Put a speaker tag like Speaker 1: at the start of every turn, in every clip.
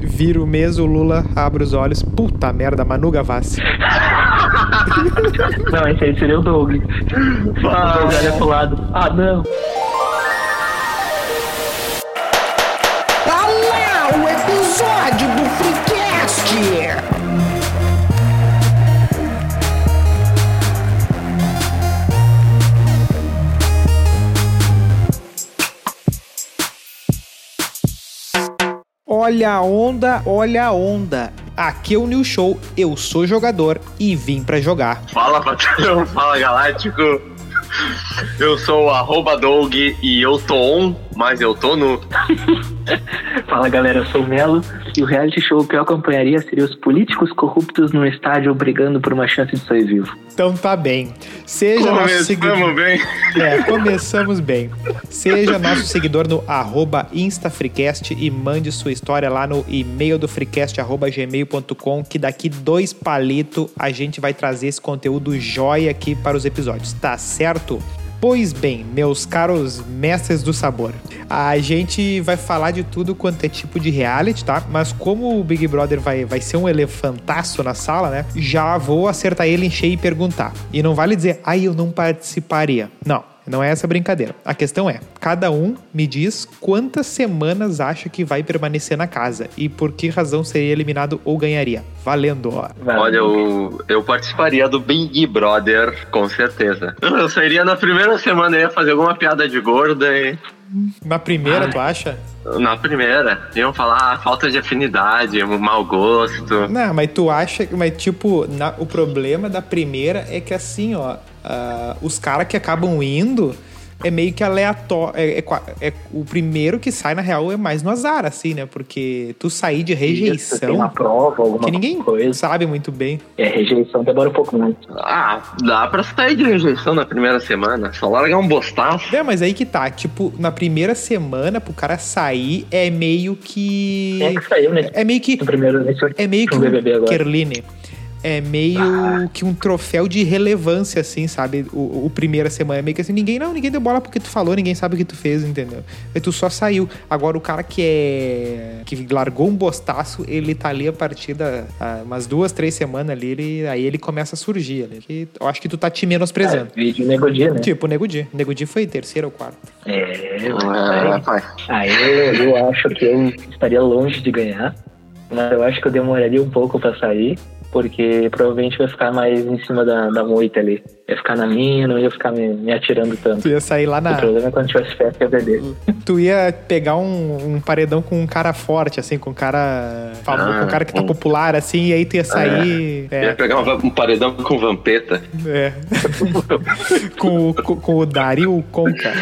Speaker 1: vira o meso, o Lula abre os olhos. Puta merda, Manu Gavassi.
Speaker 2: Não, esse aí seria o Doug. O Doug olha pro lado. Ah, não.
Speaker 3: Ah lá, o episódio do Freecast!
Speaker 1: Olha a onda, olha a onda. Aqui é o New Show, eu sou jogador e vim pra jogar.
Speaker 4: Fala patrão, fala galáctico. Eu sou o arroba Doug e eu tô on, mas eu tô nu.
Speaker 2: Fala galera, eu sou o Melo e o reality show que eu acompanharia seria os políticos corruptos num estádio brigando por uma chance de sair vivo.
Speaker 1: Então tá bem. Seja nosso seguidor.
Speaker 4: Começamos bem.
Speaker 1: É, começamos bem. Seja nosso seguidor no arroba InstaFreecast e mande sua história lá no e-mail do freecast arroba gmail.com que daqui dois palito a gente vai trazer esse conteúdo jóia aqui para os episódios, tá certo? Pois bem, meus caros mestres do sabor, a gente vai falar de tudo quanto é tipo de reality, tá? Mas como o Big Brother vai, vai ser um elefantaço na sala, né? Já vou acertar ele em cheio e perguntar. E não vale dizer, ai, eu não participaria. Não. Não é essa brincadeira. A questão é: cada um me diz quantas semanas acha que vai permanecer na casa e por que razão seria eliminado ou ganharia. Valendo, ó.
Speaker 4: Olha, eu, eu participaria do Big Brother, com certeza. Eu sairia na primeira semana, eu ia fazer alguma piada de gorda e.
Speaker 1: Na primeira,
Speaker 2: Ai.
Speaker 1: tu acha?
Speaker 4: Na primeira, iam falar ah, falta de afinidade, mau gosto.
Speaker 1: Não, mas tu acha, mas tipo, na- o problema da primeira é que assim, ó, ah, os caras que acabam indo é meio que aleatório. É, é qua- é- o primeiro que sai, na real, é mais no azar, assim, né? Porque tu sair de
Speaker 2: Isso, Tem uma
Speaker 1: rejeição,
Speaker 2: prova, alguma
Speaker 1: que ninguém
Speaker 2: coisa.
Speaker 1: sabe muito bem.
Speaker 2: É, rejeição demora um pouco mais.
Speaker 4: Ah, dá pra sair de rejeição na primeira semana, só largar um bostaço.
Speaker 1: É, mas aí que tá, tipo, na primeira semana, pro cara sair, é meio que.
Speaker 2: Quem é que saiu nesse
Speaker 1: É meio que.
Speaker 2: no primeiro nesse
Speaker 1: É meio que
Speaker 2: no BBB
Speaker 1: um
Speaker 2: agora?
Speaker 1: Kerline. É meio que um troféu de relevância, assim, sabe? O, o primeira semana é meio que assim, ninguém não, ninguém deu bola porque tu falou, ninguém sabe o que tu fez, entendeu? Aí tu só saiu. Agora o cara que é. que largou um bostaço, ele tá ali a partir da ah, umas duas, três semanas ali, ele, aí ele começa a surgir ali. Que eu acho que tu tá te menosprezando.
Speaker 2: Ah, vídeo negodia, né?
Speaker 1: Tipo, o Nego Di. O Nego Di foi terceiro ou quarto.
Speaker 2: É,
Speaker 4: É,
Speaker 2: mas
Speaker 4: rapaz.
Speaker 2: aí, aí eu, eu acho que eu estaria longe de ganhar, mas eu acho que eu demoraria um pouco pra sair, porque provavelmente eu ia ficar mais em cima da, da moita ali. Ia ficar na minha, não ia ficar me, me atirando tanto.
Speaker 1: Tu ia sair lá
Speaker 2: O
Speaker 1: na.
Speaker 2: problema é quando tivesse festa ia beber.
Speaker 1: tu ia pegar um, um paredão com um cara forte, assim, com um cara. famo-
Speaker 4: Ah,
Speaker 1: com um cara que tá
Speaker 4: sim.
Speaker 1: popular, assim, e aí
Speaker 2: É.
Speaker 1: tu ia sair.
Speaker 4: Eu Ia
Speaker 1: É,
Speaker 4: pegar um, va- um paredão com vampeta.
Speaker 1: é. com, o- com, com o Dario Conca.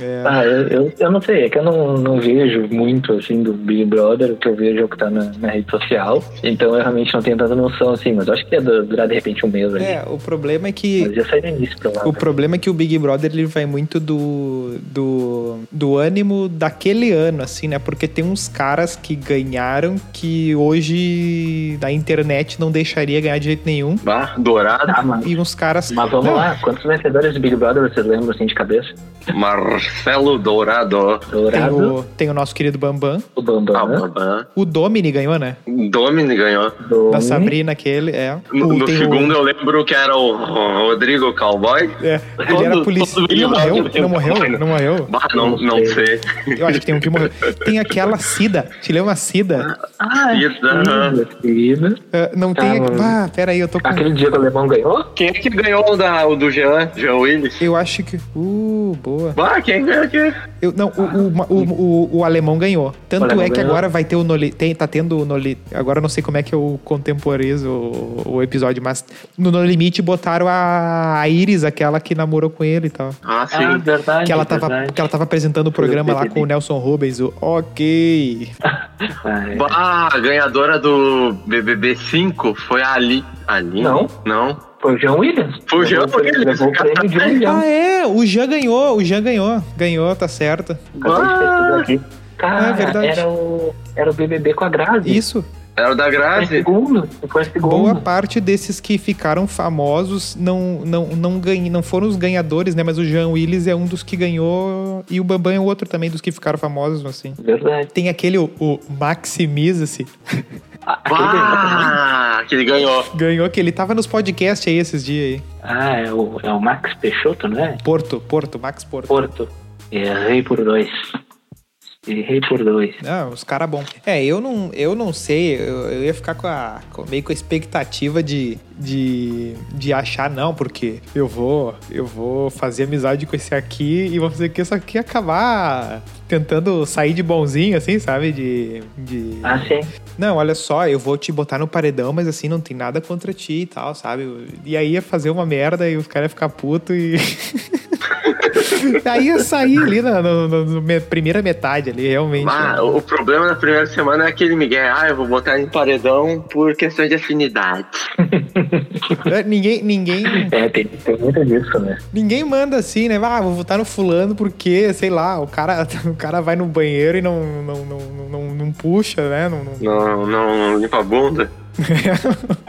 Speaker 1: É.
Speaker 2: Ah, eu, eu, eu não sei, é que eu não, não vejo muito assim do Big Brother, o que eu vejo é o que tá na, na rede social, então eu realmente não tenho tanta noção assim, mas eu acho que ia durar de repente um mês ali.
Speaker 1: É, o problema é que.
Speaker 2: Mas ia sair no início,
Speaker 1: O
Speaker 2: provavelmente.
Speaker 1: problema é que o Big Brother ele vai muito do, do, do ânimo daquele ano, assim, né? Porque tem uns caras que ganharam que hoje na internet não deixaria ganhar de jeito nenhum.
Speaker 4: Bah, dourado,
Speaker 2: Ah, mas,
Speaker 1: E uns caras.
Speaker 2: mas vamos
Speaker 1: Não,
Speaker 2: lá, quantos vencedores do Big Brother vocês lembram assim de cabeça?
Speaker 4: Marcelo Dourado.
Speaker 1: Tem
Speaker 2: Dourado,
Speaker 1: o, tem o nosso querido Bambam.
Speaker 2: o
Speaker 4: Ah,
Speaker 2: Bambam,
Speaker 4: Bambam.
Speaker 1: O Domini ganhou, né?
Speaker 4: Domini ganhou.
Speaker 2: do
Speaker 1: Da Sabrina, aquele, é.
Speaker 4: No,
Speaker 1: O-
Speaker 4: no
Speaker 1: tem o-
Speaker 4: segundo eu lembro que era o Ro- Rodrigo Cowboy.
Speaker 1: é, ele
Speaker 4: todo-
Speaker 1: era polícia.
Speaker 4: todo
Speaker 1: Ele não
Speaker 4: Big
Speaker 1: morreu?
Speaker 4: Brother tem
Speaker 1: Não
Speaker 4: um
Speaker 1: morreu?
Speaker 4: Domini.
Speaker 1: Não morreu?
Speaker 4: Bah, não, não
Speaker 2: Não
Speaker 4: sei.
Speaker 1: Eu acho que tem um que morreu. Tem aquela Cida. Te lembra a Cida?
Speaker 2: Ah,
Speaker 4: Isso,
Speaker 2: querida, querida.
Speaker 1: Ah, não tem.
Speaker 2: Ah,
Speaker 1: Ah, peraí, eu tô com.
Speaker 2: Aquele dia que o alemão ganhou?
Speaker 4: Quem é que ganhou o, da, o do Jean? Jean Willis?
Speaker 1: Eu acho que. Uh, boa.
Speaker 4: Bah, quem ganhou aqui?
Speaker 1: Eu, não, o, o, o, o, o alemão ganhou. Tanto
Speaker 2: O alemão
Speaker 1: é que
Speaker 2: ganhou.
Speaker 1: agora vai ter o Noli. Tem, tá tendo o Noli. Agora eu não sei como é que eu contemporizo o, o episódio, mas no No Limite botaram a, a Iris, aquela que namorou com ele e tal.
Speaker 4: Ah, sim.
Speaker 2: Ah, verdade,
Speaker 1: Que ela, tava,
Speaker 2: verdade.
Speaker 1: que ela tava apresentando o programa lá com o Nelson Rubens, o Ok.
Speaker 2: Ah, é.
Speaker 4: Bah, a ganhadora do BBB 5 foi a Ali. Ali?
Speaker 2: Não.
Speaker 4: Não.
Speaker 2: Foi o João Williams.
Speaker 4: Foi o Jean
Speaker 2: Levou o prêmio-
Speaker 4: Williams.
Speaker 2: Levou o prêmio de um milhão.
Speaker 1: Ah, é, o Jean ganhou, o Jean ganhou. Ganhou, tá certo.
Speaker 4: Ah.
Speaker 2: Acabei de pesquisar
Speaker 4: Bah,
Speaker 2: aqui. Cara,
Speaker 1: É verdade.
Speaker 2: Era, o, era o BBB com a Grazi.
Speaker 1: Isso,
Speaker 4: Era o da
Speaker 2: Foi em
Speaker 4: Grazi?
Speaker 2: segundo. Foi em
Speaker 1: Boa
Speaker 2: segundo.
Speaker 1: parte desses que ficaram famosos não não não, ganhe, não foram os ganhadores, né? Mas o Jean Willis é um dos que ganhou e o Bambam é outro também dos que ficaram famosos, assim.
Speaker 2: Verdade.
Speaker 1: Tem aquele, o, o Maximiza-se,
Speaker 2: Ah, aquele-
Speaker 4: Ah, que ele ganhou.
Speaker 1: ganhou que ele tava nos podcasts aí esses dias aí.
Speaker 2: Ah, é o, é o Max Peixoto, não é?
Speaker 1: Porto, Porto, Max Porto.
Speaker 2: Porto. Errei por dois. Errei por dois.
Speaker 1: Ah, os caras bom. É, eu não, eu não sei, eu, eu ia ficar com a, com- meio com a expectativa de, de, de achar, não, porque eu vou, eu vou fazer amizade com esse aqui e vou fazer que isso aqui acabar tentando sair de bonzinho, assim, sabe? De. de...
Speaker 2: Ah, sim.
Speaker 1: Não, olha só, eu vou te botar no paredão, mas assim, não tem nada contra ti e tal, sabe? E aí ia fazer uma merda e os caras iam ficar puto e. aí ia sair ali na, na- na- na me- primeira metade ali, realmente. né?
Speaker 4: Ah, o problema da primeira semana é aquele Miguel. Ah, eu vou botar em paredão por questões de afinidade.
Speaker 1: É, Ninguém, ninguém,
Speaker 2: É, tem, tem muito disso, né?
Speaker 1: ninguém manda assim, né? Ah, vou votar no fulano porque, sei lá, o cara, o cara vai no banheiro e não, não, não, não, não- não puxa, né? Não, não-
Speaker 4: Não, não, limpa a bunda.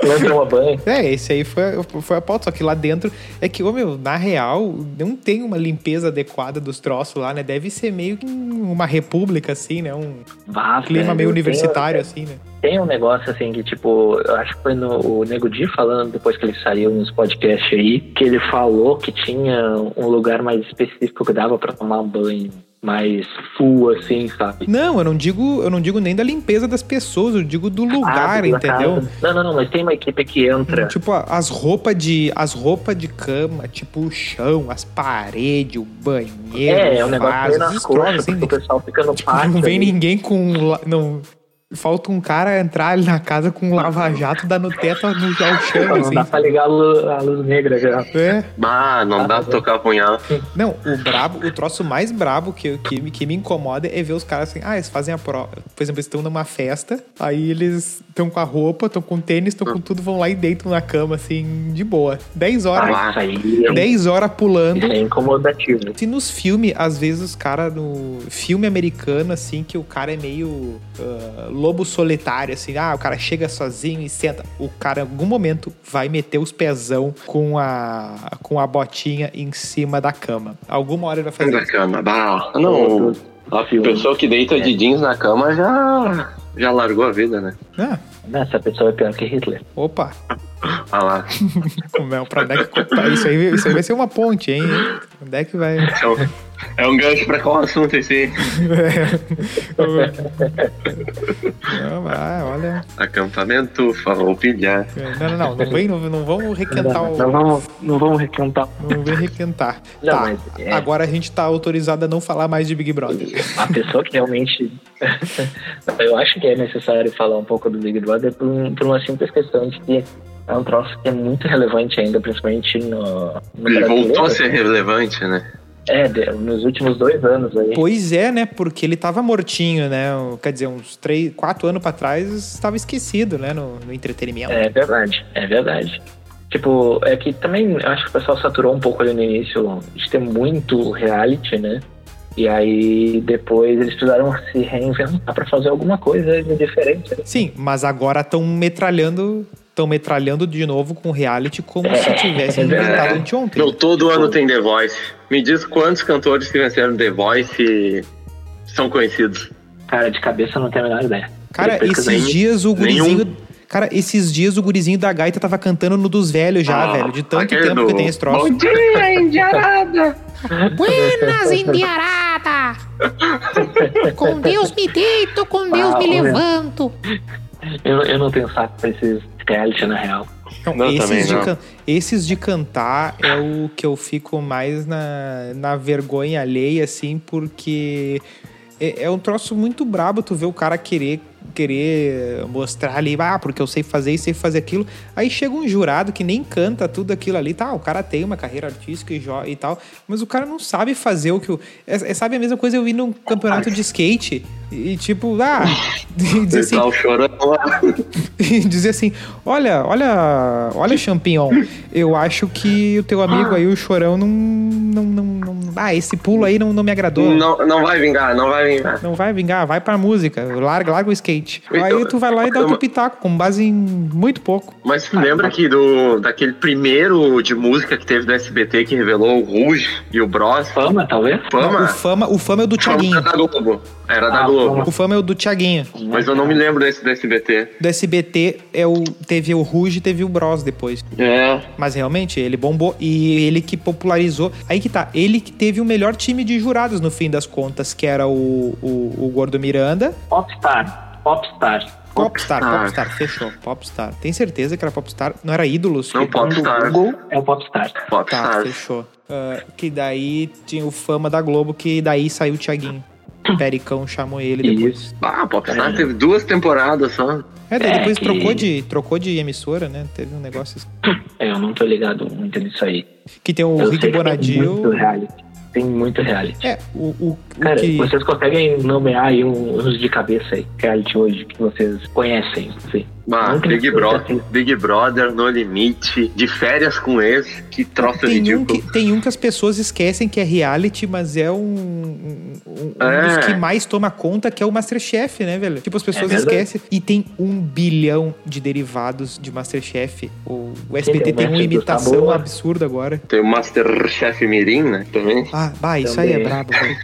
Speaker 2: Não toma banho.
Speaker 1: É, esse aí foi, foi a pauta, só que lá dentro é que, ô meu, na real, não tem uma limpeza adequada dos troços lá, né? Deve ser meio que um- uma república, assim, né? Um
Speaker 2: Bah,
Speaker 1: clima meio
Speaker 2: velho, né? tem- um-
Speaker 1: universitário, assim, né?
Speaker 2: Tem um negócio assim que, tipo, eu acho que foi no, o Nego Di falando depois que ele saiu nos podcasts aí, que ele falou que tinha um lugar mais específico que dava pra tomar banho, mais full, assim, sabe?
Speaker 1: Não, eu não digo, eu não digo nem da limpeza das pessoas, eu digo do
Speaker 2: Ah,
Speaker 1: lugar, né?
Speaker 2: da
Speaker 1: entendeu?
Speaker 2: casa. Não, não, não, mas tem uma equipe que entra.
Speaker 1: Tipo, a- as roupas de. As roupas de cama, tipo o chão, as paredes, o banheiro,
Speaker 2: é, é um
Speaker 1: o
Speaker 2: negócio
Speaker 1: vaso,
Speaker 2: meio nas
Speaker 1: esses troços,
Speaker 2: coxas,
Speaker 1: assim,
Speaker 2: porque o pessoal fica no
Speaker 1: tipo,
Speaker 2: pátio.
Speaker 1: não vem
Speaker 2: ali.
Speaker 1: ninguém com. um la- Não, falta um cara entrar ali na casa com um lava-jato, dar no teto no ao chão,
Speaker 2: Não
Speaker 1: assim.
Speaker 2: dá pra ligar a luz, a luz negra já.
Speaker 1: É.
Speaker 4: Ah, não dá pra tocar punhal.
Speaker 1: Não, o brabo, o troço mais brabo que, que, me- que me incomoda é ver os caras assim, ah, eles fazem a prova. Por exemplo, eles estão numa festa, aí eles estão com a roupa, estão com tênis, estão com
Speaker 2: Hum.
Speaker 1: tudo, vão lá e deitam na cama, assim, de boa. 10 horas.
Speaker 2: Ah, isso aí é, um-
Speaker 1: 10 horas pulando.
Speaker 2: isso é incomodativo.
Speaker 1: Se nos filmes, às vezes os caras no filme americano, assim, que o cara é meio ah, lobo solitário, assim, ah, o cara chega sozinho e senta. O cara, em algum momento, vai meter os pezão com a, com a botinha em cima da cama. Alguma hora ele vai fazer
Speaker 4: Da
Speaker 1: isso.
Speaker 4: cama. Bah, não. A pessoa que deita de jeans na cama já, já largou a vida, né?
Speaker 1: Ah,
Speaker 2: Não, Essa pessoa é pior que Hitler.
Speaker 1: opa,
Speaker 4: Ah lá.
Speaker 1: como é um pra onde é que- isso, aí, isso aí vai ser uma ponte, hein? Onde é que vai.
Speaker 4: É um, é um gancho pra qual assunto esse?
Speaker 1: Não, mas, ah, olha.
Speaker 4: Acampamento, falou pilhar.
Speaker 1: Não, não, não, não, vem, não, não vamos requentar
Speaker 2: Não,
Speaker 1: o.
Speaker 2: não vamos, não vamos requentar.
Speaker 1: Não vem requentar.
Speaker 2: Não,
Speaker 1: tá,
Speaker 2: mas é-
Speaker 1: agora a gente tá autorizado a não falar mais de Big Brother.
Speaker 2: A pessoa que realmente. eu acho que é necessário falar um pouco do Big Brother por, um- por uma simples questão de que é um troço que é muito relevante ainda, principalmente no. no
Speaker 4: Ele voltou a
Speaker 2: brasileiro.
Speaker 4: ser relevante, né?
Speaker 2: É, de- nos últimos dois anos aí.
Speaker 1: Pois é, né? Porque ele tava mortinho, né? Quer dizer, uns três, quatro anos pra trás, estava esquecido, né? No, no entretenimento.
Speaker 2: É verdade, é verdade. Tipo, é que também eu acho que o pessoal saturou um pouco ali no início de ter muito reality, né? E aí depois eles precisaram se reinventar pra fazer alguma coisa de diferente.
Speaker 1: Sim, mas agora estão metralhando. Estão metralhando de novo com reality como se tivessem inventado anteontem.
Speaker 4: Meu, todo ano tem The Voice. Me diz quantos cantores que venceram The Voice são conhecidos.
Speaker 2: Cara, de cabeça eu não tenho a menor ideia.
Speaker 1: Cara,
Speaker 4: Depois que
Speaker 1: esses
Speaker 4: nem-
Speaker 1: dias o
Speaker 4: nenhum.
Speaker 1: gurizinho. Cara, esses dias o gurizinho da gaita tava cantando no dos velhos já,
Speaker 4: Ah,
Speaker 1: velho. De tanto
Speaker 4: aquele
Speaker 1: tempo
Speaker 4: do-
Speaker 1: que tem esse troço.
Speaker 4: Bom dia, Indiarada!
Speaker 5: Buenas, indiarada! Com Deus me deito, com Deus me
Speaker 2: Ah, olha.
Speaker 5: levanto.
Speaker 2: Eu, eu não tenho saco pra esses reality na real.
Speaker 1: Não,
Speaker 4: Não, também
Speaker 1: esses, de
Speaker 4: não.
Speaker 1: can- esses de cantar é o que eu fico mais na, na vergonha alheia, assim, porque é, é um troço muito brabo tu ver o cara querer querer mostrar ali, ah, porque eu sei fazer isso, sei fazer aquilo. Aí chega um jurado que nem canta tudo aquilo ali, tá? O cara tem uma carreira artística e, jo- e tal, mas o cara não sabe fazer o que o. É, é- sabe a mesma coisa eu ir num campeonato de skate E tipo, ah, e dizer assim,
Speaker 4: Pessoal chorando lá.
Speaker 1: e dizer assim, olha, olha, olha, champignon, eu acho que o teu amigo aí, o chorão, não. não, não, não- ah, esse pulo aí não, não me agradou.
Speaker 4: Não, não vai vingar, não vai vingar.
Speaker 1: Não vai vingar, vai pra música, larga, larga o skate.
Speaker 4: Então,
Speaker 1: Aí tu vai lá e dá o teu
Speaker 4: eu-
Speaker 1: pitaco, com base em muito pouco.
Speaker 4: Mas tu lembra que do, daquele primeiro de música que teve do SBT que revelou o Ruge e o Bros?
Speaker 2: Ah, Fama, talvez?
Speaker 1: O
Speaker 4: Fama?
Speaker 1: fama, o fama é o do
Speaker 4: Fama era
Speaker 1: Thiaguinho.
Speaker 4: da Globo. Era da
Speaker 2: Ah,
Speaker 4: Globo.
Speaker 2: Fama.
Speaker 1: O fama é o do Thiaguinho.
Speaker 4: Mas eu não me lembro desse do SBT.
Speaker 1: Do SBT é o, teve o Ruge e teve o Bros depois.
Speaker 4: É.
Speaker 1: Mas realmente, ele bombou e ele que popularizou. Aí que tá, ele que teve o melhor time de jurados no fim das contas, que era o, o, o Gordo Miranda.
Speaker 2: Popstar. Popstar.
Speaker 1: Popstar,
Speaker 4: Popstar.
Speaker 1: Popstar, fechou. Popstar. Tem certeza que era Popstar? Não era ídolos?
Speaker 4: Não,
Speaker 1: Que tá no
Speaker 4: Popstar.
Speaker 1: Google?
Speaker 2: É o Popstar.
Speaker 1: Tá,
Speaker 4: Popstar.
Speaker 1: fechou. Ah, que daí tinha o fama da Globo, que daí saiu o Thiaguinho. Pericão chamou ele depois.
Speaker 2: Isso.
Speaker 4: Ah, Popstar teve duas temporadas só.
Speaker 1: É, daí
Speaker 2: É,
Speaker 1: depois
Speaker 2: que-
Speaker 1: trocou, de, trocou de emissora, né? Teve um negócio assim.
Speaker 2: É, eu não tô ligado muito nisso aí.
Speaker 1: que tem o
Speaker 2: eu
Speaker 1: Rick
Speaker 2: sei que Tem muito
Speaker 1: Bonadio.
Speaker 2: reality. Tem muito reality.
Speaker 1: É, o, o, o
Speaker 2: Cara,
Speaker 1: que.
Speaker 2: vocês conseguem nomear aí um- uns de cabeça aí, reality hoje, que vocês conhecem, assim.
Speaker 4: Ah,
Speaker 2: Não que
Speaker 4: Big
Speaker 2: eu
Speaker 4: Brother,
Speaker 2: assista.
Speaker 4: Big Brother, No Limite, de férias com ex, que troço
Speaker 1: Tem um,
Speaker 4: ridículo.
Speaker 1: que, tem um que as pessoas esquecem que é reality, mas é um, um, um- um
Speaker 4: É.
Speaker 1: dos que mais toma conta, que é o Masterchef, né, velho? Tipo, as pessoas
Speaker 2: verdade.
Speaker 1: esquecem. E tem um bilhão de derivados de Masterchef. O, o SBT
Speaker 2: Tem
Speaker 4: Então,
Speaker 2: o
Speaker 1: tem uma
Speaker 4: tá
Speaker 2: Mestre do
Speaker 1: imitação
Speaker 2: Sabor.
Speaker 1: absurda agora.
Speaker 4: Tem o Masterchef Mirim, né? Também.
Speaker 1: Ah, bah, isso aí é
Speaker 2: Também.
Speaker 1: brabo, velho.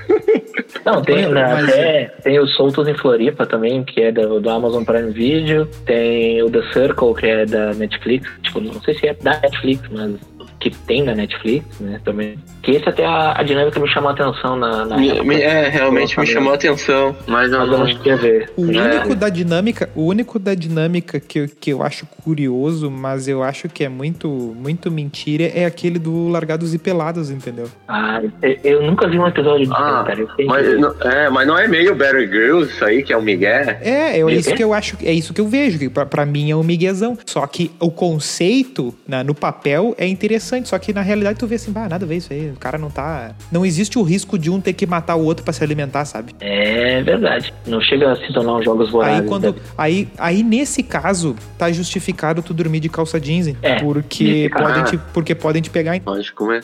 Speaker 2: Não, tem,
Speaker 1: Mas-
Speaker 2: né,
Speaker 1: mas-
Speaker 2: até, tem o Soltos em Floripa também, que é do, do Amazon Prime Video. Tem o The Circle, que é da Netflix. Tipo, não sei se é da Netflix, mas que tem na Netflix, né, também. Que esse até a, a dinâmica me chamou a atenção na... na
Speaker 4: Me-
Speaker 2: época.
Speaker 4: me- é, realmente me chamou a atenção. Mas eu
Speaker 2: Mas eu
Speaker 4: não.
Speaker 2: não cheguei a ver.
Speaker 1: O
Speaker 4: É.
Speaker 1: único da dinâmica, o único da dinâmica que, eu- que eu acho curioso, mas eu acho que é muito, muito mentira, é aquele do Largados e Pelados, entendeu?
Speaker 2: Ah, eu, eu nunca vi um episódio disso,
Speaker 4: Ah,
Speaker 2: cara. Eu sei que-
Speaker 4: Mas, não- é, mas não é meio Barry Girls isso aí, que é o Miguel?
Speaker 1: É, eu- é
Speaker 2: E-
Speaker 1: isso que eu acho, é isso que eu vejo, que pra, pra mim é um miguezão. Só que o conceito na- no papel é interessante, só que na realidade tu vê assim, bah, nada a ver isso aí, o cara não tá... Não existe o risco de um ter que matar o outro pra se alimentar, sabe?
Speaker 2: É verdade. Não chega a se tornar uns jogos vorazes.
Speaker 1: Aí, quando,
Speaker 2: né?
Speaker 1: aí, aí, nesse caso, tá justificado tu dormir de calça jeans,
Speaker 2: É,
Speaker 1: porque,
Speaker 2: nesse
Speaker 4: caso.
Speaker 1: podem te, porque podem te pegar em
Speaker 4: Pode comer.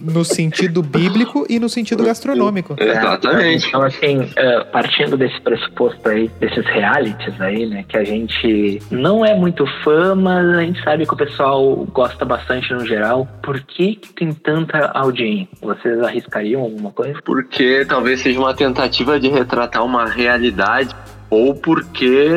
Speaker 1: no sentido bíblico e no sentido gastronômico.
Speaker 4: É Exatamente.
Speaker 2: Então, assim, eh, partindo desse pressuposto aí, desses realities aí, né, que a gente não é muito fã, mas a gente sabe que o pessoal gosta bastante no geral. Por que, que tem tanta audiência? Vocês arriscariam alguma coisa?
Speaker 4: Porque talvez seja uma tentativa de retratar uma realidade. Ou porque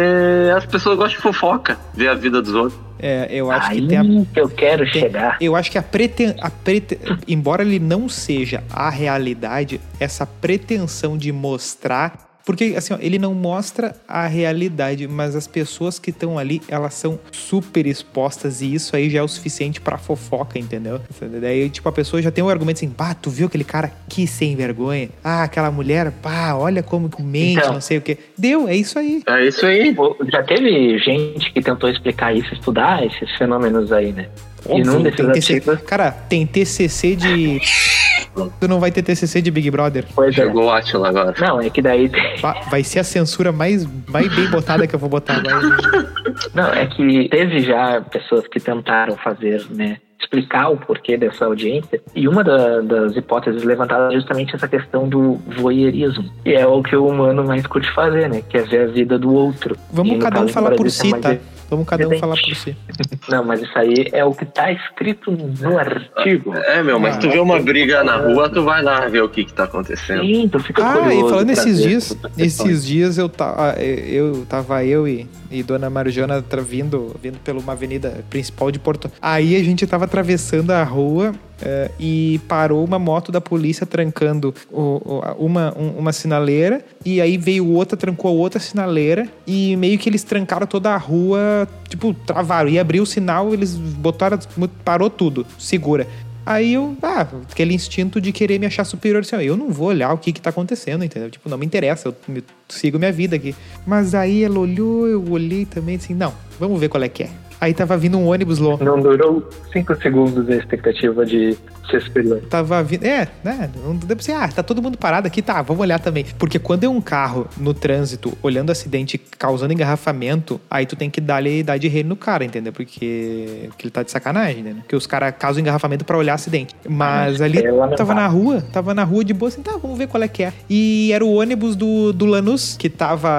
Speaker 4: as pessoas gostam de fofoca, ver a vida dos outros.
Speaker 1: É, eu acho
Speaker 2: aí
Speaker 1: que tem a.
Speaker 2: que eu quero
Speaker 1: tem-
Speaker 2: chegar.
Speaker 1: Eu acho que a, preten, a prete, embora ele não seja a realidade, essa pretensão de mostrar. Porque, assim, ó, ele não mostra a realidade, mas as pessoas que estão ali, elas são super expostas e isso aí já é o suficiente pra fofoca, entendeu? Daí, tipo, a pessoa já tem um argumento assim, pá, tu viu aquele cara que sem vergonha? Ah, aquela mulher, pá, olha como que mente,
Speaker 2: Então.
Speaker 1: não sei o quê. Deu, é isso aí.
Speaker 4: É isso aí.
Speaker 2: Pô, Já teve gente que tentou explicar isso, estudar esses fenômenos aí, né? e
Speaker 1: Óbvio,
Speaker 2: num
Speaker 1: tem
Speaker 2: desses
Speaker 1: TCC.
Speaker 2: artigos
Speaker 1: Cara, tem TCC de. Tu não vai ter TCC de Big Brother.
Speaker 2: foi. é.
Speaker 4: Chegou o Atila agora.
Speaker 2: Não, é que daí tem,
Speaker 1: Va- Vai ser a censura mais, mais bem botada que eu vou botar. Mas...
Speaker 2: Não, é que teve já pessoas que tentaram fazer, né? Explicar o porquê dessa audiência. E uma da- das hipóteses levantadas é justamente essa questão do voyeurismo. E é o que o humano mais curte fazer, né? Que é ver a vida do outro. E
Speaker 1: Vamos
Speaker 2: no
Speaker 1: cada um
Speaker 2: caso do
Speaker 1: falar por
Speaker 2: Brasil,
Speaker 1: si,
Speaker 2: é mais
Speaker 1: tá? Vamos cada um
Speaker 2: evidente.
Speaker 1: falar por si.
Speaker 2: Não, mas isso aí é o que tá escrito no artigo.
Speaker 4: É, meu, mas tu vê uma briga na rua, tu vai lá ver o que que tá acontecendo.
Speaker 2: Sim, tu fica
Speaker 1: Ah,
Speaker 2: curioso
Speaker 1: e falando
Speaker 2: pra
Speaker 1: esses
Speaker 2: ver
Speaker 1: dias,
Speaker 2: essas questões.
Speaker 1: esses dias eu, ta, ah, eu eu tava eu e, e Dona Marjona tra- vindo, vindo pela uma avenida principal de Porto. Aí a gente tava atravessando a rua eh, e parou uma moto da polícia trancando o- o- a- uma, um- uma sinaleira. E aí veio outra, trancou a outra sinaleira. E meio que eles trancaram toda a rua, tipo, travaram. E abriu o sinal, eles botaram, parou tudo, segura. Aí eu, ah, aquele instinto de querer me achar superior, assim, ó, eu não vou olhar o que que tá acontecendo, entendeu? Tipo, não me interessa, eu me- sigo minha vida aqui. Mas aí ela olhou, eu olhei também, assim, não, vamos ver qual é que é. Aí tava vindo um ônibus longo.
Speaker 2: Não durou 5 segundos a expectativa de se espelhar.
Speaker 1: Tava vindo. É, né? Não deu pra você. Ah, tá todo mundo parado aqui, tá, vamos olhar também. Porque quando é um carro no trânsito olhando acidente, causando engarrafamento, aí tu tem que dar ali idade rei no cara, entendeu? Porque, porque ele tá de sacanagem, né? Porque os caras causam engarrafamento pra olhar acidente. Mas ali
Speaker 2: é lamentável.
Speaker 1: tava na rua, tava na rua de boa, assim, tá, vamos ver qual é que é. E era o ônibus do, do Lanús que tava,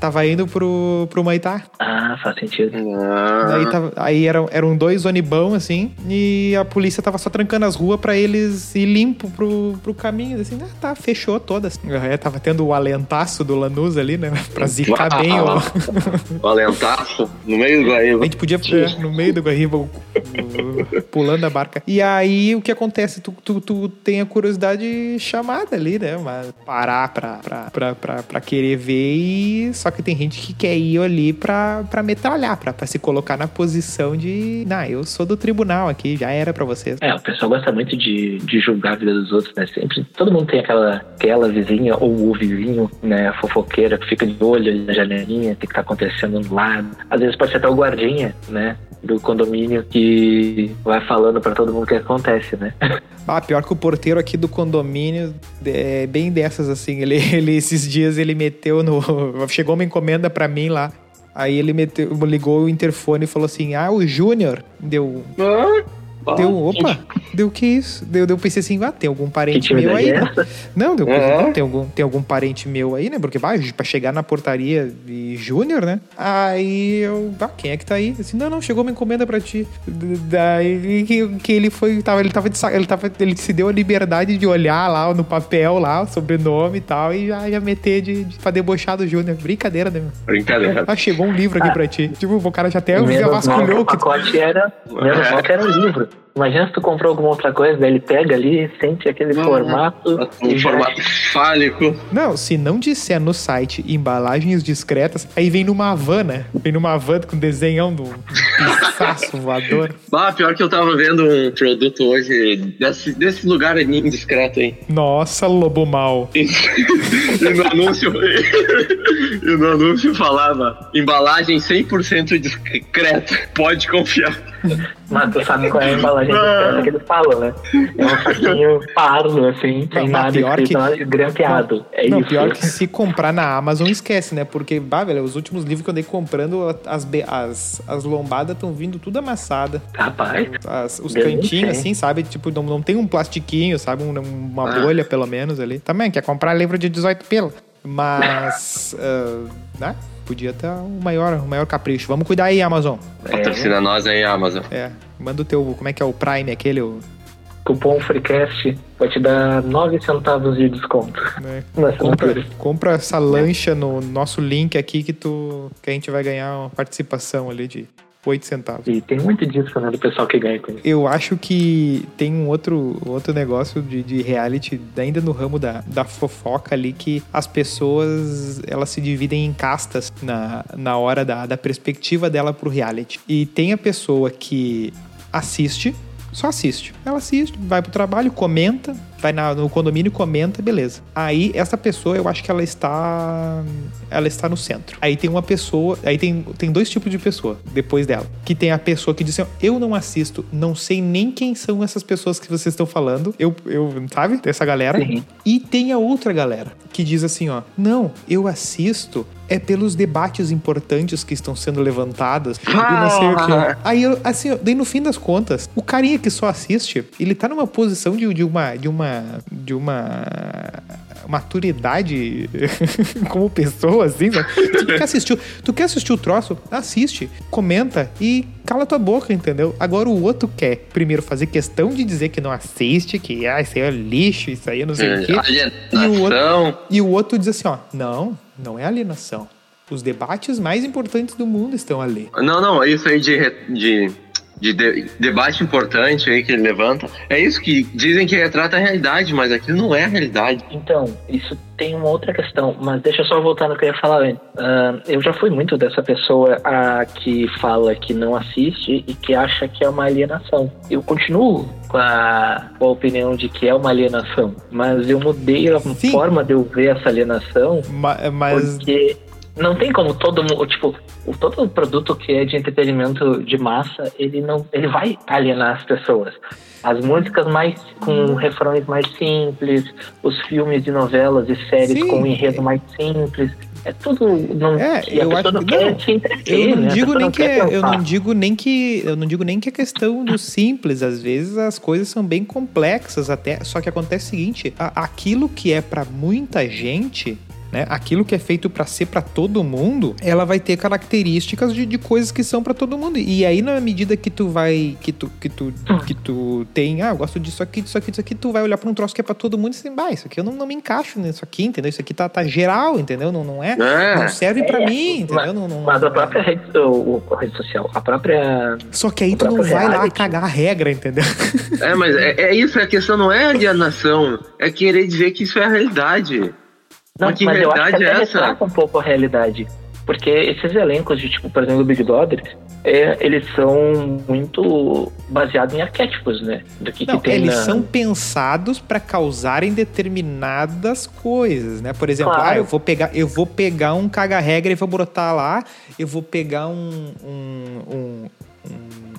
Speaker 1: tava indo pro, pro Maitá.
Speaker 2: Ah, faz sentido.
Speaker 4: Ah,
Speaker 1: Daí tava- aí eram, eram dois onibão, assim, e a polícia tava só trancando as ruas pra eles ir limpo pro, pro caminho, assim, ah, tá, fechou todas. Aí tava tendo o alentaço do Lanús ali, né, pra zicar
Speaker 4: Ah,
Speaker 1: bem o...
Speaker 4: Valentaço, no meio do Guaíba.
Speaker 1: A gente podia ficar no meio do Guaíba o- o- pulando a barca. E aí o que acontece? Tu, tu, tu tem a curiosidade chamada ali, né? Mas parar pra, pra, pra, pra, pra querer ver e. Só que tem gente que quer ir ali pra, pra metralhar, pra, pra se colocar na posição de. Não, eu sou do tribunal aqui, já era pra vocês.
Speaker 2: É, o pessoal gosta muito de, de julgar a vida dos outros, né? Sempre. Todo mundo tem aquela, aquela vizinha ou o vizinho, né? Fofoqueira que fica de olho na janelinha, o que, que tá acontecendo do lado. Às vezes pode ser até o guardinha, né? Do condomínio que vai falando pra todo mundo o que acontece, né?
Speaker 1: Ah, pior que o porteiro aqui do condomínio é bem dessas, assim. Ele, ele- esses dias ele meteu no. Chegou uma encomenda pra mim lá. Aí ele meteu, ligou o interfone e falou assim: Ah, o Júnior. Deu.
Speaker 4: Ah,
Speaker 1: Deu. Opa! Deu que isso? Deu, deu pensei assim, ah, tem algum
Speaker 2: Que
Speaker 1: parente meu
Speaker 2: timidez
Speaker 1: aí.
Speaker 2: é
Speaker 1: né?
Speaker 2: essa?
Speaker 1: Não, deu
Speaker 4: É.
Speaker 1: não, tem algum Tem algum parente meu aí, né? Porque vai, pra chegar na portaria de Júnior, né? Aí eu. Ah, quem é que tá aí? Assim, não, não, chegou uma encomenda pra ti. D- Daí que, que ele foi. Tava, ele tava de sa- ele tava. Ele se deu a liberdade de olhar lá no papel lá, o sobrenome e tal, e já, já meter de, de, pra debochar do Júnior. Brincadeira, né? meu?
Speaker 4: Brincadeira.
Speaker 1: Ah, chegou um livro aqui pra ti. Tipo, o cara já até já
Speaker 2: Menos mal que
Speaker 1: vasculhou
Speaker 2: o
Speaker 1: que.
Speaker 2: pacote era. Menos mal que era um livro. Imagina se tu comprou alguma outra coisa, daí ele pega ali, sente aquele
Speaker 4: Uhum.
Speaker 2: formato. e
Speaker 4: Um
Speaker 2: já-
Speaker 4: formato fálico.
Speaker 1: Não, se não disser no site embalagens discretas, aí vem numa van, né? Vem numa van com desenhão do pisaço voador.
Speaker 4: Ah, pior que eu tava vendo um produto hoje desse, desse lugar aí indiscreto, hein?
Speaker 1: Nossa, lobo mal.
Speaker 4: E, e no anúncio. e no anúncio falava: embalagem 100% discreta, pode confiar.
Speaker 2: Mas tu sabe qual é a embalagem do que eles falam, né? É um saquinho pardo, assim, sem
Speaker 1: Não,
Speaker 2: nada
Speaker 1: pior
Speaker 2: escrito, nada, grampeado. É
Speaker 1: não,
Speaker 2: isso.
Speaker 1: pior que se comprar na Amazon, esquece, né? Porque, bah, velho, os últimos livros que eu andei comprando, as, be- as, as lombadas estão vindo tudo amassada.
Speaker 2: Rapaz,
Speaker 1: As- os
Speaker 2: Bem,
Speaker 1: cantinhos,
Speaker 2: sim.
Speaker 1: assim, sabe? Tipo, não, não tem um plastiquinho, sabe? Um- uma
Speaker 4: Ah.
Speaker 1: bolha, pelo menos, ali. Também, quer comprar livro de 18 pelo. Mas, ah, né? Podia ter um maior, um maior capricho. Vamos cuidar aí, Amazon.
Speaker 4: É. Patrocina nós aí, Amazon.
Speaker 1: É, manda o teu, como é que é o Prime aquele? O,
Speaker 2: cupom FreeCast vai te dar 9 centavos de desconto
Speaker 1: né?
Speaker 2: na
Speaker 1: compra,
Speaker 2: assinatura.
Speaker 1: compra essa lancha no nosso link aqui que tu que a gente vai ganhar uma participação ali de 8 centavos.
Speaker 2: E tem muito disso, né, do pessoal que ganha com isso.
Speaker 1: Eu acho que tem um outro, outro negócio de, de reality, ainda no ramo da, da fofoca ali, que as pessoas elas se dividem em castas na, na hora da, da perspectiva dela pro reality. E tem a pessoa que assiste, só assiste. Ela assiste, vai pro trabalho, comenta, vai na- no condomínio, comenta, beleza. Aí, essa pessoa, eu acho que ela está. Ela está no centro. Aí tem uma pessoa. Aí tem, tem dois tipos de pessoa depois dela. Que tem a pessoa que diz assim: Eu não assisto, não sei nem quem são essas pessoas que vocês estão falando. Eu, eu sabe? Tem essa galera.
Speaker 2: Sim.
Speaker 1: E tem a outra galera que diz assim, ó, não, eu assisto é pelos debates importantes que estão sendo levantados e não sei o quê. Aí, eu, assim, ó, daí no fim das contas, o carinha que só assiste, ele tá numa posição de, de uma... de uma... de uma maturidade como pessoa, assim, sabe? Tu quer assistir, o- tu quer assistir o troço? Assiste, comenta e cala tua boca, entendeu? Agora o outro quer primeiro fazer questão de dizer que não assiste, que ah, isso aí é lixo, isso aí é não sei o quê. E o
Speaker 4: Alienação.
Speaker 1: E o outro diz assim, ó, não, não é alienação. Os debates mais importantes do mundo estão ali.
Speaker 4: Não, não, é isso aí de, re- de, de, de- debate importante aí que ele levanta. É isso que dizem que retrata a realidade, mas aquilo não é a realidade.
Speaker 2: Então, isso tem uma outra questão, mas deixa eu só voltar no que eu ia falar antes. Ah, eu já fui muito dessa pessoa a que fala que não assiste e que acha que é uma alienação. Eu continuo com a, com a opinião de que é uma alienação, mas eu mudei a
Speaker 1: Sim.
Speaker 2: forma de eu ver essa alienação
Speaker 1: Ma- mas
Speaker 2: porque não tem como todo mundo, tipo, o- todo produto que é de entretenimento de massa, ele não, ele vai alienar as pessoas. As músicas mais com refrões mais simples, os filmes de novelas e séries
Speaker 1: Sim.
Speaker 2: com um enredo mais simples, é tudo não,
Speaker 1: É,
Speaker 2: que a
Speaker 1: eu
Speaker 2: pessoa
Speaker 1: acho
Speaker 2: não
Speaker 1: que-
Speaker 2: quer
Speaker 1: não,
Speaker 2: se entreter,
Speaker 1: Eu não
Speaker 2: né? A
Speaker 1: digo
Speaker 2: pessoa
Speaker 1: nem que
Speaker 2: quer
Speaker 1: é, eu
Speaker 2: pensar.
Speaker 1: não digo nem que eu não digo nem que a questão do simples, às vezes as coisas são bem complexas até, só que acontece o seguinte, a- aquilo que é pra muita gente né? Aquilo que é feito pra ser pra todo mundo, ela vai ter características de, de coisas que são pra todo mundo. E aí, na medida que tu vai. que tu, que tu, que tu tem, ah, eu gosto disso aqui, disso aqui, disso aqui, tu vai olhar pra um troço que é pra todo mundo e assim, bah, isso aqui eu não, não me encaixo nisso aqui, entendeu? Isso aqui tá, tá geral, entendeu? Não, não é. Não
Speaker 4: É,
Speaker 1: serve pra mim, entendeu? Não, não-
Speaker 2: Ah, Mas a própria rede, o- o- a rede social, a própria.
Speaker 1: Só que aí tu não vai lá cagar a regra, entendeu?
Speaker 4: é mas é, é isso, a questão não é alienação, é querer dizer que isso é a realidade.
Speaker 2: Não,
Speaker 4: Mas que
Speaker 2: mas eu acho que
Speaker 4: realidade
Speaker 2: até
Speaker 4: é essa?
Speaker 2: retrata um pouco a realidade. Porque esses elencos de, tipo, por exemplo, o Big Brother, é, eles são muito baseados em arquétipos, né? Do que,
Speaker 1: Não,
Speaker 2: que tem
Speaker 1: eles
Speaker 2: na...
Speaker 1: são pensados pra causarem determinadas coisas, né? Por exemplo,
Speaker 2: Claro.
Speaker 1: ah, eu vou pegar, eu vou pegar um caga-regra e vou botar lá, eu vou pegar um um, um,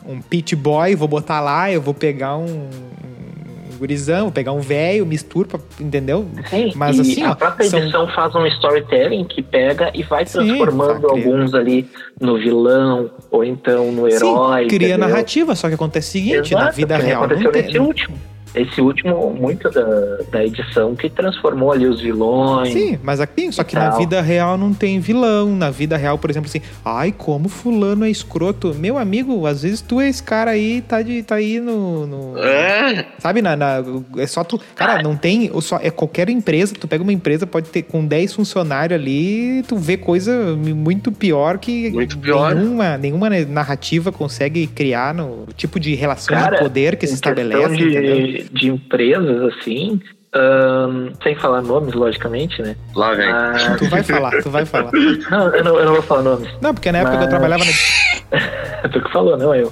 Speaker 1: um, um pit boy, e vou botar lá, eu vou pegar um, um gurizão, vou pegar um velho, misturo, pra- entendeu?
Speaker 2: Sim,
Speaker 1: mas
Speaker 2: e
Speaker 1: assim,
Speaker 2: a
Speaker 1: ó,
Speaker 2: própria
Speaker 1: são-
Speaker 2: edição faz um storytelling que pega e vai
Speaker 1: Sim,
Speaker 2: transformando
Speaker 1: tá, cria.
Speaker 2: alguns ali no vilão ou então no herói.
Speaker 1: Sim, cria
Speaker 2: entendeu?
Speaker 1: narrativa, só que acontece o seguinte, na
Speaker 2: Exato,
Speaker 1: vida
Speaker 2: que nem
Speaker 1: real não
Speaker 2: Aconteceu
Speaker 1: tem, né?
Speaker 2: nesse último. Esse último, muito da, da edição que transformou ali os vilões.
Speaker 1: Sim, mas aqui, só que na
Speaker 2: Tal.
Speaker 1: vida real não tem vilão. Na vida real, por exemplo, assim, ai, como fulano é escroto. Meu amigo, às vezes tu é esse cara aí, tá, de, tá aí no. no-
Speaker 4: É,
Speaker 1: Sabe, na, na- é só tu. Cara, não tem. ou Só, é qualquer empresa, tu pega uma empresa, pode ter com 10 funcionários ali, tu vê coisa muito pior que
Speaker 4: Muito pior.
Speaker 1: Nenhuma, nenhuma narrativa consegue criar no tipo de relação
Speaker 2: Cara,
Speaker 1: de poder que se
Speaker 2: Em questão
Speaker 1: estabelece, entendeu?
Speaker 2: de, de empresas, assim, ahn, sem falar nomes, logicamente, né?
Speaker 4: lá vem.
Speaker 2: Ah,
Speaker 1: Tu vai falar, tu vai falar.
Speaker 2: não, eu não, eu não vou falar nomes.
Speaker 1: Não, porque na época que eu
Speaker 2: Mas-
Speaker 1: trabalhava na
Speaker 2: tu que falou, não eu.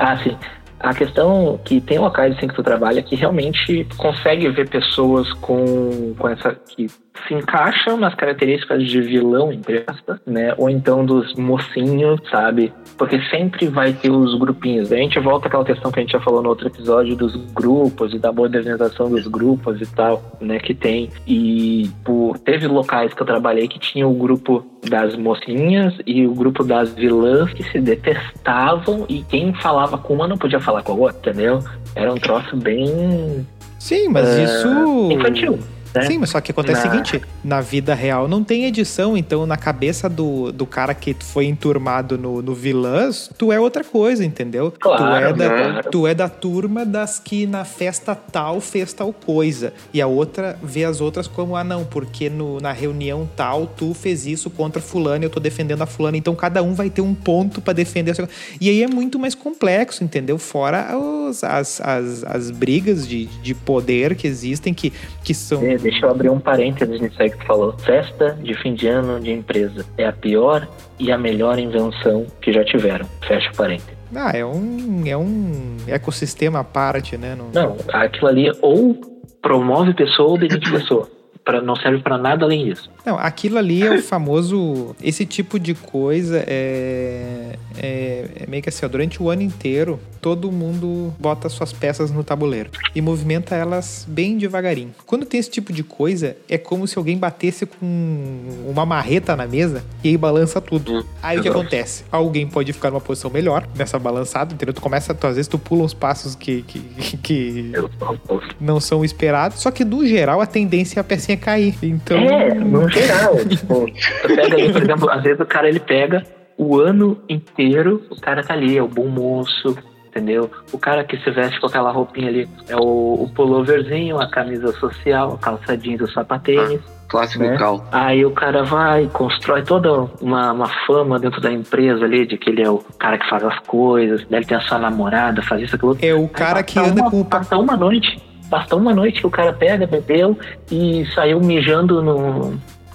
Speaker 2: ah, sim. A questão que tem locais assim que tu trabalha que realmente consegue ver pessoas com, com essa. que se encaixam nas características de vilão, entre aspas, né? Ou então dos mocinhos, sabe? Porque sempre vai ter os grupinhos. A gente volta àquela questão que a gente já falou no outro episódio dos grupos e da modernização dos grupos e tal, né? Que tem. E pô, teve locais que eu trabalhei que tinha o grupo das mocinhas e o grupo das vilãs que se detestavam e quem falava com uma não podia falar com a outra, entendeu? Era um troço bem
Speaker 1: Sim, mas
Speaker 2: É,
Speaker 1: isso.
Speaker 2: infantil. né?
Speaker 1: Sim, mas só que acontece o
Speaker 2: Na-
Speaker 1: seguinte: na vida real não tem edição, então na cabeça do, do cara que foi enturmado no, no vilãs, tu é outra coisa, entendeu? tu,
Speaker 2: Claro,
Speaker 1: é da,
Speaker 2: né?
Speaker 1: tu é da turma das que na festa tal fez tal coisa. E a outra vê as outras como, ah, não, porque no, na reunião tal tu fez isso contra fulano, eu tô defendendo a fulana. Então cada um vai ter um ponto pra defender. a sua- E aí é muito mais complexo, entendeu? Fora os- as, as, as brigas de, de poder que existem, que, que são.
Speaker 2: É, Deixa eu abrir um parênteses nisso aí que tu falou. Festa de fim de ano de empresa é a pior e a melhor invenção que já tiveram. Fecha o parênteses.
Speaker 1: Ah, é um, é um ecossistema à parte, né? Não-
Speaker 2: Não, aquilo ali ou promove pessoa ou demite pessoa. Pra, não serve pra nada além disso.
Speaker 1: Não, aquilo ali é o famoso. Esse tipo de coisa é, é, é meio que assim, ó, durante o ano inteiro, todo mundo bota suas peças no tabuleiro e movimenta elas bem devagarinho. Quando tem esse tipo de coisa, é como se alguém batesse com uma marreta na mesa e aí balança
Speaker 2: Hum,
Speaker 1: tudo. Aí o que
Speaker 4: exato.
Speaker 1: acontece? Alguém pode ficar numa posição melhor nessa balançada, entendeu? Tu começa, tu, às vezes tu pula uns passos que- que, que
Speaker 2: Eu- eu-
Speaker 1: não são esperados, só que no geral a tendência é a pecinha cair. Então.
Speaker 2: É, no geral. tipo, tu pega ali, por exemplo, às vezes o cara ele pega o ano inteiro, o cara tá ali, é o bom moço, entendeu? O cara que se veste com aquela roupinha ali é o, o pulloverzinho, a camisa social, a calça jeans, o sapatênis.
Speaker 4: Clássico
Speaker 1: é?
Speaker 2: né?
Speaker 4: cal.
Speaker 2: Aí o cara vai, constrói toda uma, uma fama dentro da empresa ali, de que ele é o cara que faz as coisas, deve ter a sua namorada, faz isso, aquilo.
Speaker 1: É o cara que
Speaker 2: Basta
Speaker 1: anda
Speaker 2: uma-
Speaker 1: com o pa-
Speaker 2: Basta uma noite. Basta uma noite que o cara pega, bebeu e saiu mijando no,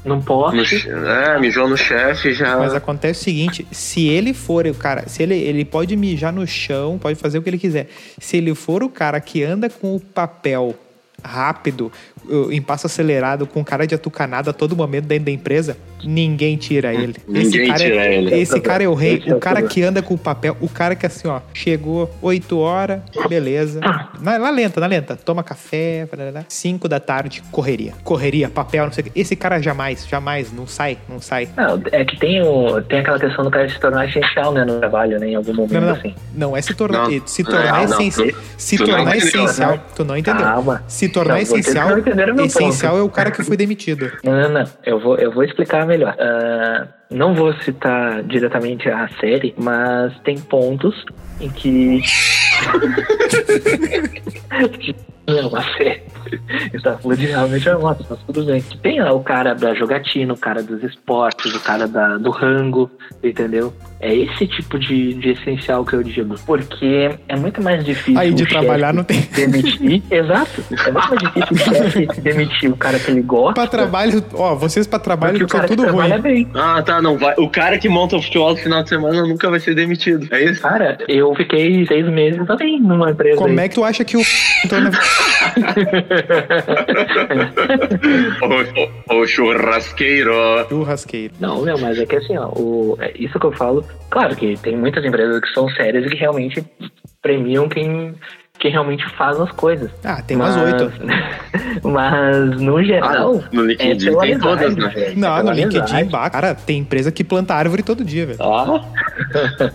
Speaker 2: num
Speaker 4: No,
Speaker 2: poste.
Speaker 4: é, mijou no chefe já.
Speaker 1: Mas acontece o seguinte, se ele for o cara, se ele, ele pode mijar no chão, pode fazer o que ele quiser. Se ele for o cara que anda com o papel rápido, uh, em passo acelerado, com cara de atucanado a todo momento dentro da empresa, ninguém tira ele.
Speaker 4: Ninguém
Speaker 1: cara
Speaker 4: tira
Speaker 1: é,
Speaker 4: ele.
Speaker 1: Esse cara é o rei,
Speaker 2: Esse é
Speaker 1: o
Speaker 2: o
Speaker 1: cara
Speaker 2: problema.
Speaker 1: que anda com o papel, o cara que assim, ó, chegou 8 horas, beleza. Na, na lenta, na lenta. Toma café, 5 da tarde, correria. Correria, papel, não sei o que. Esse cara jamais, jamais, não sai, não sai.
Speaker 2: Não, é que tem, o, tem aquela questão do cara se tornar essencial, né, no trabalho, né, em algum momento,
Speaker 1: Não, não,
Speaker 2: assim.
Speaker 1: não. Não, é se tornar,
Speaker 4: Não.
Speaker 1: se tornar
Speaker 4: Não, não.
Speaker 1: essencial.
Speaker 4: Tu-
Speaker 1: Se
Speaker 4: tu não
Speaker 1: tornar
Speaker 4: entendeu,
Speaker 1: essencial.
Speaker 2: né?
Speaker 1: Tu não entendeu.
Speaker 2: Calma.
Speaker 1: Se tornar
Speaker 2: Não, vocês
Speaker 1: essencial.
Speaker 2: não entenderam meu
Speaker 1: Essencial
Speaker 2: ponto.
Speaker 1: é o cara que foi demitido.
Speaker 2: Não, não, não. Eu vou, eu vou explicar melhor. Ah, não vou citar diretamente a série, mas tem pontos em que. Não, é uma série. Eu tava falando de realmente uma moto, mas tudo bem. Tem lá o cara da jogatina, o cara dos esportes, o cara da, do rango, entendeu? É esse tipo de, de essencial que eu digo. Porque é muito mais difícil.
Speaker 1: Aí de
Speaker 2: o chefe
Speaker 1: trabalhar não tem.
Speaker 2: Demitir, exato. É muito mais difícil o chefe demitir o cara que ele gosta.
Speaker 1: Pra trabalho, ó, vocês pra
Speaker 2: Porque
Speaker 1: trabalho
Speaker 2: o
Speaker 1: são
Speaker 2: cara que
Speaker 1: tudo
Speaker 2: trabalha
Speaker 1: ruim.
Speaker 2: bem.
Speaker 4: Ah, tá, não vai. O cara que monta o futebol no final de semana nunca vai ser demitido. É
Speaker 1: Ah,
Speaker 4: isso?
Speaker 2: Cara, eu fiquei seis meses também numa empresa.
Speaker 1: Como
Speaker 2: aí.
Speaker 1: é que tu acha que o. entrou na-
Speaker 2: É.
Speaker 4: o, o- o churrasqueiro.
Speaker 1: Churrasqueiro.
Speaker 2: Não, meu, mas é que assim, ó, o- é isso que eu falo. Claro que tem muitas empresas que são sérias e que realmente premiam quem, quem realmente faz as coisas.
Speaker 1: Ah, tem umas
Speaker 2: Mas-
Speaker 1: oito.
Speaker 2: Mas, no geral.
Speaker 4: Ah, no LinkedIn
Speaker 1: é
Speaker 2: pela
Speaker 4: tem todas,
Speaker 2: amizade,
Speaker 4: né?
Speaker 2: velho, é
Speaker 1: Não, no
Speaker 2: pela
Speaker 1: LinkedIn,
Speaker 2: amizade.
Speaker 1: bah, cara, tem empresa que planta árvore todo dia, velho.
Speaker 4: Ó.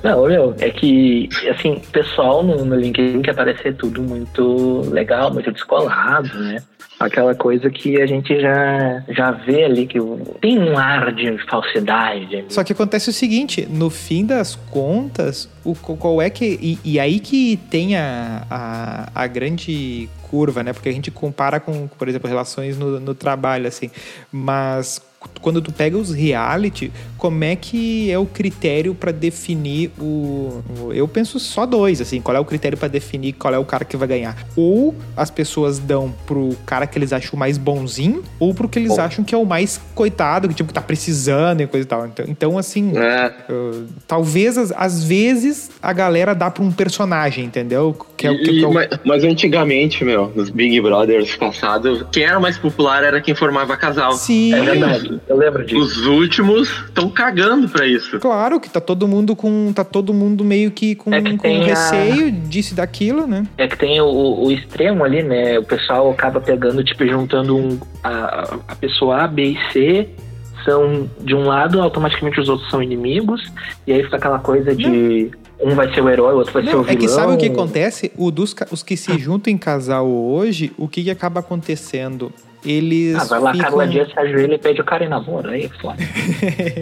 Speaker 2: Não, meu, é que, assim, o pessoal no, no LinkedIn quer parecer tudo muito legal, muito descolado, né? Aquela coisa que a gente já, já vê ali, que o- tem um ar de falsidade.
Speaker 1: Só que acontece o seguinte, no fim das contas, o, co- qual é que. E, e aí que tem a, a, a grande curva, né? Porque a gente compara com, por exemplo, relações no, no trabalho, assim. Mas quando tu pega os reality, como é que é o critério pra definir o, o- Eu penso só dois, assim, qual é o critério pra definir qual é o cara que vai ganhar? Ou as pessoas dão pro cara que eles acham mais bonzinho, ou pro que eles
Speaker 4: Bom.
Speaker 1: acham que é o mais coitado, que tipo que tá precisando e coisa e tal. Então, então assim,
Speaker 4: É.
Speaker 1: eu- talvez às- às vezes a galera dá pra um personagem, entendeu? Que é o que,
Speaker 4: E-
Speaker 1: que é o-
Speaker 4: mas, mas antigamente, meu, nos Big Brothers passados, quem era mais popular era quem formava casal.
Speaker 1: Sim.
Speaker 2: É verdade, eu lembro disso.
Speaker 4: Os últimos estão cagando pra isso.
Speaker 1: Claro que tá todo mundo com. Tá todo mundo meio que com,
Speaker 2: É que
Speaker 1: com
Speaker 2: tem a-
Speaker 1: receio disso e daquilo, né?
Speaker 2: É que tem o, o extremo ali, né? O pessoal acaba pegando, tipo, juntando um, a, a pessoa A, B e C são de um lado, automaticamente os outros são inimigos, e aí fica aquela coisa de um vai ser o herói, o outro vai ser o
Speaker 1: Não,
Speaker 2: vilão. né? Ah.
Speaker 1: é que sabe o que acontece? O dos, ca- os que se juntam em casal hoje, o que, que acaba acontecendo? Eles.
Speaker 2: Ah, vai lá,
Speaker 1: ficam...
Speaker 2: Carla Dias se ajoelha e pede o cara em namoro, aí é foda.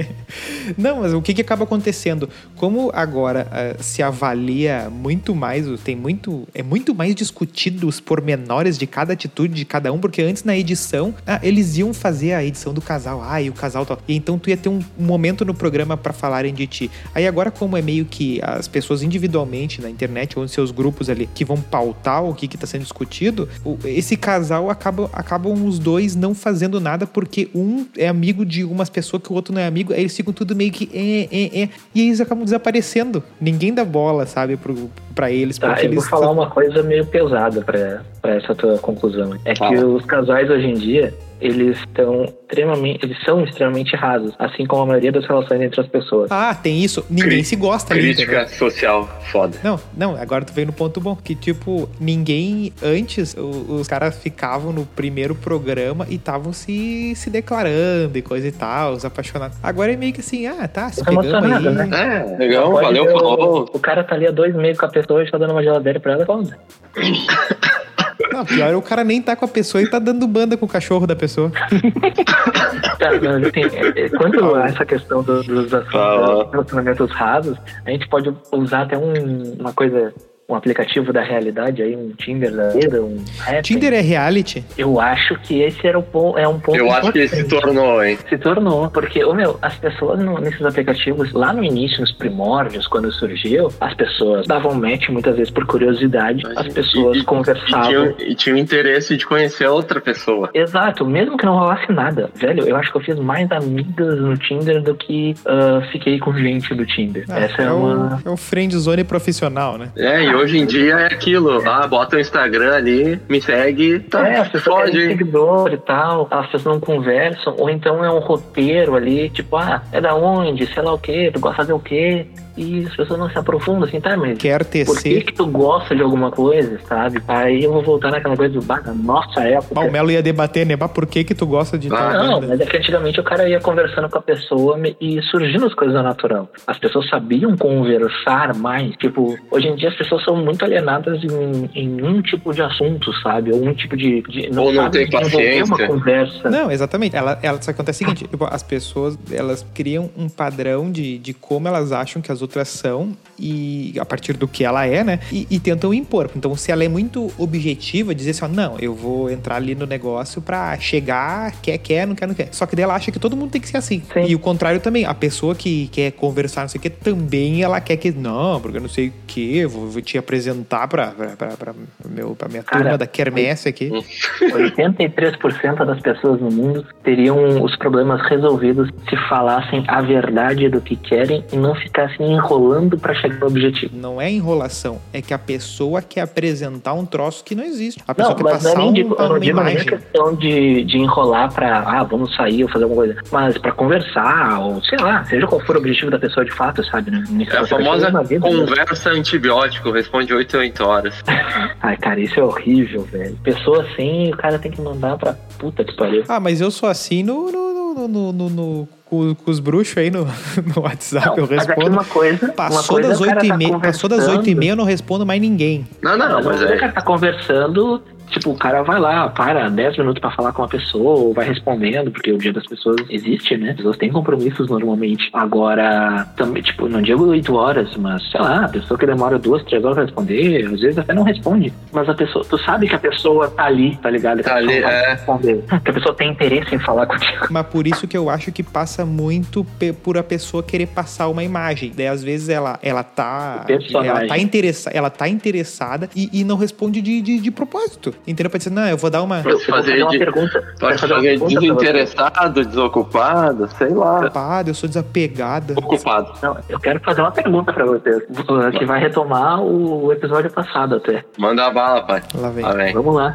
Speaker 1: Não, mas o que, que acaba acontecendo? Como agora eh, se avalia muito mais, o- tem muito. É muito mais discutido os pormenores de cada atitude de cada um, porque antes na edição, ah, eles iam fazer a edição do casal. Ah, e o casal tal. E então tu ia ter um momento no programa pra falarem de ti. Aí agora, como é meio que as pessoas individualmente na internet ou nos seus grupos ali que vão pautar o que, que tá sendo discutido, o- esse casal acaba, acabam os dois não fazendo nada porque um é amigo de umas pessoas que o outro não é amigo, aí eles ficam tudo meio que é, é, é, e aí eles acabam desaparecendo. Ninguém dá bola, sabe, pro, pra eles.
Speaker 2: Tá,
Speaker 1: porque
Speaker 2: eu vou
Speaker 1: eles
Speaker 2: falar uma coisa meio pesada pra, pra essa tua conclusão. É que
Speaker 4: Fala.
Speaker 2: os casais hoje em dia, eles estão extremamente. Eles são extremamente rasos, assim como a maioria das relações entre as pessoas.
Speaker 1: Ah, tem isso. Ninguém
Speaker 4: Cri-
Speaker 1: se gosta ali, entendeu?
Speaker 4: Crítica social foda.
Speaker 1: Não, não, agora tu veio no ponto bom. Que, tipo, ninguém. Antes, o- os caras ficavam no primeiro programa e estavam se, se declarando e coisa e tal, os apaixonados. Agora é meio que assim, ah, tá, se
Speaker 2: Tá
Speaker 1: pegamos aí.
Speaker 2: emocionado, né?
Speaker 4: É, legal,
Speaker 2: Pode
Speaker 4: valeu,
Speaker 2: ver o-
Speaker 4: falou.
Speaker 2: O cara tá ali há dois meses com a pessoa e tá dando uma geladeira pra ela, foda.
Speaker 1: Não, pior é o cara nem tá com a pessoa e tá dando banda com o cachorro da pessoa.
Speaker 2: Ah, Tá, mas assim, é- é- quanto a essa questão do- dos assuntos,
Speaker 4: Fala.
Speaker 2: dos relacionamentos rasos, a gente pode usar até um- uma coisa. Um aplicativo da realidade aí, um Tinder da vida, um Happn.
Speaker 1: Tinder é reality?
Speaker 2: Eu acho que esse era o ponto, é um ponto
Speaker 4: Eu acho que ele
Speaker 2: importante.
Speaker 4: se tornou, hein?
Speaker 2: se tornou. Porque, ô, meu, as pessoas no- nesses aplicativos, lá no início, nos primórdios, quando surgiu, as pessoas davam match muitas vezes por curiosidade,
Speaker 4: Mas
Speaker 2: as
Speaker 4: e-
Speaker 2: pessoas
Speaker 4: e- E
Speaker 2: conversavam.
Speaker 4: tinha, e tinha o interesse de conhecer a outra pessoa.
Speaker 2: Exato, mesmo que não rolasse nada. Velho, eu acho que eu fiz mais amigas no Tinder do que ah, fiquei com gente do Tinder.
Speaker 1: Ah,
Speaker 2: Essa é
Speaker 1: o-
Speaker 2: uma.
Speaker 1: é o friend zone um profissional, né?
Speaker 4: É, e hoje em dia é aquilo. Ah, bota o Instagram ali, me segue, tá,
Speaker 2: é, as pessoas
Speaker 4: fode,
Speaker 2: querem
Speaker 4: hein?
Speaker 2: seguidor e tal, as pessoas não conversam, ou então é um roteiro ali, tipo, ah, é da onde, sei lá o quê, tu gosta de o quê, e as pessoas não se aprofundam assim, tá, mas
Speaker 1: Quer
Speaker 2: por que
Speaker 1: tecer.
Speaker 2: que tu gosta de alguma coisa, sabe? Aí eu vou voltar naquela coisa do bar da nossa época.
Speaker 1: Bah, o Melo ia debater, né? Bah, por que que tu gosta de tá tal
Speaker 4: Ah,
Speaker 2: Não,
Speaker 1: banda?
Speaker 2: mas é que antigamente o cara ia conversando com a pessoa e surgindo as coisas natural. As pessoas sabiam conversar mais. Tipo, hoje em dia as pessoas são muito alienadas em, em um tipo de assunto, sabe? Ou um tipo de. de
Speaker 4: Ou não
Speaker 2: sabe
Speaker 4: tem
Speaker 2: desenvolver
Speaker 4: paciência.
Speaker 2: uma conversa.
Speaker 1: Não, exatamente. Ela, ela, só que acontece o seguinte: tipo, as pessoas elas criam um padrão de, de como elas acham que as outras são e a partir do que ela é, né? E, e tentam impor. Então, se ela é muito objetiva, dizer assim: ó, não, eu vou entrar ali no negócio pra chegar, quer, quer, não quer, não quer. Só que daí ela acha que todo mundo tem que ser assim.
Speaker 2: Sim.
Speaker 1: E o contrário também. A pessoa que quer conversar, não sei o que, também ela quer que, não, porque eu não sei o que, vou, vou te apresentar pra, pra, pra, pra meu, pra minha
Speaker 2: Cara,
Speaker 1: turma da quermesse aqui.
Speaker 2: 83% das pessoas no mundo teriam os problemas resolvidos se falassem a verdade do que querem e não ficassem enrolando pra chegar ao objetivo.
Speaker 1: Não é enrolação, é que a pessoa quer apresentar um troço que não existe. A pessoa
Speaker 2: Não,
Speaker 1: quer
Speaker 2: mas não é
Speaker 1: passar
Speaker 2: nem de,
Speaker 1: um,
Speaker 2: eu não
Speaker 1: uma
Speaker 2: digo nem a
Speaker 1: imagem.
Speaker 2: questão de, de enrolar pra, ah, vamos sair ou fazer alguma coisa, mas pra conversar, ou sei lá, seja qual for o objetivo da pessoa de fato, sabe? Né? Isso
Speaker 4: É a
Speaker 2: vai
Speaker 4: famosa
Speaker 2: ser na vida, né?
Speaker 4: conversa antibiótico, responde 8 em 8 horas.
Speaker 2: Ai, cara, isso é horrível, velho. Pessoa assim, o cara tem que mandar pra puta que pariu.
Speaker 1: Ah, mas eu sou assim no, no, no, no, no- no- com, com os bruxos aí no, no WhatsApp, eu
Speaker 2: mas aqui
Speaker 1: respondo.
Speaker 2: uma coisa. uma
Speaker 1: Passou
Speaker 2: coisa
Speaker 1: das
Speaker 2: é o cara
Speaker 1: oito e
Speaker 2: tá
Speaker 1: meia, passou das oito e
Speaker 2: conversando.
Speaker 1: meia, eu não respondo mais ninguém.
Speaker 4: Não, não,
Speaker 2: Não,
Speaker 4: mas
Speaker 2: mas o
Speaker 4: é.
Speaker 2: cara tá conversando, tipo, o cara vai lá, para 10 minutos pra falar com uma pessoa, ou vai respondendo, porque o dia das pessoas existe, né? As pessoas têm compromissos normalmente. Agora, também, tipo, não digo 8 horas, mas sei lá, a pessoa que demora duas, três horas pra responder, às vezes até não responde. Mas a pessoa, tu sabe que a pessoa tá ali, tá ligado? Que
Speaker 4: Tá
Speaker 2: a pessoa
Speaker 4: ali,
Speaker 2: vai
Speaker 4: é.
Speaker 2: responder. Que a pessoa tem interesse em falar contigo.
Speaker 1: Mas por isso que eu acho que passa muito pe- por a pessoa querer passar uma imagem. Daí, às vezes, ela, ela tá.
Speaker 2: O personagem.
Speaker 1: Ela tá, interessa, ela tá interessada e, e não responde de, de, de propósito. Entendeu? Pra dizer, não, eu vou dar uma.
Speaker 4: Pode
Speaker 2: Eu vou
Speaker 4: fazer
Speaker 2: fazer uma
Speaker 4: de-
Speaker 2: pergunta.
Speaker 4: Pode
Speaker 2: Quero uma
Speaker 4: fazer
Speaker 2: pergunta pra você.
Speaker 4: desinteressado, desocupado, sei lá.
Speaker 1: Ocupada, eu sou desapegada.
Speaker 4: Ocupado.
Speaker 2: Não, eu quero fazer uma pergunta pra vocês, que vai retomar o episódio passado até.
Speaker 4: Manda a bala, pai.
Speaker 1: Lá vem.
Speaker 4: Tá bem.
Speaker 2: Vamos lá.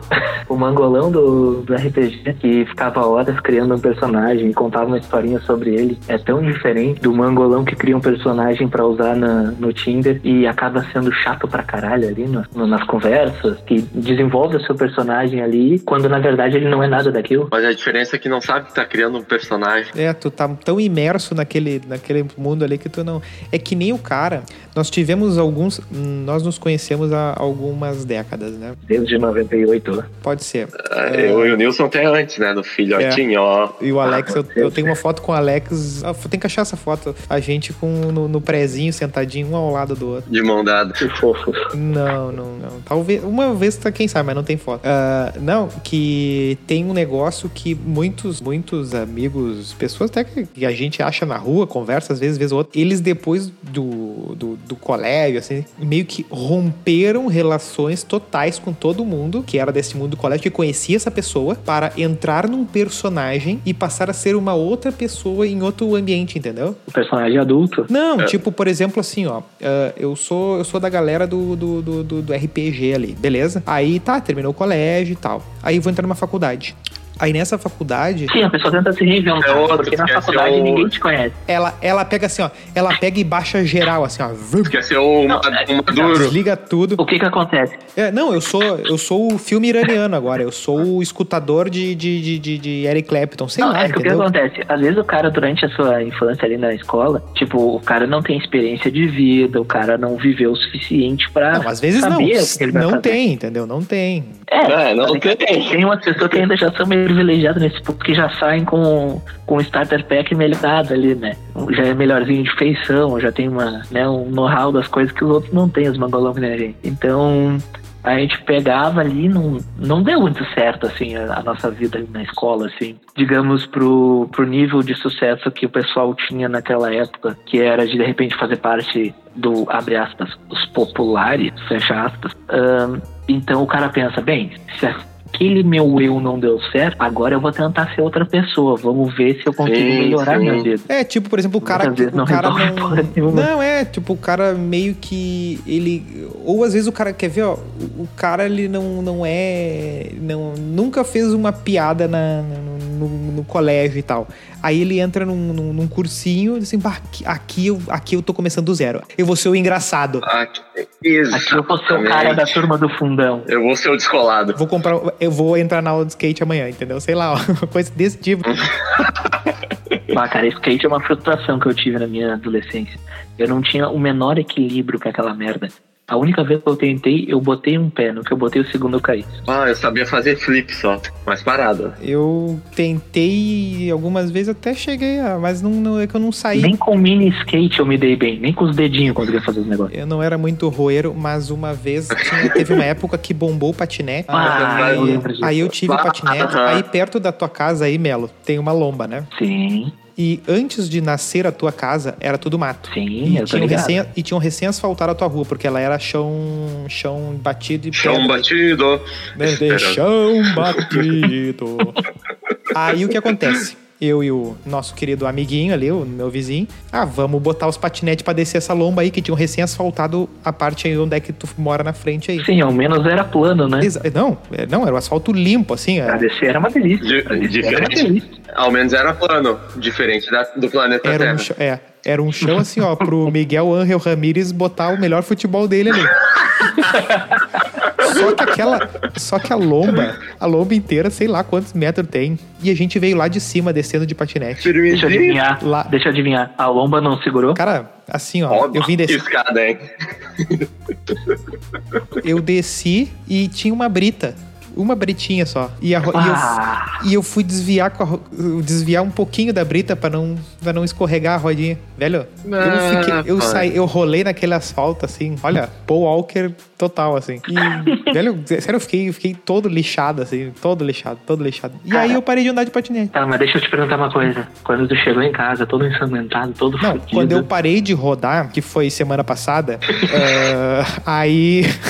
Speaker 2: O mangolão do, do RPG, que ficava horas criando um personagem e contava uma historinha sobre ele, é tão diferente do mangolão que cria um personagem pra usar na- no Tinder e acaba sendo chato pra caralho ali no- no- nas conversas, que desenvolve o seu personagem ali, quando na verdade ele não é nada daquilo.
Speaker 4: Mas a diferença é que não sabe que tá criando um personagem.
Speaker 1: É, tu tá tão imerso naquele, naquele mundo ali que tu não. É que nem o cara. Nós tivemos alguns. hum, Nós nos conhecemos há algumas décadas, né?
Speaker 2: Desde 98, né?
Speaker 1: Pode ser.
Speaker 4: Ah,
Speaker 2: É.
Speaker 4: Eu e o Nilson até antes, né? Do filhotinho, ó.
Speaker 1: E o Alex,
Speaker 2: Ah,
Speaker 1: eu,
Speaker 2: pode ser.
Speaker 1: eu tenho uma foto com o Alex. Ah, Tem que achar essa foto. A gente com no, no prezinho, sentadinho, um ao lado do outro.
Speaker 4: De mão dada.
Speaker 2: Que fofo.
Speaker 1: Não, não, não. Talvez. Uma vez, tá, quem sabe, mas não tem foto. Ah, não, que tem um negócio que muitos, muitos amigos, pessoas até que que a gente acha na rua, conversa às vezes, vez ou outra, eles depois do, do, do colégio, assim, meio que romperam relações totais com todo mundo que era desse mundo do colégio, que conhecia essa pessoa, para entrar num personagem e passar a ser uma outra pessoa em outro ambiente, entendeu?
Speaker 2: O personagem adulto.
Speaker 1: Não,
Speaker 4: É.
Speaker 1: tipo, por exemplo, assim, ó. ah, eu sou eu sou da galera do, do, do, do- do RPG ali, beleza? Aí tá, terminou o colégio e tal. Aí vou entrar numa faculdade. Aí nessa faculdade,
Speaker 2: Sim, a pessoa tenta se reinventar,
Speaker 4: É outro,
Speaker 2: porque na
Speaker 4: esquece,
Speaker 2: faculdade
Speaker 4: é o-
Speaker 2: ninguém te conhece.
Speaker 1: ela, ela pega assim, ó. Ela pega e baixa geral, assim, ó. vum,
Speaker 4: Esqueceu o ma- o Maduro.
Speaker 1: Desliga tudo.
Speaker 2: O que que acontece?
Speaker 1: É, não, eu sou eu sou o filme iraniano agora. Eu sou o escutador de, de, de, de, de Eric Clapton. Sei
Speaker 2: não,
Speaker 1: lá,
Speaker 2: é que o que
Speaker 1: entendeu?
Speaker 2: acontece? Às vezes o cara, durante a sua infância ali na escola, tipo, o cara não tem experiência de vida, o cara não viveu o suficiente pra.
Speaker 1: Não, às vezes não.
Speaker 2: saber o que ele vai
Speaker 1: Não
Speaker 2: fazer.
Speaker 1: tem, entendeu? Não tem.
Speaker 2: É,
Speaker 4: É, não tem.
Speaker 2: tem umas pessoas que ainda já são meio privilegiadas nesse ponto, que já saem com, com o starter pack melhorado ali, né? Já é melhorzinho de feição, já tem uma, né, um know-how das coisas que os outros não têm, os mangolão que nem a gente. Então, a gente pegava ali, não, não deu muito certo, assim, a, a nossa vida ali na escola, assim. Digamos, pro, pro nível de sucesso que o pessoal tinha naquela época, que era de, de repente, fazer parte do, abre aspas, os populares, fecha aspas. Ahn, então o cara pensa, bem, se a aquele meu eu não deu certo, agora eu vou tentar ser outra pessoa. Vamos ver se eu consigo
Speaker 4: Sim,
Speaker 2: melhorar
Speaker 4: sim.
Speaker 2: minha vida.
Speaker 1: É, tipo, por exemplo, o cara
Speaker 2: Muitas
Speaker 1: que.
Speaker 2: vezes
Speaker 1: O
Speaker 2: não
Speaker 1: cara
Speaker 2: resolve porra
Speaker 1: não.
Speaker 2: nenhuma.
Speaker 1: Não, é, tipo, o cara meio que. Ele. Ou às vezes o cara quer ver, ó. O o cara, ele não, não é. Não, nunca fez uma piada na, no, no- no colégio e tal. Aí ele entra num, num, num cursinho e diz assim, "Bah, aqui, aqui, eu, aqui eu tô começando do zero. Eu vou ser o engraçado.
Speaker 4: Aqui,
Speaker 2: Aqui eu vou ser o cara da turma do fundão.
Speaker 4: Eu vou ser o descolado.
Speaker 1: Vou comprar. Eu vou entrar na aula de skate amanhã, entendeu? Sei lá, uma coisa desse tipo.
Speaker 2: Ah, cara, skate é uma frustração que eu tive na minha adolescência. Eu não tinha o menor equilíbrio pra aquela merda. A única vez que eu tentei, eu botei um pé. No que eu botei o segundo, eu caí.
Speaker 4: Ah, eu sabia fazer flip só, mas parado.
Speaker 1: Eu tentei algumas vezes, até cheguei, a- mas não, não- é que eu não saí.
Speaker 2: Nem com mini skate eu me dei bem. Nem com os dedinhos eu conseguia fazer os negócios.
Speaker 1: Eu não era muito roeiro, mas uma vez tinha- teve uma época que bombou o patinete.
Speaker 2: Ah,
Speaker 1: aí,
Speaker 2: eu lembro disso. Ah.
Speaker 1: aí eu tive o patinete.
Speaker 4: Aham.
Speaker 1: Aí perto da tua casa aí, Melo, tem uma lomba, né?
Speaker 2: Sim,
Speaker 1: E antes de nascer a tua casa, era tudo mato.
Speaker 2: sim,
Speaker 1: E um
Speaker 2: eu tô
Speaker 1: tinham,
Speaker 2: ligado.
Speaker 1: recém, e tinham recém asfaltado a tua rua, porque ela era chão, chão batido e
Speaker 4: Chão
Speaker 1: pedra.
Speaker 4: batido.
Speaker 1: Meu
Speaker 4: Esperando.
Speaker 1: Deus, chão batido. Aí o que acontece? Eu e o nosso querido amiguinho ali, o meu vizinho, ah, vamos botar os patinetes pra descer essa lomba aí, que tinham recém asfaltado a parte aí onde é que tu mora na frente aí.
Speaker 2: Sim, ao menos era plano, né?
Speaker 1: Exa- não, é, não, era o asfalto limpo, assim.
Speaker 2: Pra
Speaker 1: Era,
Speaker 2: descer era uma delícia.
Speaker 4: Di-
Speaker 2: Pra descer era uma
Speaker 4: diferente.
Speaker 2: delícia.
Speaker 4: Ao menos era plano, diferente da- do planeta
Speaker 1: era,
Speaker 4: Terra.
Speaker 1: um, chão- é, era um chão, assim, ó, pro Miguel Angel Ramírez botar o melhor futebol dele ali. Só que aquela. Só que a lomba, a lomba inteira, sei lá quantos metros tem. E a gente veio lá de cima descendo de patinete.
Speaker 2: Deixa eu adivinhar.
Speaker 1: Lá-
Speaker 2: Deixa eu adivinhar. A lomba não segurou?
Speaker 1: Cara, assim, ó,
Speaker 4: Ó,
Speaker 1: eu vim
Speaker 4: que
Speaker 1: descer.
Speaker 4: escada, hein?
Speaker 1: Eu desci e tinha uma brita. Uma britinha só. E, a ro- e eu-
Speaker 2: Ah.
Speaker 1: e eu, fui desviar com a ro- desviar um pouquinho da brita pra não, pra não escorregar a rodinha. Velho, eu,
Speaker 4: Ah,
Speaker 1: fiquei- eu
Speaker 4: pai.
Speaker 1: saí, eu rolei naquele asfalto assim, olha, Paul Walker total, assim. E, velho, sério, eu fiquei, eu fiquei todo lixado, assim, todo lixado, todo lixado. E aí eu parei de andar de patinete.
Speaker 2: Tá, mas deixa eu te perguntar uma coisa. Quando tu chegou em casa, todo ensanguentado, todo
Speaker 1: Não,
Speaker 2: fudido,
Speaker 1: quando eu parei de rodar, que foi semana passada, eh, aí.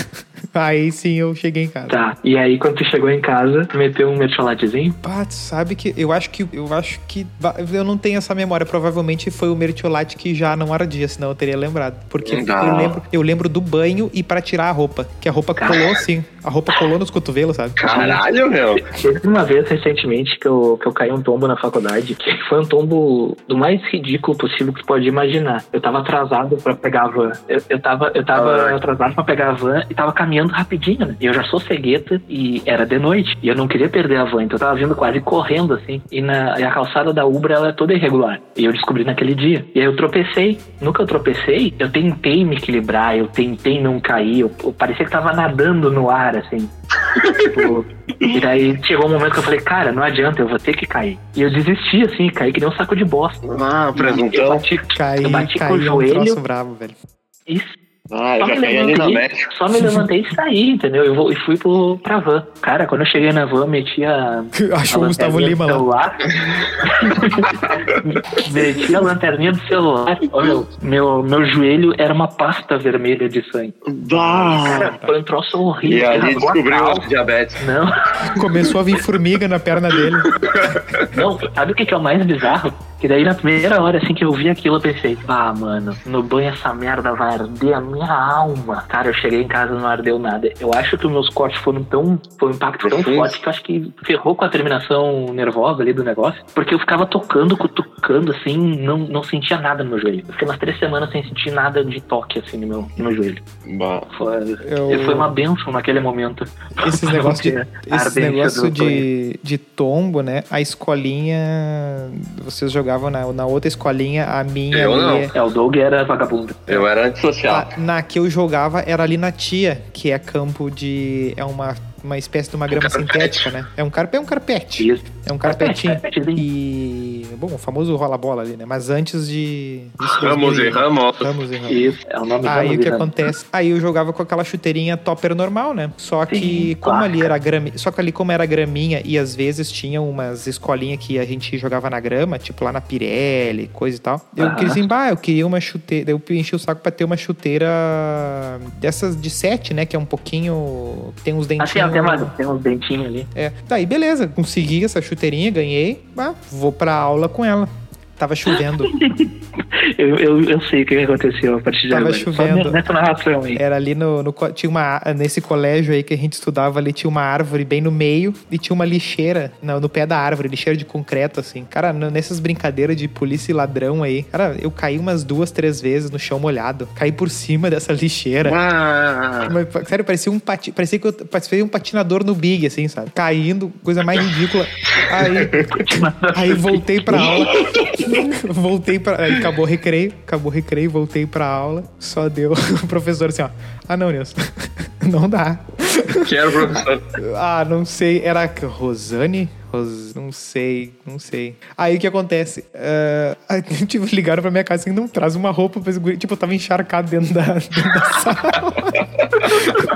Speaker 1: Aí sim eu cheguei em casa.
Speaker 2: Tá, e aí quando tu chegou em casa, tu meteu um mercholatezinho?
Speaker 1: Pá, tu sabe que eu acho que eu acho que ba- eu não tenho essa memória. Provavelmente foi o mertiolate que já não ardia, senão eu teria lembrado. Porque
Speaker 4: Não.
Speaker 1: eu lembro, eu lembro do banho e pra tirar a roupa, que a roupa colou assim, a roupa colou nos cotovelos, sabe?
Speaker 4: Caralho, meu.
Speaker 2: Teve uma vez recentemente que eu, que eu caí um tombo na faculdade, que foi um tombo do mais ridículo possível que tu pode imaginar. Eu tava atrasado pra pegar a van. Eu, eu tava, eu tava
Speaker 4: Ah.
Speaker 2: atrasado pra pegar a van e tava caminhando rapidinho, né? E eu já sou cegueta e era de noite. E eu não queria perder a van, então eu tava vindo quase correndo, assim. E, na, e a calçada da Ubra, ela é toda irregular. E eu descobri naquele dia. E aí eu tropecei. No que eu tropecei, eu tentei me equilibrar, eu tentei não cair. Eu, eu parecia que tava nadando no ar, assim. Tipo, e daí chegou um momento que eu falei, cara, não adianta, eu vou ter que cair. E eu desisti, assim, caí que nem um saco de bosta.
Speaker 4: Ah,
Speaker 2: Eu
Speaker 4: presuntão.
Speaker 2: bati,
Speaker 1: Caí,
Speaker 2: eu bati com o
Speaker 1: caí é um troço
Speaker 2: joelho
Speaker 1: bravo, velho.
Speaker 2: e
Speaker 4: Ah,
Speaker 2: só
Speaker 4: eu
Speaker 2: me
Speaker 4: já caí ali na México.
Speaker 2: levantei, só me levantei e saí, entendeu? Eu vou- E fui pro, pra van. Cara, quando eu cheguei na van, meti a. a
Speaker 1: Achou o Gustavo
Speaker 2: lanterninha
Speaker 1: Lima
Speaker 2: do
Speaker 1: lá.
Speaker 2: celular. meti a lanterninha do celular. Ó, meu, meu, meu joelho era uma pasta vermelha de sangue.
Speaker 1: Ah,
Speaker 2: Cara,
Speaker 1: tá.
Speaker 2: foi um troço horrível.
Speaker 4: E ali
Speaker 2: rasgou a
Speaker 4: descobriu
Speaker 2: calça.
Speaker 4: o diabetes.
Speaker 2: Não.
Speaker 1: Começou a vir formiga na perna dele.
Speaker 2: Não, sabe o que, que é o mais bizarro? Que daí na primeira hora assim que eu vi aquilo, eu pensei, ah, mano, no banho essa merda vai arder a minha alma. Cara, eu cheguei em casa e não ardeu nada. Eu acho que os meus cortes foram tão. Foi um impacto tão
Speaker 4: Profundo.
Speaker 2: forte que eu acho que ferrou com a terminação nervosa ali do negócio. Porque eu ficava tocando, cutucando, assim, não, não sentia nada no meu joelho. Eu fiquei umas três semanas sem sentir nada de toque, assim, no meu, no meu joelho.
Speaker 4: Bah.
Speaker 2: Foi,
Speaker 1: Eu-
Speaker 2: foi uma benção naquele momento.
Speaker 1: Esses negócios de,
Speaker 2: A
Speaker 1: esses
Speaker 2: ardência
Speaker 1: negócio
Speaker 2: do
Speaker 1: de, de tombo, né? A escolinha. Vocês jogavam na, na outra escolinha, a minha.
Speaker 4: Eu não.
Speaker 1: ali-
Speaker 2: É, o Doug era vagabundo.
Speaker 4: Eu era antissocial.
Speaker 1: A- na que eu jogava era ali na Tia, que é campo de. É uma, uma espécie de uma grama
Speaker 4: carpete.
Speaker 1: sintética, né? É um, carpe, é um carpete.
Speaker 2: Isso.
Speaker 1: É um carpetinho.
Speaker 2: Carpetezinho.
Speaker 1: E Bom, o famoso rola-bola ali, né? Mas antes de. disso daí,
Speaker 6: Ramos e Ramos.
Speaker 1: um. Ramos e Ramos.
Speaker 2: Isso, é o nome
Speaker 1: Aí o que
Speaker 2: do nome.
Speaker 1: acontece? Aí eu jogava com aquela chuteirinha topper normal, né? Só que
Speaker 2: Sim,
Speaker 1: como
Speaker 2: placa.
Speaker 1: ali era grama, só que ali como era graminha e às vezes tinha umas escolinhas que a gente jogava na grama, tipo lá na Pirelli, coisa e tal. Eu
Speaker 2: Aham.
Speaker 1: queria assim, bah, eu queria uma chuteira, eu enchi o saco pra ter uma chuteira dessas de 7, né, que é um pouquinho tem uns dentinhos.
Speaker 2: Assim, ó, tem, uma, tem uns dentinhos ali.
Speaker 1: É, daí beleza, consegui essa chuteirinha, ganhei, bah, vou pra aula com ela. Tava chovendo.
Speaker 2: Eu, eu, eu sei o que aconteceu a partir de
Speaker 1: Tava
Speaker 2: agora.
Speaker 1: chovendo.
Speaker 2: Só nessa narração aí.
Speaker 1: Era ali no, no co- tinha uma nesse colégio aí que a gente estudava ali tinha uma árvore bem no meio e tinha uma lixeira no, no pé da árvore, lixeira de concreto assim. Cara, n- nessas brincadeiras de polícia e ladrão aí, cara, eu caí umas duas, três vezes no chão molhado, caí por cima dessa lixeira.
Speaker 6: Ah,
Speaker 1: Mas, pa- sério, parecia um pati... parecia que eu parecia um patinador no Big assim, sabe? Caindo, coisa mais ridícula. Aí Aí voltei pra aula. voltei pra. Aí acabou o recreio. Acabou o recreio, voltei pra aula. Só deu o professor assim, ó. Ah, não, Nilson. Não dá.
Speaker 6: quero, professor.
Speaker 1: Ah, não sei. Era a Rosane? Ros... Não sei, não sei. Aí o que acontece? Ah, aí, tipo, ligaram pra minha casa assim, não traz uma roupa pra esse guri. Tipo, eu tava encharcado dentro da, dentro da sala.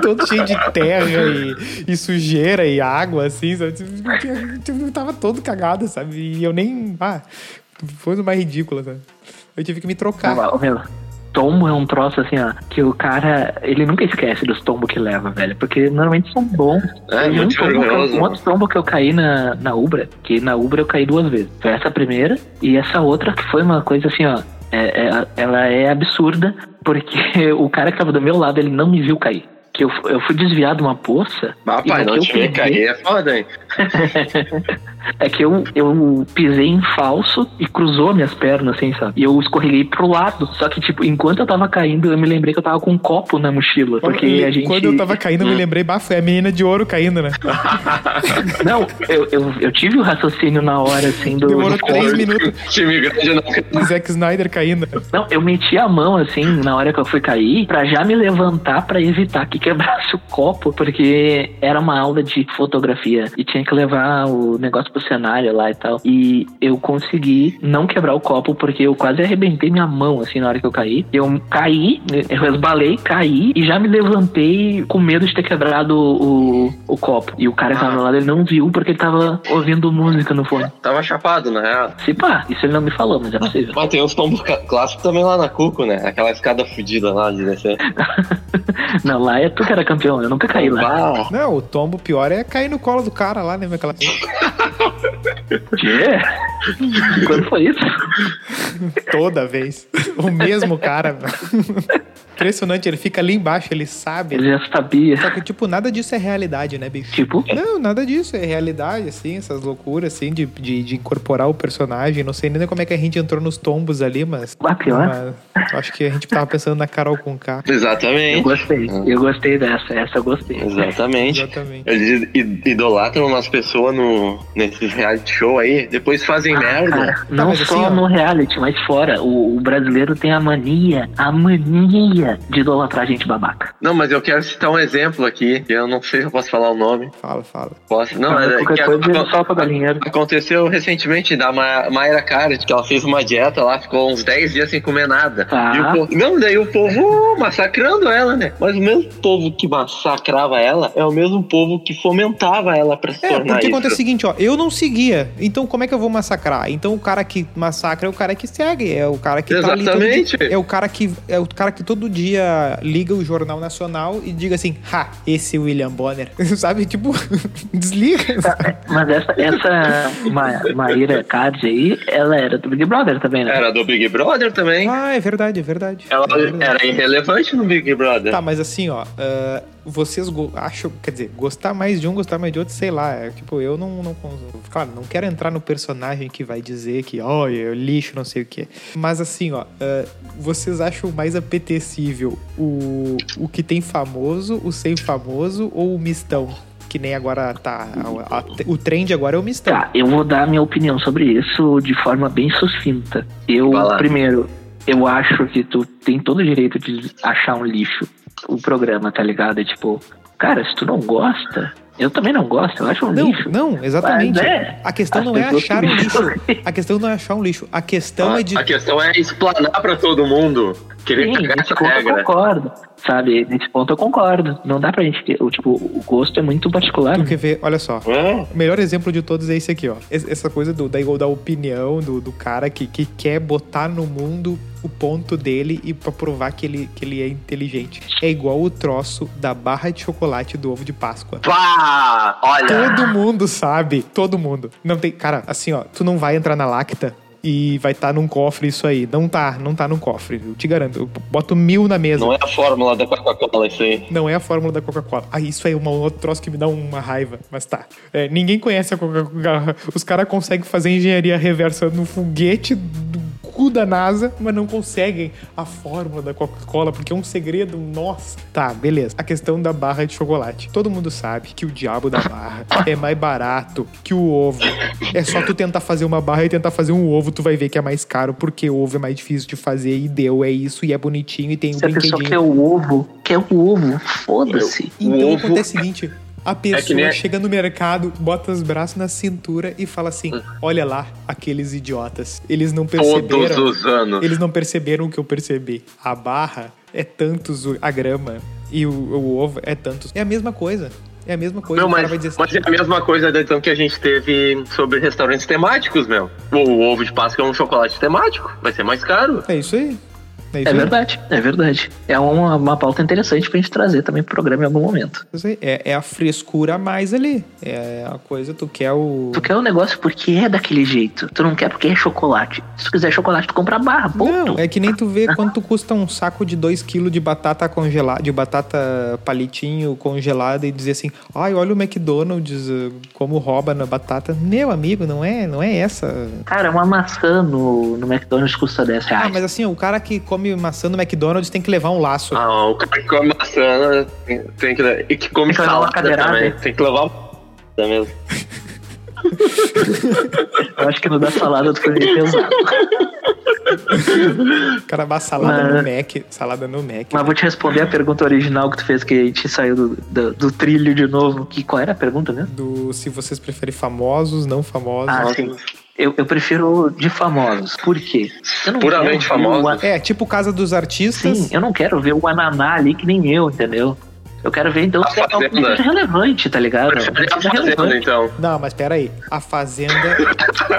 Speaker 1: Todo cheio de terra e, e sujeira e água, assim, sabe? Tipo, tinha- tipo, Eu tava todo cagado, sabe? E eu nem. Ah, foi uma ridícula, sabe? Eu tive que me trocar.
Speaker 2: Não, ô, meu, tombo é um troço assim, ó, que o cara, ele nunca esquece dos tombos que leva, velho, porque normalmente são bons.
Speaker 6: É,
Speaker 2: Teve
Speaker 6: muito
Speaker 2: tombo que eu-
Speaker 6: vergonhoso.
Speaker 2: um outro tombo que eu caí na, na Ubra, que na Ubra eu caí duas vezes. Foi essa primeira e essa outra que foi uma coisa assim, ó, é- é- ela é absurda, porque o cara que tava do meu lado, ele não me viu cair. Que eu, eu fui desviado de uma poça.
Speaker 6: Mas,
Speaker 2: e
Speaker 6: pai,
Speaker 2: no que
Speaker 6: não
Speaker 2: eu
Speaker 6: te vê
Speaker 2: peguei-
Speaker 6: cair, é foda, hein?
Speaker 2: é que eu, eu pisei em falso e cruzou minhas pernas, assim, sabe? E eu escorreguei pro lado. Só que, tipo, enquanto eu tava caindo, eu me lembrei que eu tava com um copo na mochila. Porque a gente. Hum.
Speaker 1: Quando eu tava caindo, eu me lembrei, bah, foi a menina de ouro caindo, né?
Speaker 2: Não, eu, eu, eu tive o raciocínio na hora, assim, do,
Speaker 1: Demorou
Speaker 2: do copo.
Speaker 1: três minutos.
Speaker 6: Time grande não quer
Speaker 1: Zack Snyder caindo.
Speaker 2: Não, eu meti a mão, assim, na hora que eu fui cair, pra já me levantar pra evitar que quebrasse o copo, porque era uma aula de fotografia e tinha que levar o negócio pro cenário lá e tal. E eu consegui não quebrar o copo, porque eu quase arrebentei minha mão, assim, na hora que eu caí. Eu caí, eu resbalei, caí e já me levantei com medo de ter quebrado o, o copo. E o cara que tava do meu lado, ele não viu porque ele tava ouvindo música no fone.
Speaker 6: Tava chapado, na real.
Speaker 2: Se pá, isso ele não me falou, mas é possível.
Speaker 6: Mas tem uns tombos ca- clássicos também lá na Cuco, né? Aquela escada fudida lá de descer.
Speaker 2: Não, lá é tu que era campeão, eu nunca caí lá.
Speaker 6: Bah,
Speaker 1: Não, o tombo pior é cair no colo do cara lá, né? Aquela...
Speaker 2: Quê? Quando foi isso?
Speaker 1: Toda vez. O mesmo cara. Impressionante, ele fica ali embaixo, ele sabe.
Speaker 2: Ele já sabia.
Speaker 1: Só que, tipo, nada disso é realidade, né, bicho?
Speaker 2: Tipo,
Speaker 1: Não, nada disso é realidade, assim, essas loucuras, assim, de, de, de incorporar o personagem. Não sei nem como é que a gente entrou nos tombos ali, mas.
Speaker 2: a ah, pior.
Speaker 1: mas acho que a gente tava pensando na Carol com K. É.
Speaker 2: Eu
Speaker 6: exatamente.
Speaker 2: gostei. Eu gostei dessa. Essa eu gostei.
Speaker 6: Exatamente.
Speaker 1: Exatamente.
Speaker 6: Eles i- idolatram umas pessoas no, nesses reality show aí, depois fazem merda.
Speaker 2: Ah, Cara, não
Speaker 1: mas assim,
Speaker 2: só
Speaker 1: ó.
Speaker 2: no reality, mas fora. O, o brasileiro tem a mania, a mania de idolatrar gente babaca.
Speaker 6: Não, mas eu quero citar um exemplo aqui, que eu não sei se eu posso falar o nome.
Speaker 1: Fala, fala.
Speaker 6: Posso? Não,
Speaker 2: Mas
Speaker 6: mas é que
Speaker 2: qualquer coisa,
Speaker 6: acon-
Speaker 2: só pra galinheiro.
Speaker 6: aconteceu recentemente da Ma Mayra Card, que ela fez uma dieta lá, ficou uns 10 dias sem comer nada.
Speaker 2: Ah.
Speaker 6: E o povo- não, daí o povo uh, massacrando ela, né? Mas o mesmo povo que massacrava ela é o mesmo povo que fomentava ela pra se
Speaker 1: É,
Speaker 6: tornar
Speaker 1: porque
Speaker 6: isso.
Speaker 1: acontece o seguinte, ó, eu não seguia, então como é que eu vou massacrar? Então o cara que massacra é o cara que segue, é o cara que tá ali todo dia,
Speaker 6: Exatamente.
Speaker 1: é o cara que é o cara que todo dia liga o jornal nacional e diga assim: "Ha, esse William Bonner". Sabe? Tipo, desliga. sabe?
Speaker 2: Mas essa, essa Ma Maíra Card aí, ela era do Big Brother também, né?
Speaker 6: Era do Big Brother também.
Speaker 1: Ah, é verdade, é verdade.
Speaker 6: Ela
Speaker 1: É verdade.
Speaker 6: era irrelevante no Big
Speaker 4: É.
Speaker 6: Brother.
Speaker 1: Tá, mas assim, ó, ah, vocês go- acham, quer dizer, gostar mais de um, gostar mais de outro, sei lá. É, tipo, eu não, não. cons- Claro, não quero entrar no personagem que vai dizer que, olha, eu lixo, não sei o quê. Mas assim, ó, ah, vocês acham mais apetecível o, o que tem famoso, o sem famoso ou o mistão? Que nem agora tá. a- a- o trend agora é o mistão.
Speaker 2: Tá, eu vou dar minha opinião sobre isso de forma bem sucinta. Eu,
Speaker 6: Vai lá.
Speaker 2: primeiro, eu acho que tu tem todo o direito de achar um lixo o programa, tá ligado? É tipo, cara, se tu não gosta, Eu também não gosto, eu acho um
Speaker 1: Não,
Speaker 2: lixo.
Speaker 1: não, exatamente.
Speaker 2: Mas é,
Speaker 1: A questão
Speaker 2: as
Speaker 1: não é
Speaker 2: pessoas
Speaker 1: achar um
Speaker 2: que
Speaker 1: lixo.
Speaker 2: me-
Speaker 1: A questão não é achar um lixo. A questão é de.
Speaker 4: A questão é explanar pra todo mundo. Querer
Speaker 2: Sim,
Speaker 4: cagar
Speaker 2: nesse
Speaker 4: essa
Speaker 2: ponto eu
Speaker 4: regra.
Speaker 2: concordo. Sabe, nesse ponto eu concordo. Não dá pra gente ter. o Tipo, o gosto é muito particular.
Speaker 1: Tu quer ver? Olha só. O melhor exemplo de todos é esse aqui, ó. Es- Essa coisa do, da, da opinião do, do cara que, que quer botar no mundo o ponto dele e pra provar que ele, que ele é inteligente. É igual o troço da barra de chocolate do ovo de Páscoa.
Speaker 4: Pá! Olha!
Speaker 1: Todo mundo sabe. Todo mundo. Não tem. Cara, assim, ó, tu não vai entrar na lacta. E vai estar num cofre isso aí. Não tá, não tá num cofre. Eu te garanto. Eu boto mil na mesa.
Speaker 6: Não é a fórmula da Coca-Cola isso aí.
Speaker 1: Não é a fórmula da Coca-Cola. Ah, isso aí é uma- um outro troço que me dá uma raiva, mas tá. É, ninguém conhece a Coca-Cola. Os caras conseguem fazer engenharia reversa no foguete do cu da NASA, mas não conseguem a fórmula da Coca-Cola, porque é um segredo nosso. Tá, beleza. A questão da barra de chocolate. Todo mundo sabe que o diabo da barra é mais barato que o ovo. É só tu tentar fazer uma barra e tentar fazer um ovo, tu vai ver que é mais caro, porque ovo é mais difícil de fazer e deu, é isso, e é bonitinho, e tem um
Speaker 2: Se a pessoa
Speaker 1: brinquedinho.
Speaker 2: quer o ovo, quer o ovo, foda-se.
Speaker 1: Então
Speaker 4: O
Speaker 1: acontece o seguinte: a
Speaker 4: Um é que
Speaker 1: pessoa
Speaker 4: nem-
Speaker 1: chega no mercado, bota os braços na cintura e fala assim: Olha lá, aqueles idiotas. Eles não
Speaker 4: Todos
Speaker 1: perceberam.
Speaker 4: os anos.
Speaker 1: Eles não perceberam o que eu percebi. A barra é tantos o- a grama e o, o ovo é tantos. É a mesma coisa. É a mesma coisa.
Speaker 4: Meu,
Speaker 1: o cara
Speaker 4: mas,
Speaker 1: vai dizer assim,
Speaker 4: mas é a mesma coisa da edição que a gente teve sobre restaurantes temáticos, meu. O, o ovo de Páscoa é um chocolate temático. Vai ser mais caro.
Speaker 1: É isso aí. É isso
Speaker 2: É
Speaker 1: aí.
Speaker 2: verdade, é verdade. É uma, uma pauta interessante pra gente trazer também pro programa em algum momento.
Speaker 1: Isso aí. É, é a frescura a mais ali. É a coisa, tu quer o.
Speaker 2: Tu quer o negócio porque é daquele jeito. Tu não quer porque é chocolate. Se tu quiser chocolate, tu compra a barra, ponto.
Speaker 1: Não, é que nem tu vê quanto custa um saco de 2kg de batata congelada, de batata palitinho congelada e dizer assim, ai, olha o McDonald's eh, como rouba na batata. Meu amigo, não é, não é essa.
Speaker 2: Cara, uma maçã no, no McDonald's custa 10 reais.
Speaker 1: Ah, mas assim, o cara que come maçã no McDonald's tem que levar um laço.
Speaker 4: Ah, o cara que come maçã tem- tem que. E que come
Speaker 2: Tem que levar uma
Speaker 4: salada
Speaker 2: cadeirada.
Speaker 4: também. Tem que levar uma da mesmo.
Speaker 2: Eu acho que no da salada tu foi meio pesado.
Speaker 1: O cara vai salada
Speaker 2: Ah.
Speaker 1: no Mac, salada no Mac.
Speaker 2: Mas vou te responder a pergunta original que tu fez, que a gente saiu do, do, do trilho de novo. Que, qual era a pergunta mesmo?
Speaker 1: Do se vocês preferem famosos, não famosos.
Speaker 2: Ah, sim. Eu, eu prefiro de famosos. Por quê? Eu não
Speaker 4: Puramente
Speaker 2: quero ver o
Speaker 4: famosos.
Speaker 2: an-
Speaker 1: É, tipo Casa dos Artistas.
Speaker 2: Sim, eu não quero ver o ananá ali que nem eu, entendeu? Eu quero ver, então,
Speaker 4: A
Speaker 2: se é alguma
Speaker 4: Fazenda.
Speaker 2: coisa relevante, tá ligado?
Speaker 4: Prefere
Speaker 2: Uma
Speaker 4: a
Speaker 2: coisa
Speaker 1: né?
Speaker 4: fazenda,
Speaker 2: relevante.
Speaker 4: então.
Speaker 1: Não, mas peraí. A Fazenda.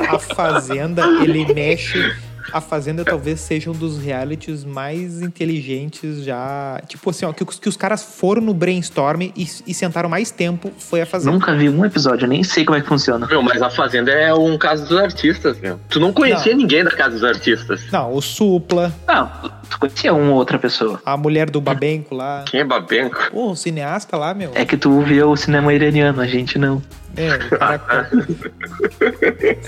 Speaker 1: A Fazenda, ele mexe. A Fazenda talvez seja um dos realities mais inteligentes já. Tipo assim, ó, que, os- que os caras foram no brainstorm e, e sentaram mais tempo foi a Fazenda.
Speaker 2: Nunca vi um episódio, eu nem sei como é que funciona.
Speaker 4: Meu, mas a Fazenda é um caso dos artistas, meu. Tu não conhecia ninguém da casa dos artistas.
Speaker 1: Não, o Supla,
Speaker 2: Ah, tu conhecia uma ou outra pessoa.
Speaker 1: a mulher do Babenco lá.
Speaker 4: Quem é Babenco?
Speaker 1: Pô, o cineasta lá, meu.
Speaker 2: É que tu vê o cinema iraniano, a gente não.
Speaker 1: É, o cara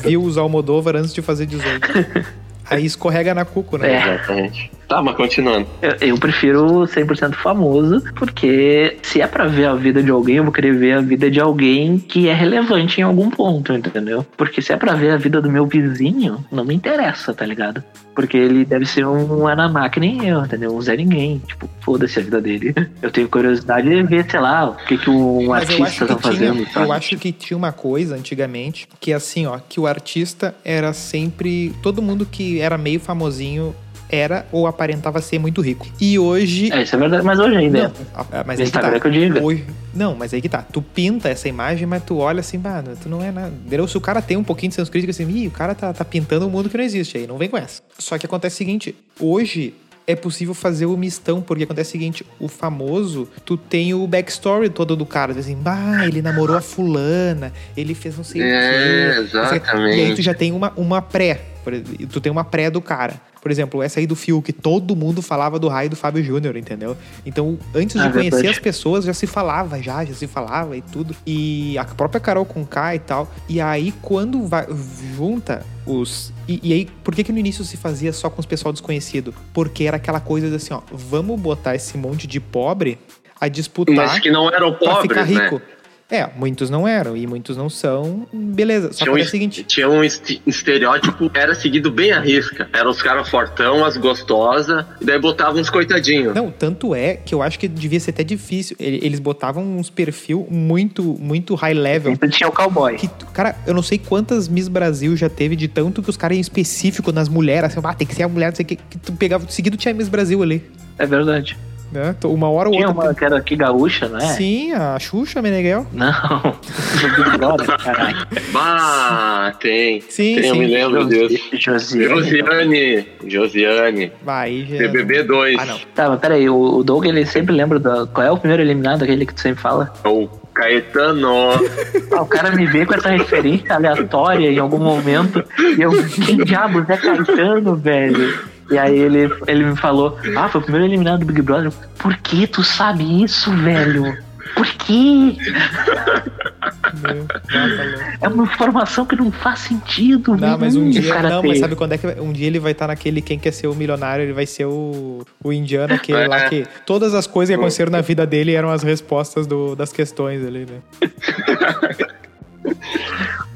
Speaker 1: viu os Almodóvar antes de fazer 18. Aí escorrega na cuco, né?
Speaker 2: É.
Speaker 4: Exatamente. Tá, mas continuando.
Speaker 2: Eu, eu prefiro 100% famoso, porque se é pra ver a vida de alguém, eu vou querer ver a vida de alguém que é relevante em algum ponto, entendeu? Porque se é pra ver a vida do meu vizinho, não me interessa, tá ligado? Porque ele deve ser um Ananá que nem eu, entendeu? Um Zé Ninguém. Tipo, foda-se a vida dele. Eu tenho curiosidade de ver, sei lá, o que, que
Speaker 1: Mas
Speaker 2: um
Speaker 1: eu
Speaker 2: artista
Speaker 1: acho,
Speaker 2: tá
Speaker 1: que
Speaker 2: fazendo.
Speaker 1: tinha,
Speaker 2: sabe?
Speaker 1: eu acho que tinha uma coisa antigamente que assim, ó, que o artista era sempre. Todo mundo que era meio famosinho era ou aparentava ser muito rico. E hoje.
Speaker 2: É, isso é verdade, mas hoje ainda.
Speaker 1: Não,
Speaker 2: é.
Speaker 1: ah, mas
Speaker 2: No
Speaker 1: aí que
Speaker 2: Instagram
Speaker 1: tá.
Speaker 2: que eu digo.
Speaker 1: Hoje, não, mas aí que tá. Tu pinta essa imagem, mas tu olha assim, mano, tu não é nada. Entendeu? Se o cara tem um pouquinho de senso crítico, assim, Ih, o cara tá, tá pintando um mundo que não existe aí, não vem com essa. Só que acontece o seguinte, hoje é possível fazer o mistão, porque acontece o seguinte, o famoso, tu tem o backstory todo do cara, assim, bah, ele namorou a fulana, ele fez não sei o
Speaker 4: É,
Speaker 1: quê. não sei o quê." E aí tu
Speaker 4: exatamente.
Speaker 1: já tem uma, uma pré, por ex- tu tem uma pré do cara. Por exemplo, essa aí do Fio, que todo mundo falava do raio do Fábio Júnior, entendeu? Então, antes
Speaker 2: Ah,
Speaker 1: de conhecer
Speaker 2: verdade.
Speaker 1: as pessoas, já se falava, já, já se falava e tudo. E a própria Carol com K e tal. E aí, quando vai, junta os. E, e aí, por que, que no início se fazia só com os pessoal desconhecido? Porque era aquela coisa de assim, ó, vamos botar esse monte de pobre a disputar
Speaker 4: Mas que não eram
Speaker 1: pra
Speaker 4: pobres,
Speaker 1: ficar rico.
Speaker 4: né?
Speaker 1: É, muitos não eram e muitos não são. Beleza. Só
Speaker 4: Tinha
Speaker 1: que
Speaker 4: um,
Speaker 1: é o
Speaker 4: es-
Speaker 1: seguinte.
Speaker 4: tinha um esti- estereótipo que era seguido bem à risca. Eram os caras fortão, as gostosas, e daí botavam uns coitadinhos.
Speaker 1: Não, tanto é que eu acho que devia ser até difícil. Ele- Eles botavam uns perfil muito, muito high level.
Speaker 2: Sempre tinha o cowboy.
Speaker 1: Que, cara, eu não sei quantas Miss Brasil já teve de tanto que os caras em específico nas mulheres, assim, ah, tem que ser a mulher, não sei o que, que tu pegava, seguido tinha Miss Brasil ali,
Speaker 2: É verdade.
Speaker 1: né? Uma hora ou
Speaker 2: Tinha
Speaker 1: outra.
Speaker 2: uma que era aqui gaúcha, não
Speaker 4: né?
Speaker 2: é?
Speaker 1: Sim, a Xuxa Meneghel.
Speaker 2: Não. Do Big Brother, caralho.
Speaker 4: Bah, tem.
Speaker 1: Sim,
Speaker 4: tem, eu
Speaker 1: sim.
Speaker 4: me lembro disso.
Speaker 2: Josi- Josiane.
Speaker 4: Josiane, Josiane,
Speaker 1: Vai, já.
Speaker 4: BBB 2.
Speaker 1: Ah, não.
Speaker 2: Tá, mas peraí, o o Doug ele sempre lembra da. Qual é o primeiro eliminado, aquele que tu sempre fala?
Speaker 4: O Caetano.
Speaker 2: Ah, o cara me vê com essa referência aleatória em algum momento. E eu, quem diabos é Caetano, velho? E aí ele, ele me falou, ah, foi o primeiro eliminado do Big Brother. Por que tu sabe isso, velho? Por que?
Speaker 1: Meu, nossa, louco.
Speaker 2: É uma informação que não faz sentido,
Speaker 1: Não,
Speaker 2: velho.
Speaker 1: mas um
Speaker 2: E Hum, o
Speaker 1: dia.
Speaker 2: cara
Speaker 1: Não,
Speaker 2: tem.
Speaker 1: mas sabe quando é que. Um dia ele vai estar naquele Quem Quer Ser o Milionário, ele vai ser o, o indiano, aquele
Speaker 2: É.
Speaker 1: lá que. Todas as coisas que aconteceram na vida dele eram as respostas do- das questões ali, né?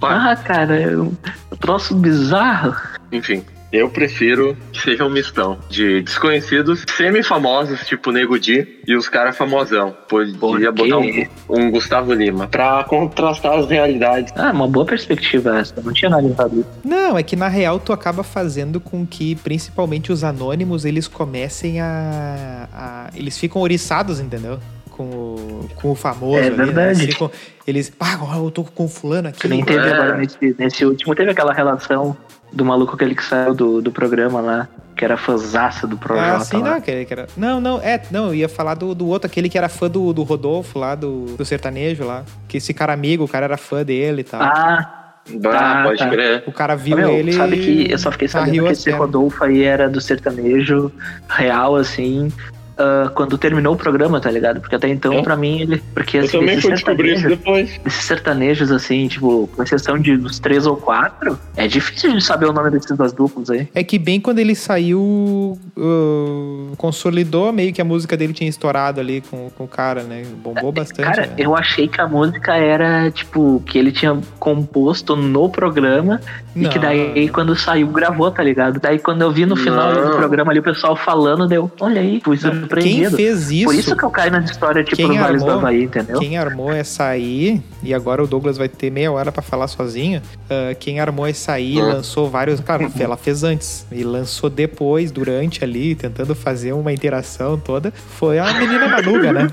Speaker 2: Ah, cara, é um troço bizarro.
Speaker 4: Enfim, eu prefiro que seja um mistão de desconhecidos semi-famosos, tipo Nego Di, e os caras famosão.
Speaker 2: Por
Speaker 4: Podia
Speaker 2: quê?
Speaker 4: botar um, um Gustavo Lima pra contrastar as realidades.
Speaker 2: Ah, uma boa perspectiva essa. Não tinha analisado isso.
Speaker 1: Não, é que na real tu acaba fazendo com que principalmente os anônimos eles comecem a. a- eles ficam oriçados, entendeu? Com o, com o famoso.
Speaker 2: É
Speaker 1: ali, né?
Speaker 2: verdade.
Speaker 1: Eles, ficam, eles. Ah, agora eu tô com fulano aqui.
Speaker 2: Que nem teve
Speaker 4: É.
Speaker 2: agora nesse, nesse último. Teve aquela relação do maluco aquele que saiu do, do programa lá, que era fãzaça do
Speaker 1: Ah,
Speaker 2: Projota.
Speaker 1: sim,
Speaker 2: tá lá.
Speaker 1: não, que, que era. Não, não, é, não, eu ia falar do, do outro, aquele que era fã do, do Rodolfo lá, do, do sertanejo lá. Que esse cara amigo, o cara era fã dele e tal.
Speaker 2: Ah,
Speaker 4: Bah,
Speaker 2: Tá,
Speaker 4: pode
Speaker 2: tá.
Speaker 4: crer.
Speaker 1: o cara viu
Speaker 2: meu,
Speaker 1: ele. tá
Speaker 2: sabe que eu só fiquei sabendo
Speaker 1: Arriou
Speaker 2: que
Speaker 1: as
Speaker 2: esse
Speaker 1: pernas.
Speaker 2: Rodolfo aí era do sertanejo real, assim. ah, quando terminou o programa, tá ligado? Porque até então,
Speaker 7: É.
Speaker 2: pra mim, ele. Porque
Speaker 7: Eu
Speaker 2: assim,
Speaker 7: também
Speaker 2: esses
Speaker 4: é
Speaker 7: fui descobrir isso
Speaker 2: sertanejos-
Speaker 7: depois.
Speaker 2: esses sertanejos, assim, tipo, com exceção de uns três ou quatro, é difícil de saber o nome desses das duplas aí.
Speaker 1: É que bem quando ele saiu, uh, consolidou meio que a música dele tinha estourado ali com, com o cara, né? Bombou bastante.
Speaker 2: É, Cara,
Speaker 1: né?
Speaker 2: eu achei que a música era, tipo, que ele tinha composto no programa e que daí é quando saiu gravou, tá ligado? Daí quando eu vi no final
Speaker 4: Não.
Speaker 2: do programa ali o pessoal falando, deu, olha aí, fui
Speaker 1: quem
Speaker 2: surpreendido.
Speaker 1: fez isso,
Speaker 2: Por isso que eu caí na história, tipo,
Speaker 1: Quem
Speaker 2: no Vales do
Speaker 1: armou?
Speaker 2: Havaí, entendeu?
Speaker 1: quem armou essa aí, e agora o Douglas vai ter meia hora pra falar sozinho. ah, quem armou essa aí
Speaker 4: Ah.
Speaker 1: lançou vários. Claro, ela fez antes e lançou depois, durante ali, tentando fazer uma interação toda. Foi a menina Manuga, né?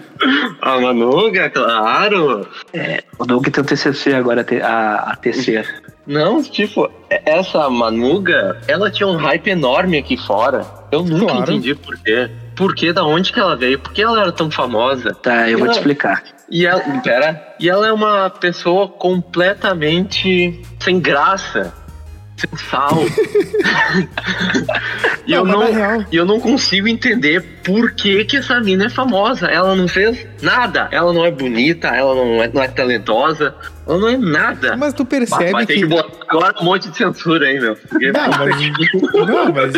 Speaker 4: A Manuga, claro.
Speaker 2: O Doug tem o TCC agora, a, a, a TC.
Speaker 4: Não, tipo, essa Manuga, ela tinha um hype enorme aqui fora. Eu nunca
Speaker 1: Claro.
Speaker 4: entendi por quê. Por quê? Da onde que ela veio? Por que ela era tão famosa?
Speaker 2: Tá, eu vou te
Speaker 4: Não.
Speaker 2: explicar.
Speaker 4: E ela, pera, e ela é uma pessoa completamente sem graça, sem sal. e eu
Speaker 1: mas
Speaker 4: não,
Speaker 1: na real.
Speaker 4: e eu não consigo entender por que, que essa mina é famosa. Ela não fez nada. Ela não é bonita, ela não é, não é talentosa, ela não é nada.
Speaker 1: Mas tu
Speaker 4: Vai-
Speaker 1: percebe
Speaker 4: Vai ter
Speaker 1: que.
Speaker 4: que botar agora um monte de censura aí, meu. Porque-
Speaker 1: Não, mas, não, mas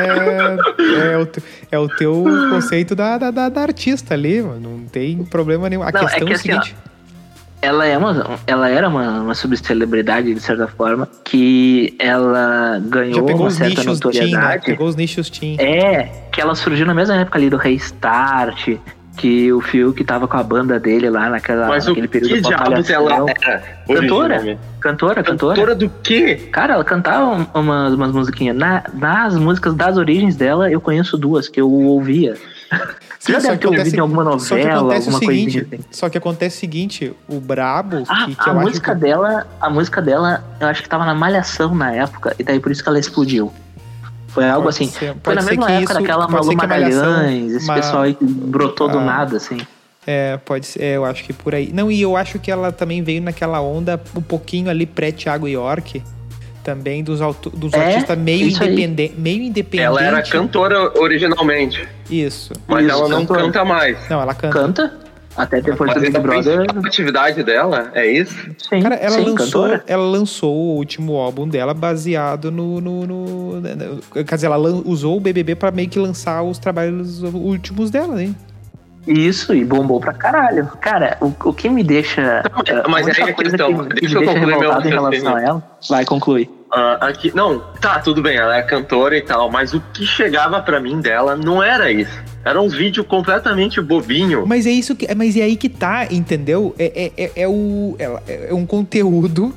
Speaker 1: é, é, o, te- é o teu conceito da, da, da- da artista ali, mano. Não tem problema nenhum. A
Speaker 2: Não, é
Speaker 1: questão é,
Speaker 2: que
Speaker 1: o
Speaker 2: assim, ó,
Speaker 1: seguinte.
Speaker 2: Ela, é uma, ela era uma, uma subcelebridade, de certa forma, que ela
Speaker 1: já
Speaker 2: ganhou
Speaker 1: pegou
Speaker 2: uma
Speaker 1: os
Speaker 2: certa
Speaker 1: nichos teen, né?
Speaker 2: notoriedade.
Speaker 1: Pegou os nichos teen.
Speaker 2: É, que ela surgiu na mesma época ali do Restart, que o Fiuk tava com a banda dele lá naquela,
Speaker 4: Mas o
Speaker 2: naquele período
Speaker 4: que
Speaker 2: da
Speaker 4: diabos ela
Speaker 2: Malhação.
Speaker 4: era?
Speaker 2: Cantora?
Speaker 4: originalmente?
Speaker 2: Cantora, cantora.
Speaker 4: Cantora do quê?
Speaker 2: Cara, ela cantava um- umas, umas musiquinhas. Na- nas músicas das origens dela, eu conheço duas que eu ouvia.
Speaker 1: Sim,
Speaker 2: já
Speaker 1: só
Speaker 2: deve
Speaker 1: que
Speaker 2: ter ouvido
Speaker 1: acontece,
Speaker 2: em alguma
Speaker 1: só que
Speaker 2: novela,
Speaker 1: acontece o
Speaker 2: alguma
Speaker 1: seguinte,
Speaker 2: coisinha assim.
Speaker 1: Só que acontece o seguinte, o brabo,
Speaker 2: Ah,
Speaker 1: que, que
Speaker 2: a
Speaker 1: eu acho
Speaker 2: música
Speaker 1: que... é
Speaker 2: dela, a música dela, eu acho que tava na Malhação na época, e daí por isso que ela explodiu. Foi algo
Speaker 1: Pode
Speaker 2: assim.
Speaker 1: ser-
Speaker 2: foi
Speaker 1: pode
Speaker 2: na
Speaker 1: ser
Speaker 2: mesma
Speaker 1: que
Speaker 2: época
Speaker 1: isso-
Speaker 2: daquela
Speaker 1: pode ser
Speaker 2: Malu
Speaker 1: que a Malhação-
Speaker 2: Magalhães, esse
Speaker 1: ma-
Speaker 2: pessoal aí que brotou do
Speaker 1: Ah.
Speaker 2: nada, assim.
Speaker 1: É, pode ser, é, eu acho que por aí. Não, e eu acho que ela também veio naquela onda um pouquinho ali pré-Tiago York, também dos, auto- dos
Speaker 2: É,
Speaker 1: artistas meio,
Speaker 2: isso aí.
Speaker 1: independen- meio independente.
Speaker 4: Ela era cantora originalmente,
Speaker 1: Isso.
Speaker 4: mas
Speaker 2: Isso,
Speaker 4: ela não
Speaker 2: cantora.
Speaker 4: canta mais.
Speaker 1: Não, ela canta.
Speaker 2: Canta, até depois
Speaker 4: Mas
Speaker 2: do Big
Speaker 4: ainda
Speaker 2: Brother.
Speaker 4: A atividade dela é isso?
Speaker 2: Sim,
Speaker 1: Cara, ela,
Speaker 2: sim,
Speaker 1: lançou,
Speaker 2: cantora.
Speaker 1: ela lançou o último álbum dela baseado no. no, no- né, quer dizer, ela lan- usou o BBB pra meio que lançar os trabalhos últimos dela, né? hein?
Speaker 2: Isso, e bombou pra caralho. Cara, o, o que me deixa.
Speaker 4: Não, mas
Speaker 2: a única
Speaker 4: aí é a
Speaker 2: coisa
Speaker 4: questão.
Speaker 2: que me- que
Speaker 4: Deixa
Speaker 2: me
Speaker 4: eu
Speaker 2: deixa
Speaker 4: concluir meu
Speaker 2: revoltado em relação a ela. Vai, conclui.
Speaker 4: Ah, aqui, não, tá, tudo bem, ela é cantora e tal, mas o que chegava pra mim dela não era isso. Era um vídeo completamente bobinho.
Speaker 1: Mas é isso que. é- Mas é aí que tá, entendeu? É, é, é, é o, é, é um conteúdo.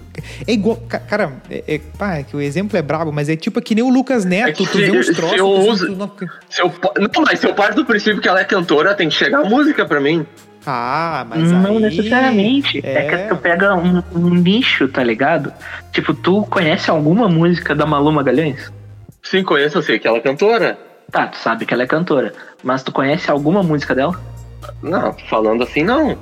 Speaker 1: É igual. ca- Cara, é, é- pá, é que o exemplo é brabo, mas é tipo é que nem o Lucas Neto.
Speaker 4: É que
Speaker 1: tu vê
Speaker 4: se-
Speaker 1: uns
Speaker 4: se
Speaker 1: troços.
Speaker 4: eu
Speaker 1: tu-
Speaker 4: uso-
Speaker 1: tu não-
Speaker 4: Se eu, pa- não, mas se eu parto do princípio que ela é cantora, tem que chegar a música pra mim.
Speaker 1: Ah, mas.
Speaker 2: não
Speaker 1: aí-
Speaker 2: necessariamente. É...
Speaker 1: é.
Speaker 2: que tu pega um, um nicho, tá ligado? Tipo, tu conhece alguma música da Malu Magalhães?
Speaker 4: Sim, conheço, eu sei que ela é cantora.
Speaker 2: Tá, tu sabe que ela é cantora, mas tu conhece alguma música dela?
Speaker 4: Não, falando assim, não.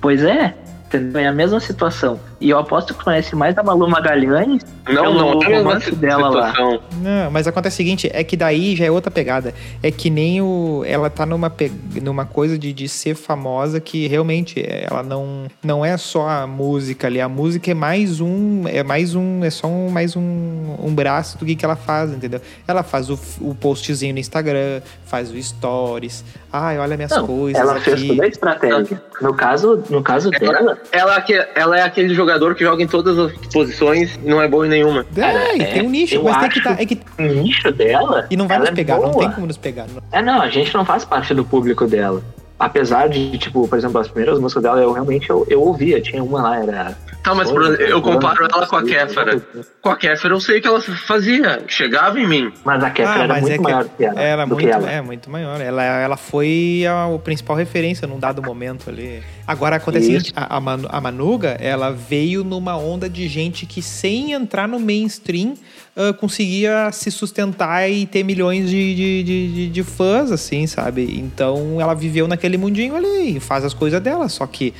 Speaker 2: Pois é, entendeu? É a mesma situação. E eu aposto que tu conhece mais da Malu Magalhães.
Speaker 4: Não,
Speaker 2: Pelo
Speaker 4: não, é a mesma
Speaker 2: Então, romance
Speaker 4: si-
Speaker 2: dela lá.
Speaker 4: situação.
Speaker 1: Não, mas acontece o seguinte, é que daí já é outra pegada. É que nem o. Ela tá numa, pe- numa coisa de, de ser famosa que realmente é, ela não, não é só a música ali. A música é mais um. É mais um. É só um, mais um, um braço do que, que ela faz, entendeu? Ela faz o, f- o postzinho no Instagram, faz o stories. Ai, olha minhas
Speaker 2: Não,
Speaker 1: coisas.
Speaker 2: Ela
Speaker 1: aqui.
Speaker 2: fez toda a estratégia. No caso, no caso dela,
Speaker 4: Ela, é aque- ela é aquele jogador que joga em todas as posições, não é bom em nenhuma.
Speaker 1: É, e tem um nicho,
Speaker 2: eu
Speaker 1: mas tem que
Speaker 2: acho
Speaker 1: tá, é que
Speaker 2: o nicho dela.
Speaker 1: E não vai
Speaker 2: ela
Speaker 1: nos pegar,
Speaker 2: é
Speaker 1: não
Speaker 2: boa.
Speaker 1: tem como nos pegar. não.
Speaker 2: É, não, a gente não faz parte do público dela. Apesar de, tipo, por exemplo, as primeiras músicas dela eu realmente eu, eu ouvia. Tinha uma lá, era.
Speaker 4: Tá, mas por- eu comparo ela com a Kéfera. Com a Kéfera eu sei que ela fazia, chegava em mim.
Speaker 2: Mas a Kéfera
Speaker 1: Ah,
Speaker 2: era
Speaker 1: mas
Speaker 2: muito
Speaker 1: é que-
Speaker 2: maior que ela.
Speaker 1: Era
Speaker 2: do
Speaker 1: muito,
Speaker 2: que ela.
Speaker 1: é, muito maior. Ela, ela foi a, o principal referência num dado momento ali. Agora acontece o
Speaker 2: Isso.
Speaker 1: seguinte, a, a, Manu- a Manuga, ela veio numa onda de gente que sem entrar no mainstream ah, conseguia se sustentar e ter milhões de, de, de, de- de fãs, assim, sabe? Então ela viveu naquele mundinho ali e faz as coisas dela, só que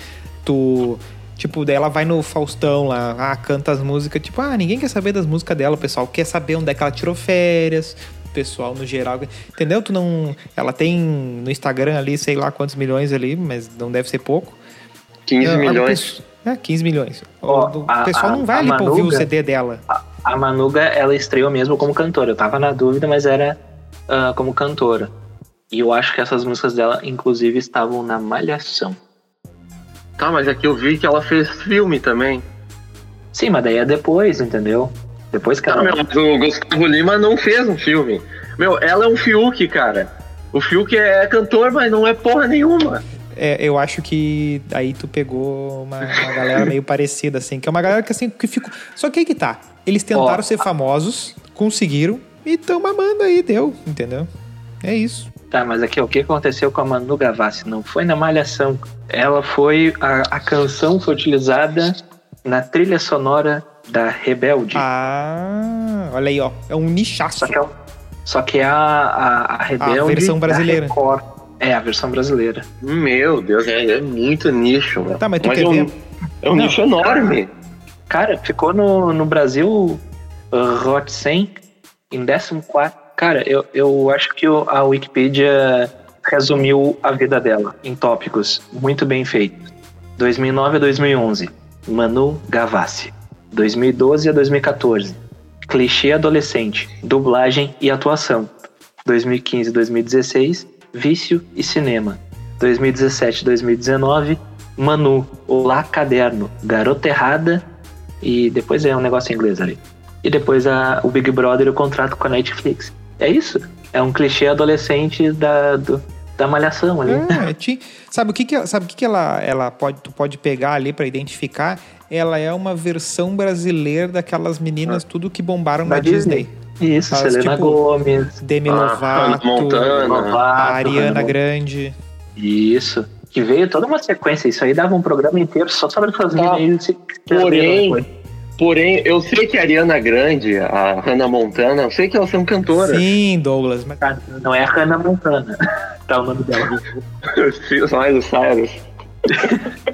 Speaker 1: tu... Tipo, daí ela vai no Faustão lá, ah, canta as músicas. Tipo, ah, ninguém quer saber das músicas dela, o pessoal quer saber onde é que ela tirou férias, o pessoal no geral. Entendeu? Tu não. Ela tem no Instagram ali, sei lá quantos milhões ali, mas não deve ser pouco.
Speaker 4: 15
Speaker 1: Ah,
Speaker 4: milhões.
Speaker 1: o pe- É, 15 milhões.
Speaker 2: Ó,
Speaker 1: o
Speaker 2: a-
Speaker 1: pessoal
Speaker 2: a-
Speaker 1: não vai
Speaker 2: a
Speaker 1: ali pra ouvir o
Speaker 2: Manuga-
Speaker 1: CD dela.
Speaker 2: A Manuga, ela estreou mesmo como cantora. Eu tava na dúvida, mas era ah, como cantora. E eu acho que essas músicas dela, inclusive, estavam na Malhação.
Speaker 4: Tá, mas aqui eu vi que ela fez filme também.
Speaker 2: Sim, mas daí é depois, entendeu? Depois que
Speaker 4: Tá,
Speaker 2: ela.
Speaker 4: meu, mas o Gustavo Lima não fez um filme. Meu, ela é um Fiuk, cara. O Fiuk é cantor, mas não é porra nenhuma.
Speaker 1: É, eu acho que aí tu pegou uma, uma galera meio parecida, assim, que é uma galera que assim, que ficou. Só que aí que tá. Eles tentaram
Speaker 2: Ó,
Speaker 1: ser famosos, conseguiram, e tão mamando aí, deu, entendeu? É isso.
Speaker 2: Tá, mas aqui, ó, o que aconteceu com a Manu Gavassi? Não foi na Malhação. Ela foi. A, a canção foi utilizada na trilha sonora da Rebelde.
Speaker 1: Ah, olha aí, ó. É um nichaço.
Speaker 2: Só que, é o- só que é a, a, a Rebelde.
Speaker 1: versão
Speaker 2: da
Speaker 1: brasileira.
Speaker 2: Record. É, a versão brasileira.
Speaker 4: Meu Deus, é, é muito nicho, meu.
Speaker 1: Tá, mas tu quer
Speaker 4: é um,
Speaker 1: ver?
Speaker 4: É um
Speaker 1: Não.
Speaker 4: nicho enorme.
Speaker 2: Cara, ficou no, no Brasil uh, Hot 100 em 14. Cara, eu, eu acho que o- a Wikipedia resumiu a vida dela em tópicos muito bem feitos. 2009 a 2011, Manu Gavassi. 2012 a 2014, clichê adolescente, dublagem e atuação. 2015 e 2016, vício e cinema. 2017 e 2019, Manu, Olá Caderno, Garota Errada e depois é um negócio em inglês ali. E depois a- o Big Brother e o contrato com a Netflix. É isso. É um clichê adolescente da, do- da malhação ali.
Speaker 1: É, ti- sabe o que, que sabe o que, que ela, ela pode tu pode pegar ali pra identificar? Ela é uma versão brasileira daquelas meninas tudo que bombaram
Speaker 2: Da
Speaker 1: na Disney.
Speaker 2: Disney. Isso,
Speaker 1: Mas,
Speaker 2: Selena
Speaker 1: tipo,
Speaker 2: Gomes,
Speaker 1: Demi
Speaker 4: Ah,
Speaker 1: Lovato,
Speaker 4: Hannah Montana.
Speaker 1: a
Speaker 2: Lovato,
Speaker 1: Ariana
Speaker 2: Ah, Hannah
Speaker 1: Grande.
Speaker 2: Isso. Que veio toda uma sequência. Isso aí dava um programa inteiro só sobre essas
Speaker 4: Tá.
Speaker 2: meninas. se-
Speaker 4: Porém, porém, eu sei que a Ariana Grande, a Hannah Montana, eu sei que elas são cantoras.
Speaker 1: Sim, Douglas. Mas
Speaker 2: Tá, Não é a Hannah Montana. Tá o nome dela.
Speaker 4: Mais o Cyrus.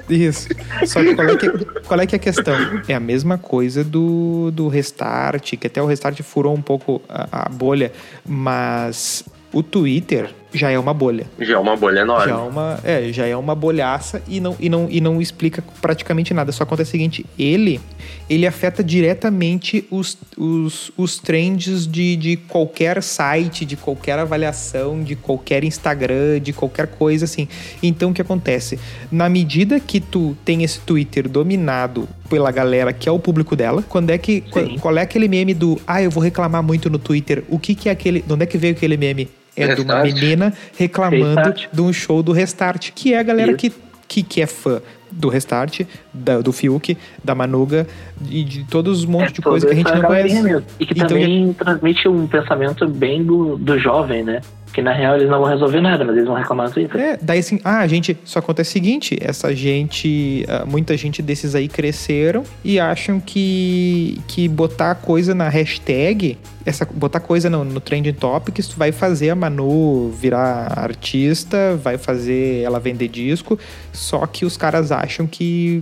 Speaker 1: Isso. Só que qual é que, qual é que é a questão? É a mesma coisa do, do restart, que até o restart furou um pouco a, a bolha, mas o Twitter já é uma bolha.
Speaker 4: Já é uma bolha enorme.
Speaker 1: Já é uma, é, já é uma bolhaça e não, e, não, e não explica praticamente nada. Só acontece o seguinte, ele ele afeta diretamente os, os, os trends de, de qualquer site, de qualquer avaliação, de qualquer Instagram, de qualquer coisa assim. Então o que acontece? Na medida que tu tem esse Twitter dominado pela galera que é o público dela, quando é que qual, qual é aquele meme do ah, eu vou reclamar muito no Twitter. O que que é aquele, de onde é que veio aquele meme? é de uma
Speaker 8: Restart.
Speaker 1: menina reclamando
Speaker 2: Restart.
Speaker 1: de um show do Restart, que é a galera que, que, que é fã do Restart, da- do Fiuk, da Manuga e de todos os montes Um de
Speaker 2: toda
Speaker 1: coisa que a gente
Speaker 2: essa
Speaker 1: não
Speaker 2: galerinha
Speaker 1: conhece.
Speaker 2: mesmo. E que
Speaker 1: Então,
Speaker 2: também transmite um pensamento bem do, do jovem, né? Que na real eles não vão resolver nada, mas eles vão reclamar no Twitter.
Speaker 1: É, daí assim, ah, a gente, só acontece o seguinte, essa gente, ah, muita gente desses aí cresceram e acham que que botar coisa na hashtag, essa botar coisa no, no trending topics vai fazer a Manu virar artista, vai fazer ela vender disco, só que os caras acham que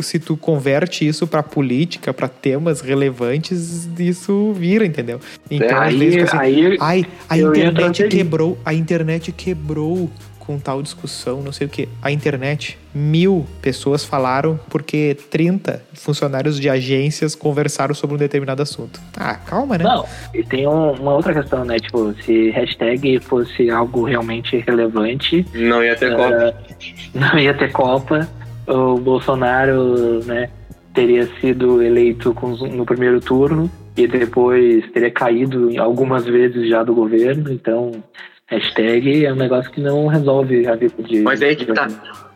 Speaker 1: se tu converte isso pra política, pra temas relevantes, isso vira, entendeu? Então, às vezes,
Speaker 2: É, aí,
Speaker 1: assim,
Speaker 2: aí,
Speaker 1: Ai, a
Speaker 2: Eu ia
Speaker 1: internet
Speaker 2: trazer isso.
Speaker 1: quebrou, a internet quebrou com tal discussão, não sei o que. A internet, mil pessoas falaram porque 30 funcionários de agências conversaram sobre um determinado assunto. Ah, calma, né?
Speaker 2: Não, e tem um- uma outra questão, né? Tipo, se hashtag fosse algo realmente relevante,
Speaker 4: Não ia
Speaker 1: É.
Speaker 4: ter como.
Speaker 2: não ia ter Copa, o Bolsonaro, né, teria sido eleito com os- no primeiro turno e depois teria caído em algumas vezes já do governo, então hashtag é um negócio que não resolve a vida de...
Speaker 4: Mas aí que tá.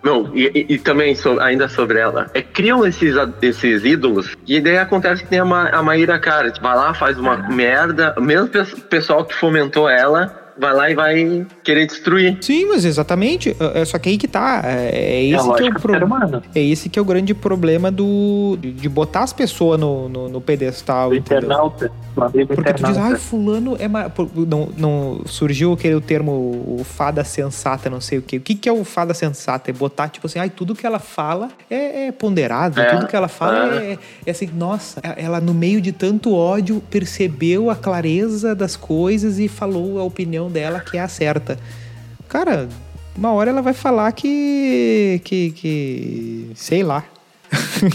Speaker 4: Não, e, e- e também so- ainda sobre ela. É, criam esses, a- esses ídolos e daí acontece que tem a, Ma, a Maíra Cara. Vai lá, faz uma merda. Mesmo pe- pessoal que fomentou ela, vai lá e vai querer destruir.
Speaker 1: Sim, mas exatamente. É- é Só que aí que tá. É é
Speaker 2: É a
Speaker 1: esse que é
Speaker 2: lógica
Speaker 1: o
Speaker 2: do ser
Speaker 1: problema.
Speaker 2: humano.
Speaker 1: É esse que é o grande problema do de de botar as pessoas no, no, no pedestal,
Speaker 2: O
Speaker 1: entendeu?
Speaker 2: internauta, o amigo
Speaker 1: é Porque tu diz, ai,
Speaker 2: internauta.
Speaker 1: fulano é. ma- por- Não, não- surgiu aquele o termo o fada sensata, não sei o quê. O que, que é o fada sensata? É botar, tipo assim, ai, tudo que ela fala é, é ponderado,
Speaker 4: É,
Speaker 1: tudo que ela fala é. é assim, nossa, ela no meio de tanto ódio percebeu a clareza das coisas e falou a opinião dela que é a certa. Cara, uma hora ela vai falar que. que. que sei lá.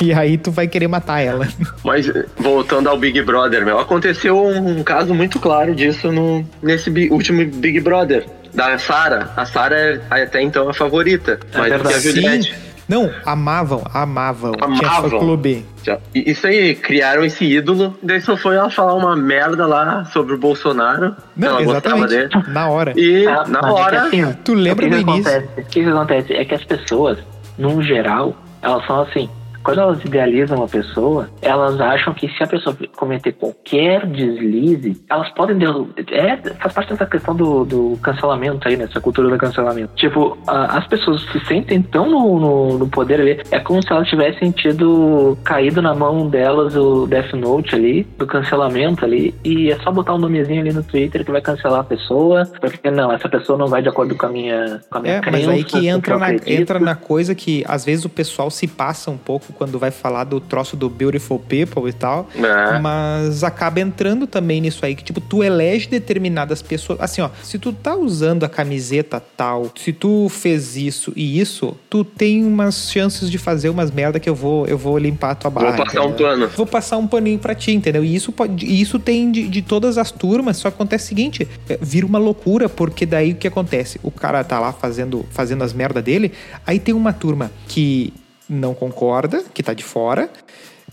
Speaker 1: e aí tu vai querer matar ela.
Speaker 4: Mas eh, voltando ao Big Brother, meu, aconteceu um, um caso muito claro disso no, nesse bi- último Big Brother. Da Sara. A Sara é até então a favorita. mas
Speaker 2: verdade.
Speaker 4: que a Juliette.
Speaker 1: Sim. Não, amavam, amavam. Tinha
Speaker 4: Amavam.
Speaker 1: fã clube.
Speaker 4: Já- e- Isso aí, criaram esse ídolo, daí só foi ela falar uma merda lá sobre o Bolsonaro.
Speaker 1: Não,
Speaker 4: ela gostava dele.
Speaker 1: exatamente. Na hora.
Speaker 4: E
Speaker 2: Ah, mas é
Speaker 4: na
Speaker 2: que
Speaker 4: hora.
Speaker 2: assim, ó,
Speaker 1: Tu lembra
Speaker 2: o que
Speaker 1: do
Speaker 2: que
Speaker 1: início?
Speaker 2: Acontece? O que, que acontece é que as pessoas, num geral, elas são assim. Quando elas idealizam uma pessoa, elas acham que se a pessoa cometer qualquer deslize, elas podem. derru- É, faz parte dessa questão do, do cancelamento aí, né? Essa cultura do cancelamento. Tipo, a- as pessoas se sentem tão no, no, no poder ali. É como se elas tivessem tido caído na mão delas o Death Note ali, do cancelamento ali. E é só botar um nomezinho ali no Twitter que vai cancelar a pessoa. Porque não, essa pessoa não vai de acordo com a minha, com a minha
Speaker 1: É, mas
Speaker 2: né? crença,
Speaker 1: aí que entra
Speaker 2: com o
Speaker 1: na,
Speaker 2: eu acredito.
Speaker 1: entra na coisa que às vezes o pessoal se passa um pouco quando vai falar do troço do Beautiful People e tal.
Speaker 2: é assim.
Speaker 4: né?
Speaker 1: Mas acaba entrando também nisso aí, que tipo, tu elege determinadas pessoas. Assim, ó, se tu tá usando a camiseta tal, se tu fez isso e isso, tu tem umas chances de fazer umas merda que eu vou, eu vou limpar a tua barra.
Speaker 4: Vou passar um
Speaker 1: entendeu?
Speaker 4: plano.
Speaker 1: vou passar um paninho pra ti, entendeu? E isso, pode, e isso tem de, de todas as turmas, só acontece o seguinte, é, vira uma loucura, porque daí o que acontece? O cara tá lá fazendo, fazendo as merda dele, aí tem uma turma que não concorda, que tá de fora,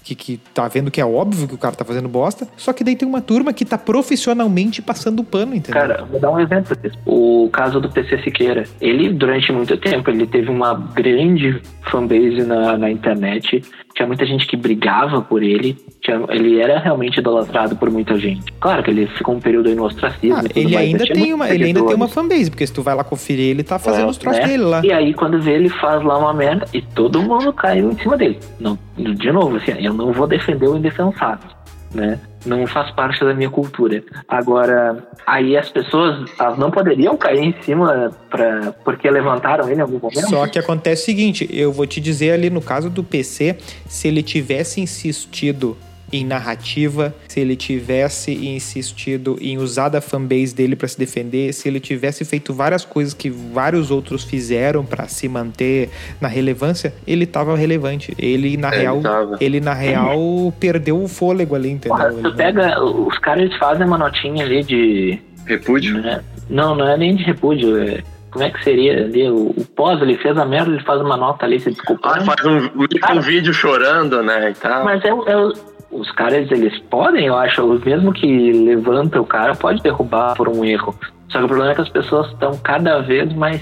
Speaker 1: que, que tá vendo que é óbvio que o cara tá fazendo bosta, só que daí tem uma turma que tá profissionalmente passando pano, entendeu?
Speaker 2: Cara, vou dar um exemplo. disso. O caso do PC Siqueira. Ele, durante muito tempo, ele teve uma grande fanbase na, na internet. Tinha muita gente que brigava por ele. Tinha- ele era realmente idolatrado por muita gente. Claro que ele ficou um período aí no ostracismo.
Speaker 1: Ah,
Speaker 2: e tudo
Speaker 1: ele
Speaker 2: mais,
Speaker 1: ainda
Speaker 2: mas tinha
Speaker 1: tem
Speaker 2: muitos
Speaker 1: uma, ele ainda tem uma
Speaker 2: seguidores,
Speaker 1: fanbase, porque se tu vai lá conferir, ele tá fazendo os troços
Speaker 2: né?
Speaker 1: dele lá.
Speaker 2: E aí, quando vê, ele faz lá uma merda e todo mundo caiu em cima dele. Não, de novo, assim, eu não vou defender o indefensável, né? Não faz parte da minha cultura. Agora, aí as pessoas, elas não poderiam cair em cima pra, porque levantaram ele em algum momento?
Speaker 1: Só que acontece o seguinte, eu vou te dizer ali no caso do PC, se ele tivesse insistido em narrativa, se ele tivesse insistido em usar da fanbase dele para se defender, se ele tivesse feito várias coisas que vários outros fizeram para se manter na relevância, ele tava relevante. Ele na
Speaker 4: Ele
Speaker 1: real,
Speaker 4: É, tava.
Speaker 1: ele na real perdeu o fôlego ali, entendeu?
Speaker 2: Porra,
Speaker 1: Ele
Speaker 2: tu
Speaker 1: não-
Speaker 2: pega. Os caras eles fazem uma notinha ali de.
Speaker 4: Repúdio?
Speaker 2: né? Não, não é nem de repúdio. é- Como é que seria ali? O, o pós, ele fez a merda, ele faz uma nota ali se
Speaker 4: Ah,
Speaker 2: desculpando.
Speaker 4: faz um, um vídeo chorando, né? E tal.
Speaker 2: Mas é, o- é o- os caras, eles podem, eu acho, o mesmo que levanta o cara, pode derrubar por um erro. Só que o problema é que as pessoas estão cada vez mais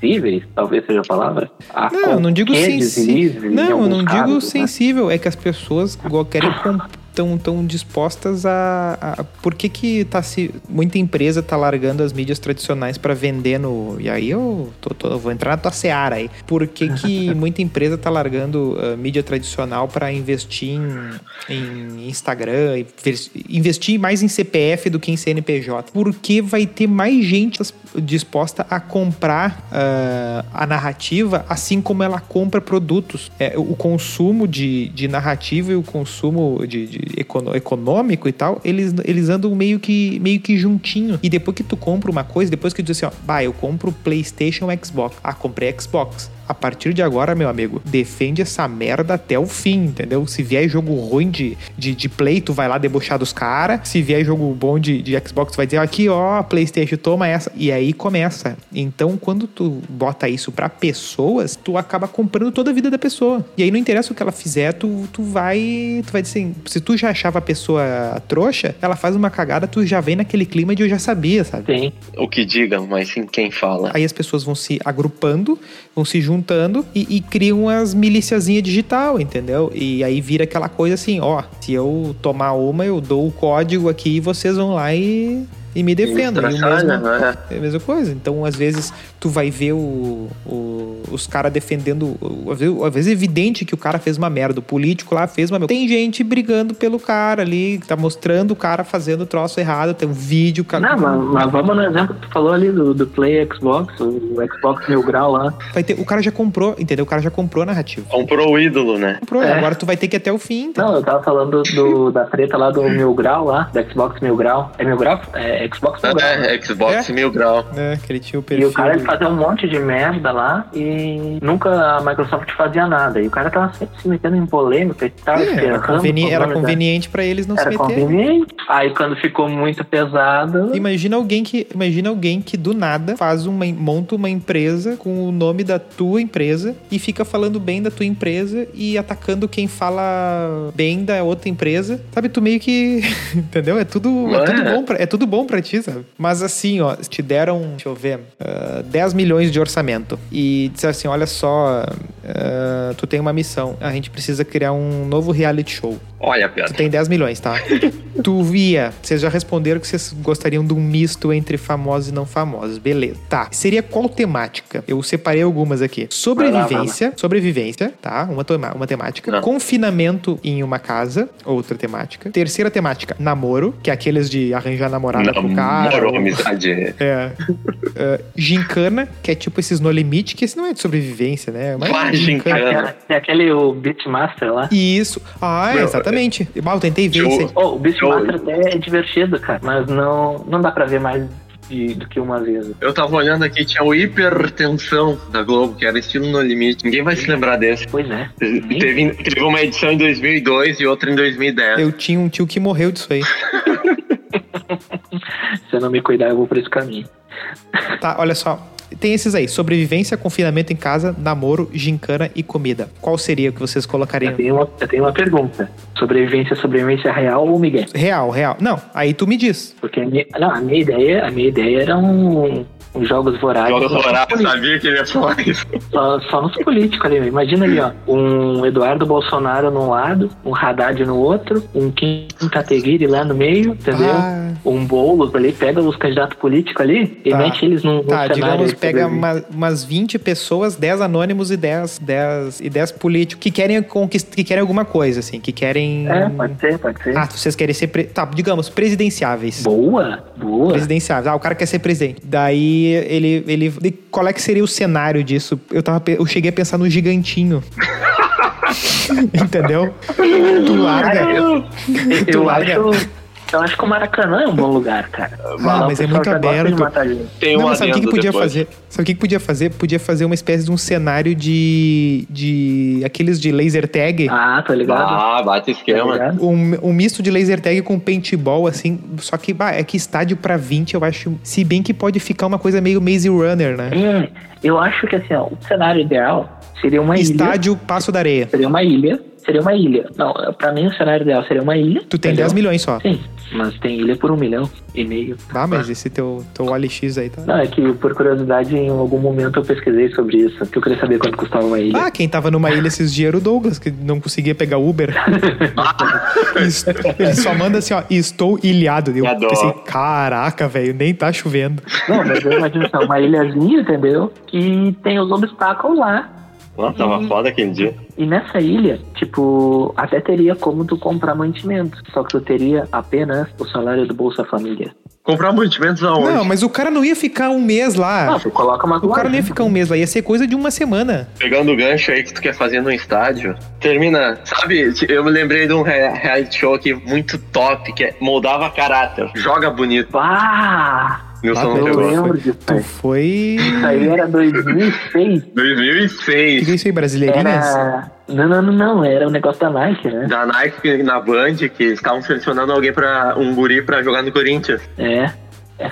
Speaker 2: sensíveis, talvez seja a palavra. a
Speaker 1: Não, eu não digo
Speaker 2: qualquer
Speaker 1: sensível.
Speaker 2: deslize em
Speaker 1: Não, eu
Speaker 2: alguns
Speaker 1: não digo
Speaker 2: casos, né?
Speaker 1: sensível. É que as pessoas igual querem estão tão dispostas a, a- por que que tá se muita empresa tá largando as mídias tradicionais para vender no e aí eu, tô- tô- eu vou entrar na tua seara aí por que que muita empresa tá largando ah, mídia tradicional para investir em, em Instagram e ver- investir mais em CPF do que em CNPJ porque vai ter mais gente disposta a comprar ah, a narrativa assim como ela compra produtos. É, o consumo de, de narrativa e o consumo de, de econo- econômico e tal, eles, eles andam meio que, meio que juntinho. E depois que tu compra uma coisa, depois que tu diz assim, ó, bah, eu compro Playstation Xbox. Ah, comprei Xbox. A partir de agora, meu amigo, defende essa merda até o fim, entendeu? Se vier jogo ruim de, de, de Play, tu vai lá debochar dos caras. Se vier jogo bom de, de Xbox, tu vai dizer, aqui, ó, Playstation, toma essa. E aí começa. Então, quando tu bota isso pra pessoas, tu acaba comprando toda a vida da pessoa. E aí não interessa o que ela fizer, tu, tu vai... Tu vai dizer assim, se tu já achava a pessoa trouxa, ela faz uma cagada, tu já vem naquele clima de eu já sabia, sabe?
Speaker 2: Sim.
Speaker 4: O que digam, mas sim quem fala.
Speaker 1: Aí as pessoas vão se agrupando, vão se juntando e, e criam as miliciazinhas digital, entendeu? E aí vira aquela coisa assim, ó, se eu tomar uma, eu dou o código aqui e vocês vão lá e, e me defendam. E o mesmo-
Speaker 4: Traçalha, né?
Speaker 1: é a mesma coisa. Então, às vezes, tu vai ver o, o- os caras defendendo. o- Às vezes, às vezes é evidente que o cara fez uma merda. O político lá fez uma merda. Tem gente brigando pelo cara ali, que tá mostrando o cara fazendo o troço errado. Tem um vídeo. Cara,
Speaker 2: Não, mas, mas vamos no exemplo que tu falou ali do, do Play Xbox, o Xbox Mil Grau lá.
Speaker 1: vai ter, o cara já comprou, entendeu? O cara já comprou a narrativa.
Speaker 4: Comprou o ídolo, né?
Speaker 1: Comprou,
Speaker 2: É.
Speaker 1: agora tu vai ter que ir até o fim. então. entendeu?
Speaker 2: Não, eu tava falando do, da treta lá do Mil Grau lá, do Xbox Mil Grau. É Mil Grau? É Xbox Mil Grau. né?
Speaker 4: É, Xbox
Speaker 1: É?
Speaker 4: Mil Grau.
Speaker 1: É, que ele tinha o
Speaker 2: E
Speaker 1: perfil.
Speaker 2: o cara ele
Speaker 1: do-
Speaker 2: fazia um monte de merda lá e nunca a Microsoft fazia nada. E o cara tava sempre se metendo em polêmica e tava
Speaker 1: É, era,
Speaker 2: ferrando
Speaker 1: conveni-
Speaker 2: com o
Speaker 1: era
Speaker 2: nome da-
Speaker 1: conveniente pra eles não
Speaker 2: Era
Speaker 1: se meterem.
Speaker 2: conveniente. Aí quando ficou muito pesado.
Speaker 1: Imagina alguém que imagina alguém que do nada faz uma monta uma empresa com o nome da tua empresa e fica falando bem da tua empresa e atacando quem fala bem da outra empresa. Sabe, tu meio que entendeu? É tudo é
Speaker 4: É.
Speaker 1: tudo bom pra, é tudo bom para ti, sabe? Mas assim, ó, te deram, deixa eu ver, ah, 10 milhões de orçamento e disseram assim, olha só, ah, tu tem uma missão, a gente precisa criar um novo reality show.
Speaker 4: Olha,
Speaker 1: Tu
Speaker 4: Pedro.
Speaker 1: tem 10 milhões, tá? tu via, vocês já responderam que vocês gostariam de um misto entre famosos e não famosos. Beleza. Tá. Seria qual temática? Eu separei algumas aqui. Sobrevivência, sobrevivência, tá? Uma, tema- uma temática.
Speaker 4: Não.
Speaker 1: Confinamento em uma casa, outra temática. Terceira temática, namoro, que é aqueles de arranjar namorada pro cara.
Speaker 4: Namoro,
Speaker 1: ou-
Speaker 4: amizade.
Speaker 1: É. É, gincana, que é tipo esses no limite, que esse não é de sobrevivência, né? Mas
Speaker 4: Vai, gincana.
Speaker 2: Aquela, é aquele o Beatmaster lá.
Speaker 1: Isso. Ah,
Speaker 4: Meu, é, né?
Speaker 1: exatamente. Mal, tentei ver
Speaker 4: eu-
Speaker 1: isso aí.
Speaker 2: Oh, o Beatmaster até é divertido, cara. Mas não, não dá pra ver mais de- do que uma vez.
Speaker 4: Eu tava olhando aqui, tinha o Hipertensão da Globo, que era estilo no limite. Ninguém vai se lembrar desse.
Speaker 2: Pois é.
Speaker 4: Teve, teve uma edição em 2002 e outra em 2010.
Speaker 1: Eu tinha um tio que morreu disso aí.
Speaker 2: Se eu não me cuidar, eu vou por esse caminho.
Speaker 1: Tá, olha só. Tem esses aí: sobrevivência, confinamento em casa, namoro, gincana e comida. Qual seria o que vocês colocariam?
Speaker 2: Eu tenho uma, eu tenho uma pergunta. Sobrevivência, sobrevivência real ou Miguel?
Speaker 1: Real, real. Não, aí tu me diz.
Speaker 2: Porque a minha, não, a minha ideia, a minha ideia era um, um jogos vorazes.
Speaker 4: Jogos
Speaker 2: só-
Speaker 4: Vorazes, sabia que ele ia falar isso.
Speaker 2: Só, só nos políticos ali. Imagina ali, ó. Um Eduardo Bolsonaro num lado, um Haddad no outro, um Kim Kataguiri lá no meio, entendeu?
Speaker 1: Ah.
Speaker 2: Um Boulos ali, pega os candidatos políticos ali e
Speaker 1: Tá.
Speaker 2: mete eles num, num
Speaker 1: Tá,
Speaker 2: cenário.
Speaker 1: digamos,
Speaker 2: aí,
Speaker 1: pega
Speaker 2: sobrevive.
Speaker 1: uma- umas 20 pessoas, 10 anônimos e 10, 10, e 10 políticos que querem conquistar, que querem alguma coisa, assim, que querem.
Speaker 2: É, pode ser, pode ser.
Speaker 1: Ah, vocês querem ser. pre- Tá, digamos, presidenciáveis.
Speaker 2: Boa, boa.
Speaker 1: presidenciáveis. Ah, o cara quer ser presidente. Daí ele, ele. de- Qual é que seria o cenário disso? Eu, tava, pe- eu cheguei a pensar no gigantinho. Entendeu? Tu larga.
Speaker 2: Eu,
Speaker 1: Tu
Speaker 2: eu
Speaker 1: larga.
Speaker 2: acho, eu acho que o Maracanã é um bom lugar, cara. Vai lá,
Speaker 1: mas
Speaker 2: o
Speaker 1: é
Speaker 2: pessoal
Speaker 1: muito
Speaker 2: já gosta de
Speaker 1: aberto.
Speaker 2: matar gente.
Speaker 9: Tem um
Speaker 1: Não, mas sabe o que, que
Speaker 9: adendo
Speaker 1: podia
Speaker 9: depois.
Speaker 1: fazer? Sabe o que, que podia fazer? Podia fazer uma espécie de um cenário de. de. aqueles de laser tag.
Speaker 2: Ah, tá ligado?
Speaker 9: Ah, bate
Speaker 4: é
Speaker 2: tá
Speaker 9: esquema.
Speaker 2: ligado?
Speaker 1: Um, um misto de laser tag com paintball, assim. Só que, bah, é que estádio pra 20, eu acho. Se bem que pode ficar uma coisa meio Maze Runner, né?
Speaker 2: É, eu acho que assim, ó, o cenário ideal seria uma ilha.
Speaker 1: Estádio Passo da Areia.
Speaker 2: Seria uma ilha. Seria uma ilha. Não, pra mim o cenário ideal seria uma ilha.
Speaker 1: Tu tem
Speaker 2: entendeu?
Speaker 1: 10 milhões só.
Speaker 2: Sim, mas tem ilha por um milhão e meio.
Speaker 1: Ah, mas esse teu, teu OLX aí tá.
Speaker 2: Não, é que por curiosidade em algum momento eu pesquisei sobre isso, porque eu queria saber quanto custava uma ilha.
Speaker 1: Ah, quem tava numa ilha esses dias era o Douglas, que não conseguia pegar Uber. Est- Ele só manda assim, ó, estou ilhado. Eu
Speaker 9: Adoro.
Speaker 1: pensei, caraca, velho, nem tá chovendo.
Speaker 2: Não, mas eu imagino que é uma ilhazinha, entendeu? Que tem os obstáculos lá.
Speaker 9: Nossa,
Speaker 1: Uhum.
Speaker 9: tava foda aquele dia.
Speaker 2: E nessa ilha, tipo, até teria como tu comprar mantimento. Só que tu teria apenas o salário do Bolsa Família.
Speaker 4: Comprar mantimentos aonde?
Speaker 1: Não, mas o cara não ia ficar um mês
Speaker 2: Ah,
Speaker 1: lá.
Speaker 2: tu coloca uma
Speaker 1: O cara não ia
Speaker 2: loja.
Speaker 1: ficar um mês lá, ia ser coisa de uma semana.
Speaker 4: Pegando o gancho aí que tu quer fazer no estádio. Termina, sabe? Eu me lembrei de um rea- reality show aqui muito top, que é moldava caráter. Joga bonito.
Speaker 2: Pá!
Speaker 4: Nilson
Speaker 1: Ah,
Speaker 4: não
Speaker 2: Eu um
Speaker 1: Deus.
Speaker 4: pegou.
Speaker 2: lembro disso.
Speaker 1: Tu foi.
Speaker 2: Isso aí era 2006.
Speaker 1: O que que
Speaker 4: 2006.
Speaker 1: é isso aí, brasileirinhas?
Speaker 2: Era. Não, não, não, não. Era um negócio da Nike, né?
Speaker 4: Da Nike na Band, que estavam selecionando alguém para um guri pra jogar no Corinthians.
Speaker 2: É.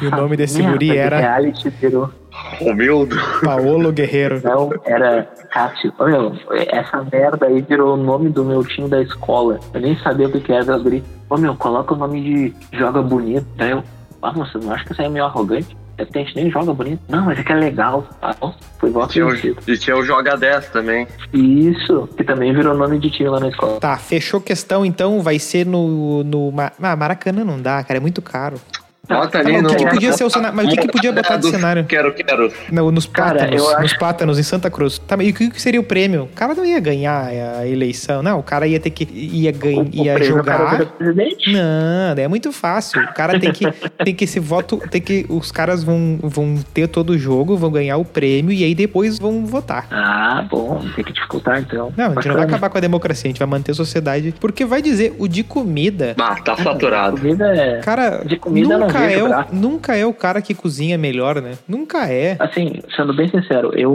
Speaker 1: E o nome desse
Speaker 2: Merda
Speaker 1: guri
Speaker 2: de
Speaker 1: era?
Speaker 2: Reality virou.
Speaker 4: Romildo.
Speaker 1: Paolo Guerreiro.
Speaker 2: Não, era Cássio. Ô, Meu, essa merda aí virou o nome do meu time da escola. Eu nem sabia o que, que era, eu abri. Ô meu, coloca o nome de Joga Bonito. Daí eu, ah, moça, não acho que isso aí é meio arrogante. É porque a gente nem joga bonito. Não, mas é que é legal. Ah, bom, foi voto
Speaker 4: Tinha o-
Speaker 2: vencido.
Speaker 4: E tinha o Joga 10 também.
Speaker 2: Isso, que também virou nome de time lá na escola.
Speaker 1: Tá, fechou questão, então vai ser no. no Ma- ah, Maracanã não dá, cara, é muito caro.
Speaker 4: Bota
Speaker 1: Tá
Speaker 4: ali
Speaker 1: bom, o
Speaker 4: no.
Speaker 1: que, que podia ser o cenário? Mas o que, que podia botar de
Speaker 4: Dos
Speaker 1: cenário?
Speaker 4: Quero, quero.
Speaker 1: Não, nos
Speaker 2: Cara,
Speaker 1: pátanos,
Speaker 2: eu acho-
Speaker 1: nos pátanos, em Santa Cruz. Tá, e o que que seria o prêmio? O cara não ia ganhar a eleição, não. O cara ia ter que. ia,
Speaker 2: O-
Speaker 1: ganhar,
Speaker 2: o
Speaker 1: ia
Speaker 2: prêmio cara
Speaker 1: jogar.
Speaker 2: vira presidente.
Speaker 1: Não, é muito fácil. O cara tem que tem que esse voto, tem que os caras vão, vão ter todo o jogo, vão ganhar o prêmio e aí depois vão votar.
Speaker 2: Ah, bom, tem que dificultar então.
Speaker 1: Não, a gente não vai
Speaker 2: Bacana.
Speaker 1: acabar com a democracia, a gente vai manter a sociedade, porque vai dizer o de comida.
Speaker 4: Ah, tá saturado.
Speaker 2: Comida é.
Speaker 1: Cara,
Speaker 2: De comida eu não
Speaker 1: nunca
Speaker 2: vejo
Speaker 1: é o,
Speaker 2: graça.
Speaker 1: nunca é o cara que cozinha melhor, né? Nunca é.
Speaker 2: Assim, sendo bem sincero, eu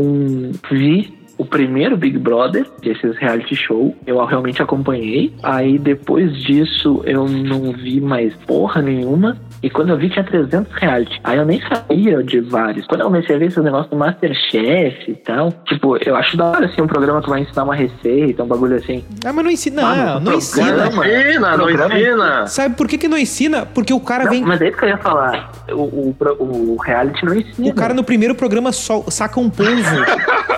Speaker 2: vi o primeiro Big Brother, desses reality show, eu realmente acompanhei. Aí depois disso eu não vi mais porra nenhuma. E quando eu vi tinha 300 reality. Aí eu nem sabia de vários. Quando eu comecei a ver esses negócios do Masterchef e tal, tipo, eu acho da hora assim um programa que vai ensinar uma receita, um bagulho assim.
Speaker 1: Ah, mas não ensina.
Speaker 2: Ah,
Speaker 1: Não,
Speaker 2: mas
Speaker 1: não
Speaker 2: o
Speaker 1: ensina.
Speaker 2: programa-
Speaker 4: Ensina, não
Speaker 2: Programa-
Speaker 4: ensina.
Speaker 1: Sabe por que, que não ensina? Porque o cara
Speaker 2: Não,
Speaker 1: vem.
Speaker 2: mas é isso que eu ia falar. O, o, pro- o reality não ensina.
Speaker 1: O cara no primeiro programa sol- saca um polvo.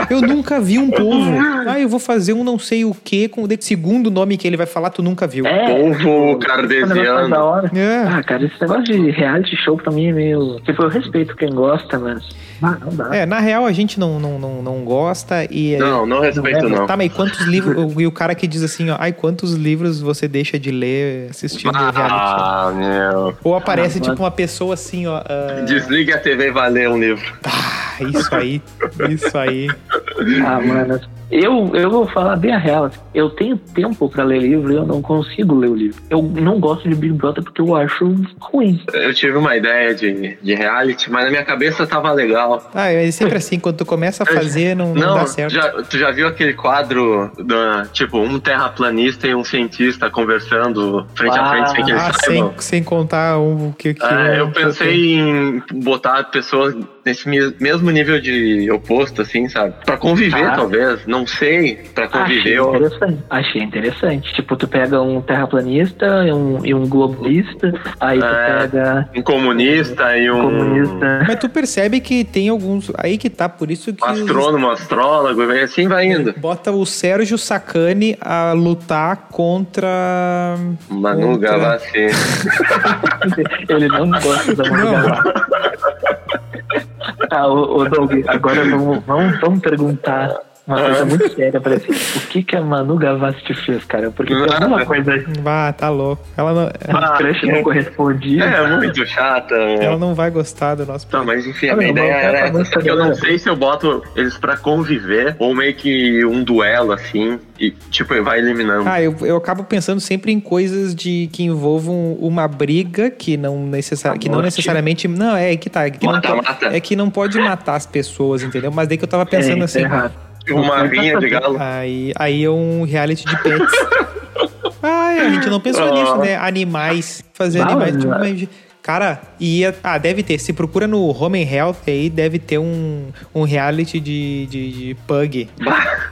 Speaker 1: Eu nunca vi um polvo. Ah, eu vou fazer um não sei o que com o segundo nome que ele vai falar, tu nunca viu.
Speaker 2: É,
Speaker 4: Povo
Speaker 2: Esse negócio tá da
Speaker 4: cardesiano.
Speaker 2: hora.
Speaker 1: É.
Speaker 2: Ah, cara, esse negócio de reality show pra mim é meio. Tipo, eu respeito quem gosta, mas. Ah, não dá.
Speaker 1: É, na real a gente não, não, não, não gosta e. é-
Speaker 4: Não, não respeito não.
Speaker 1: Tá, mas quantos livros. E o cara que diz assim, ó, ai, quantos livros você deixa de ler assistindo reality?
Speaker 4: Ah, meu.
Speaker 1: Ou aparece,
Speaker 2: Ah,
Speaker 1: tipo,
Speaker 2: mas-
Speaker 1: uma pessoa assim, ó. ah,
Speaker 4: Desliga a TV e vai ler um livro.
Speaker 1: tá, isso aí, isso aí.
Speaker 2: Ah, mano. Eu, eu vou falar bem a real. assim, Eu tenho tempo pra ler livro e eu não consigo ler o livro. Eu não gosto de Big Brother porque eu acho ruim.
Speaker 4: Eu tive uma ideia de, de reality, mas na minha cabeça tava legal.
Speaker 1: Ah, é sempre assim, quando tu começa a fazer, não, não
Speaker 4: É, Não,
Speaker 1: dá certo.
Speaker 4: já- tu já viu aquele quadro, da, tipo, um terraplanista e um cientista conversando frente a
Speaker 2: Ah,
Speaker 4: frente sem que eles
Speaker 1: Ah,
Speaker 4: saibam?
Speaker 1: sem, sem contar um o que. que
Speaker 4: É, eu
Speaker 1: o-
Speaker 4: pensei em botar pessoas nesse mes- mesmo nível de oposto, assim, sabe? Pra conviver,
Speaker 2: Ah.
Speaker 4: talvez. Não sei, pra conviver.
Speaker 2: Achei
Speaker 4: ou-
Speaker 2: interessante. Achei interessante. Tipo, tu pega um terraplanista e um, e um globalista, aí tu
Speaker 4: É.
Speaker 2: pega
Speaker 4: Um comunista e
Speaker 2: um
Speaker 4: um
Speaker 2: comunista.
Speaker 1: Mas tu percebe que tem alguns. Aí que tá, por isso que. os-
Speaker 4: astrônomo, astrólogo, e assim vai indo.
Speaker 1: Bota o Sérgio Sacani a lutar contra.
Speaker 4: Manu
Speaker 1: Contra.
Speaker 4: Gavassi.
Speaker 2: Ele não gosta da Manu Gavassi. Ah, ô, ô Doug, agora vamos, vamos, vamos perguntar Uma coisa muito séria, parece. O que que a Manu Gavassi te fez, cara? Porque tem alguma coisa aí.
Speaker 1: Bah, tá louco. Ela não,
Speaker 2: Ah, crush não correspondido.
Speaker 4: É muito chata. né?
Speaker 1: ela não vai gostar do nosso
Speaker 4: Tá, mas enfim, a
Speaker 2: É um Olha, eu
Speaker 4: minha
Speaker 2: vou
Speaker 4: ideia
Speaker 2: colocar
Speaker 4: era
Speaker 2: uma
Speaker 4: essa.
Speaker 2: música
Speaker 4: que Eu
Speaker 2: agora.
Speaker 4: não sei se eu boto eles pra conviver ou meio que um duelo, assim, e tipo, vai eliminando.
Speaker 1: Ah, eu, eu acabo pensando sempre em coisas de que envolvam uma briga que não, necessari
Speaker 2: A
Speaker 1: que não
Speaker 2: morte.
Speaker 1: necessariamente. Não, é que tá. É que, não,
Speaker 4: Mata, mata.
Speaker 1: é que não pode matar as pessoas, entendeu? Mas daí que eu tava pensando
Speaker 2: É, isso é
Speaker 1: assim.
Speaker 2: errado.
Speaker 4: Uma rinha de galo.
Speaker 1: Aí, aí é um reality de pets. Ai, a gente não pensou
Speaker 4: Ah.
Speaker 1: nisso, né? Animais. Fazer
Speaker 2: Não,
Speaker 1: animais.
Speaker 2: mas-
Speaker 1: tipo, mas- cara, ia. Ah, deve ter. Se procura no Home and Health aí, deve ter um, um reality de, de, de pug.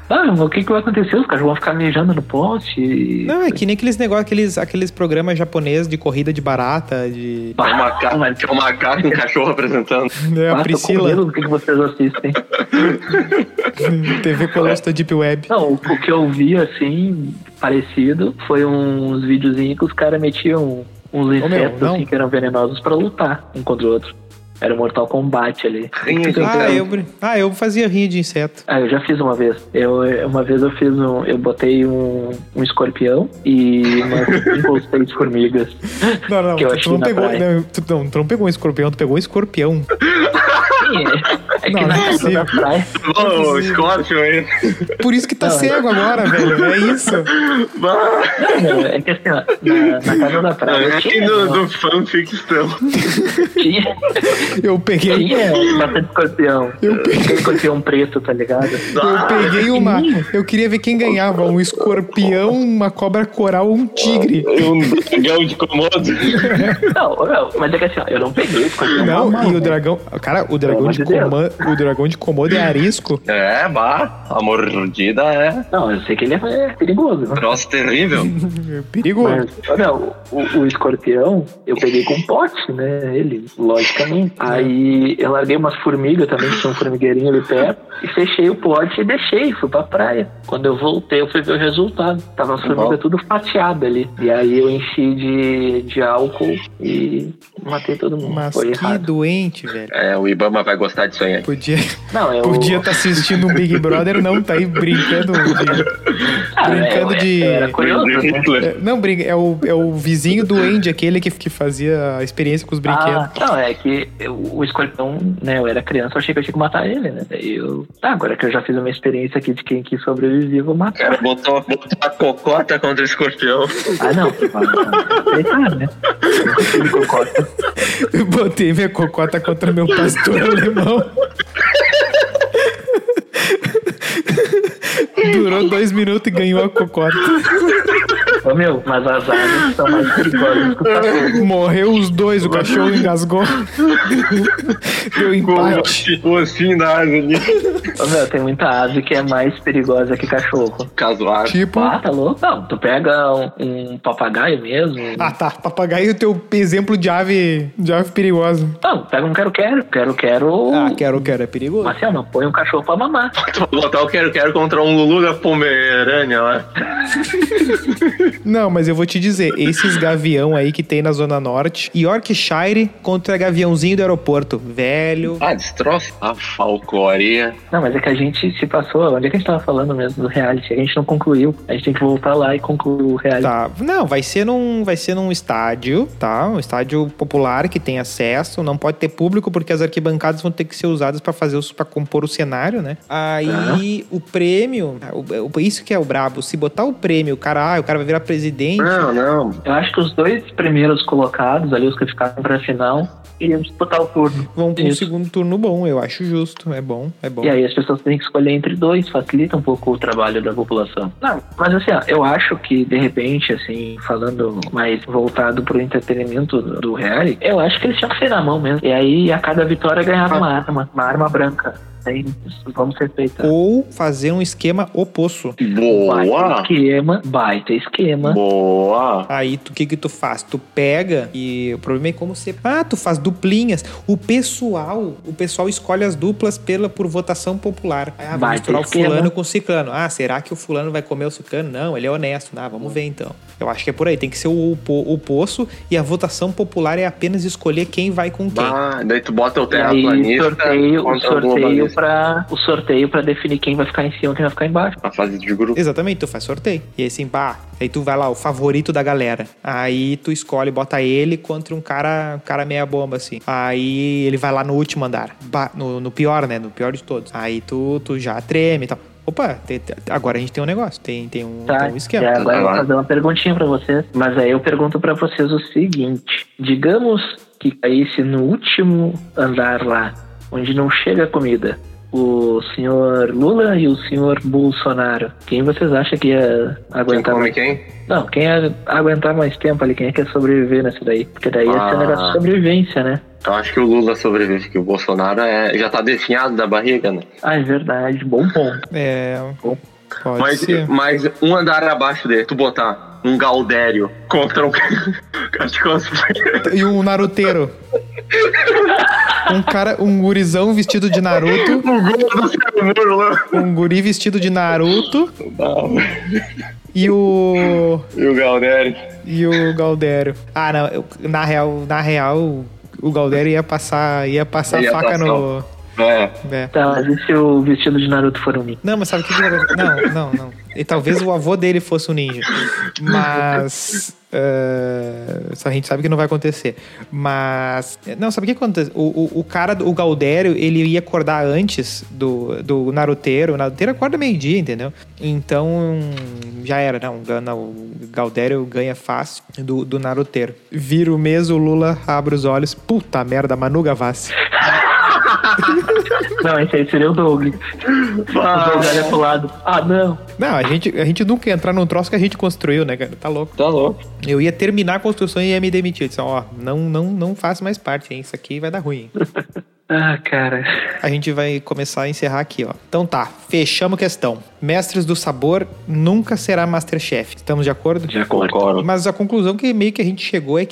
Speaker 2: Ah, mas o que que vai acontecer? Os caras vão ficar mijando no poste e...
Speaker 1: Não, é que nem aqueles negócios, aqueles, aqueles programas japoneses de corrida de barata, de.
Speaker 4: É um macaco, é um macaco com um cachorro apresentando.
Speaker 1: Né, a
Speaker 2: Ah, tô com
Speaker 1: Priscila,
Speaker 2: medo do que que vocês assistem.
Speaker 1: TV Colégio da Deep Web.
Speaker 2: Não, o o que eu vi, assim, parecido, foi uns videozinhos que os caras metiam uns
Speaker 1: meu,
Speaker 2: insetos,
Speaker 1: não.
Speaker 2: assim, que eram venenosos pra lutar um contra o outro. Era o Mortal Kombat ali.
Speaker 4: Rinha de
Speaker 1: Ah
Speaker 4: galo.
Speaker 1: eu, ah, eu fazia rir de inseto.
Speaker 2: Ah, eu já fiz uma vez. Eu, eh, uma vez eu fiz um. Eu botei um, um escorpião e umas cinco ou seis formigas.
Speaker 1: Não, não,
Speaker 2: Que eu
Speaker 1: tu, tu
Speaker 2: achei
Speaker 1: não
Speaker 2: na
Speaker 1: pegou.
Speaker 2: praia.
Speaker 1: Não, tu, não, tu não pegou um escorpião, tu pegou um escorpião.
Speaker 2: Sim, é, é
Speaker 1: Não, não
Speaker 2: que
Speaker 1: é
Speaker 2: na casa
Speaker 1: possível.
Speaker 2: da praia.
Speaker 4: Ô, o Scorpion aí.
Speaker 1: Por isso que tá
Speaker 2: Não,
Speaker 1: cego agora, velho. É isso.
Speaker 2: Não, não, é que assim, ó, na, na casa da
Speaker 4: Ah,
Speaker 2: praia.
Speaker 4: Aqui
Speaker 2: Tinha,
Speaker 4: do, do fanfictão.
Speaker 2: tinha,
Speaker 1: Eu peguei.
Speaker 2: tinha bastante escorpião.
Speaker 1: Eu peguei.
Speaker 2: Aquele escorpião preto, tá ligado?
Speaker 1: Eu peguei uma. Eu queria ver quem ganhava: um escorpião, uma cobra coral ou um tigre.
Speaker 4: Um dragão de comodo.
Speaker 2: Não, não, mas é que assim, ó, eu não peguei escorpião.
Speaker 1: Não,
Speaker 2: normal,
Speaker 1: e o
Speaker 2: né?
Speaker 1: dragão. Cara, o dragão,
Speaker 2: Pelo
Speaker 1: de
Speaker 2: amor de
Speaker 1: comando, o dragão de Komodo é arisco.
Speaker 4: É, bah. A mordida é.
Speaker 2: Não, eu sei que ele é, é perigoso. né?
Speaker 4: Troço terrível.
Speaker 1: Perigoso.
Speaker 2: Mas, ó, não, o, o escorpião, eu peguei com pote, né? Ele, logicamente. Aí eu larguei umas formigas também, que tinha um formigueirinho ali perto, e fechei o pote e deixei, fui pra praia. Quando eu voltei, eu fui ver o resultado. Tava as
Speaker 1: Tá
Speaker 2: formigas tudo fatiada ali. E aí eu enchi de, de álcool e matei todo mundo.
Speaker 1: Mas
Speaker 2: Foi
Speaker 1: que
Speaker 2: errado.
Speaker 1: doente, velho.
Speaker 4: É, o Ibama vai gostar disso aí.
Speaker 1: Podia
Speaker 2: Não, eu.
Speaker 1: estar assistindo um Big Brother, não, tá aí brincando de,
Speaker 2: Ah,
Speaker 1: brincando
Speaker 2: é,
Speaker 1: de-
Speaker 2: Era curioso, né?
Speaker 1: É, não, briga, é o, é o vizinho do Andy, aquele que, que fazia a experiência com os brinquedos.
Speaker 2: Ah, não, é que eu- o escorpião, né, eu era criança, eu achei que eu tinha que matar ele, né? Daí eu. Tá, agora que eu já fiz uma experiência aqui de quem que sobreviver, eu vou
Speaker 4: O
Speaker 2: matar.
Speaker 4: cara botou, botou a cocota contra o escorpião.
Speaker 2: Ah, não. Aceitar, né? Ele concorda.
Speaker 1: Eu Botei minha cocota contra meu pastor alemão. Durou dois minutos e ganhou a cocota.
Speaker 2: Ô, meu, mas as aves são mais perigosas que o cachorro.
Speaker 1: Morreu os dois, o cachorro engasgou. Deu empate.
Speaker 4: O ossinho da asa ali.
Speaker 2: Ô, meu, tem muita ave que é mais perigosa que cachorro.
Speaker 4: Casual.
Speaker 1: Tipo.
Speaker 2: Ah, tá louco? Não, tu pega um, um papagaio mesmo.
Speaker 1: Ah tá, papagaio é o teu exemplo de ave, de ave perigosa.
Speaker 2: Não, pega um quero-quero. Quero-quero.
Speaker 1: Ah, quero, quero, é perigoso.
Speaker 2: Mas assim, ó, não põe um cachorro pra mamar.
Speaker 4: Vou botar o Quero Quero contra um Lulu da Pomerânia lá.
Speaker 1: Não, mas eu vou te dizer, esses gavião aí que tem na Zona Norte, Yorkshire contra gaviãozinho do aeroporto. Velho.
Speaker 4: Ah, destroça a falcoria.
Speaker 2: Não, mas é que a gente se passou. Onde é que a gente tava falando mesmo do reality? A gente não concluiu. A gente tem que voltar lá e concluir o reality.
Speaker 1: Tá. Não, vai ser num, vai ser num estádio, tá? Um estádio popular que tem acesso, não pode ter público porque as arquibancadas vão ter que ser usadas pra fazer os para compor o cenário, né? Aí o prêmio, o- o- isso que é o brabo, se botar o prêmio, o cara, ah, o cara vai virar presidente.
Speaker 2: Ah,
Speaker 4: Não, não.
Speaker 2: Eu acho que os dois primeiros colocados ali, os que ficaram pra final, iriam disputar o turno.
Speaker 1: Vão pra um
Speaker 2: Isso.
Speaker 1: segundo turno bom, eu acho justo. É bom, é bom.
Speaker 2: E aí as pessoas têm que escolher entre dois, facilita um pouco o trabalho da população. Não, mas assim, ó, eu acho que de repente, assim, falando mais voltado pro entretenimento do do reality, eu acho que eles tinham que ser na mão mesmo. E aí a cada vitória ganhava uma arma, uma arma branca. Aí, vamos respeitar.
Speaker 1: Ou fazer um esquema oposto.
Speaker 2: Baita
Speaker 4: Boa!
Speaker 2: esquema, baita esquema.
Speaker 4: Boa!
Speaker 1: Aí tu- o que que tu faz? Tu pega e o problema é como você. Ah, tu faz duplinhas. O pessoal, o pessoal escolhe as duplas pela por votação popular. Ah, vamos
Speaker 2: Vai
Speaker 1: misturar o
Speaker 2: ter né? esquema.
Speaker 1: fulano com o ciclano. Ah, será que o fulano vai comer o ciclano? Não, ele é honesto. Ah, vamos ver então. Eu acho que é por aí. Tem que ser o, opo- o poço e a votação popular é apenas escolher quem vai com quem.
Speaker 4: Bah, daí tu bota o
Speaker 2: E aí,
Speaker 4: terraplanista
Speaker 2: sorteio,
Speaker 4: É, contra o
Speaker 2: sorteio pra o sorteio pra definir quem vai ficar em cima e quem vai ficar embaixo.
Speaker 4: A fase de grupo.
Speaker 1: Exatamente, tu faz sorteio. E aí assim, bah, aí tu vai lá, o favorito da galera. Aí tu escolhe, bota ele contra um cara, um cara meia bomba, assim. Aí ele vai lá no último andar. Bah, no, no pior, né? No pior de todos. Aí tu, tu já treme e tal. Opa, te- te- agora a gente tem um negócio, tem, tem, um,
Speaker 2: Tá,
Speaker 1: tem um esquema.
Speaker 2: e agora eu vou
Speaker 4: Agora.
Speaker 2: fazer uma perguntinha pra vocês. Mas aí eu pergunto pra vocês o seguinte: digamos que caísse no último andar lá, onde não chega comida, o senhor Lula e o senhor Bolsonaro, quem vocês acham que ia
Speaker 4: Quem
Speaker 2: aguentar
Speaker 4: come
Speaker 2: mais?
Speaker 4: quem?
Speaker 2: Não, quem ia aguentar mais tempo ali, quem é que ia sobreviver nessa daí? Porque daí ia ser um
Speaker 4: Ah.
Speaker 2: negócio de sobrevivência, né?
Speaker 4: Eu acho que o Lula sobrevive, que o Bolsonaro é, já tá definhado da barriga, né?
Speaker 2: Ah, é verdade, bom ponto.
Speaker 1: É, pode
Speaker 4: Mas,
Speaker 1: ser.
Speaker 4: mas um andar abaixo dele, tu botar um Galdério contra um. Acho que eu-
Speaker 1: E um naruteiro. um cara, um gurizão vestido de Naruto,
Speaker 4: o gol do Ceremuro lá.
Speaker 1: um guri vestido de Naruto e o
Speaker 4: E o Galdério.
Speaker 1: e o Galdério. Ah, não, eu- na real, na real, o Galdério ia passar, ia passar
Speaker 4: Ele
Speaker 1: a
Speaker 4: ia
Speaker 1: faca
Speaker 4: passar.
Speaker 1: no,
Speaker 4: É.
Speaker 1: né?
Speaker 2: Tá, mas e se o vestido de Naruto for um ninja?
Speaker 1: Não, mas sabe o que que eu- Não, não, não. E talvez o avô dele fosse um ninja. Mas. eh, isso a gente sabe que não vai acontecer. Mas. Não, sabe o que acontece? O, o, o cara, do- o Galdério, ele ia acordar antes do, do Naruteiro. O Naruteiro acorda meio-dia, entendeu? Então. Já era, não. Gana- O Galdério ganha fácil do, do Naruteiro. Vira o mês, o Lula abre os olhos. Puta merda, Manu Gavassi.
Speaker 2: Não, esse aí seria o Douglas. O Douglas olha pro lado. Ah, não.
Speaker 1: Não, a gente, a gente nunca ia entrar num troço que a gente construiu, né, cara? Tá louco.
Speaker 10: Tá louco.
Speaker 1: Eu ia terminar a construção e ia me demitir. Eu disse, ó, não, não, não faço mais parte, hein? Isso aqui vai dar ruim. hein?
Speaker 2: Ah, cara.
Speaker 1: A gente vai começar a encerrar aqui, ó. Então tá, fechamos questão. Mestres do Sabor nunca será Masterchef. Estamos de acordo?
Speaker 10: Já concordo.
Speaker 1: Mas a conclusão que meio que a gente chegou é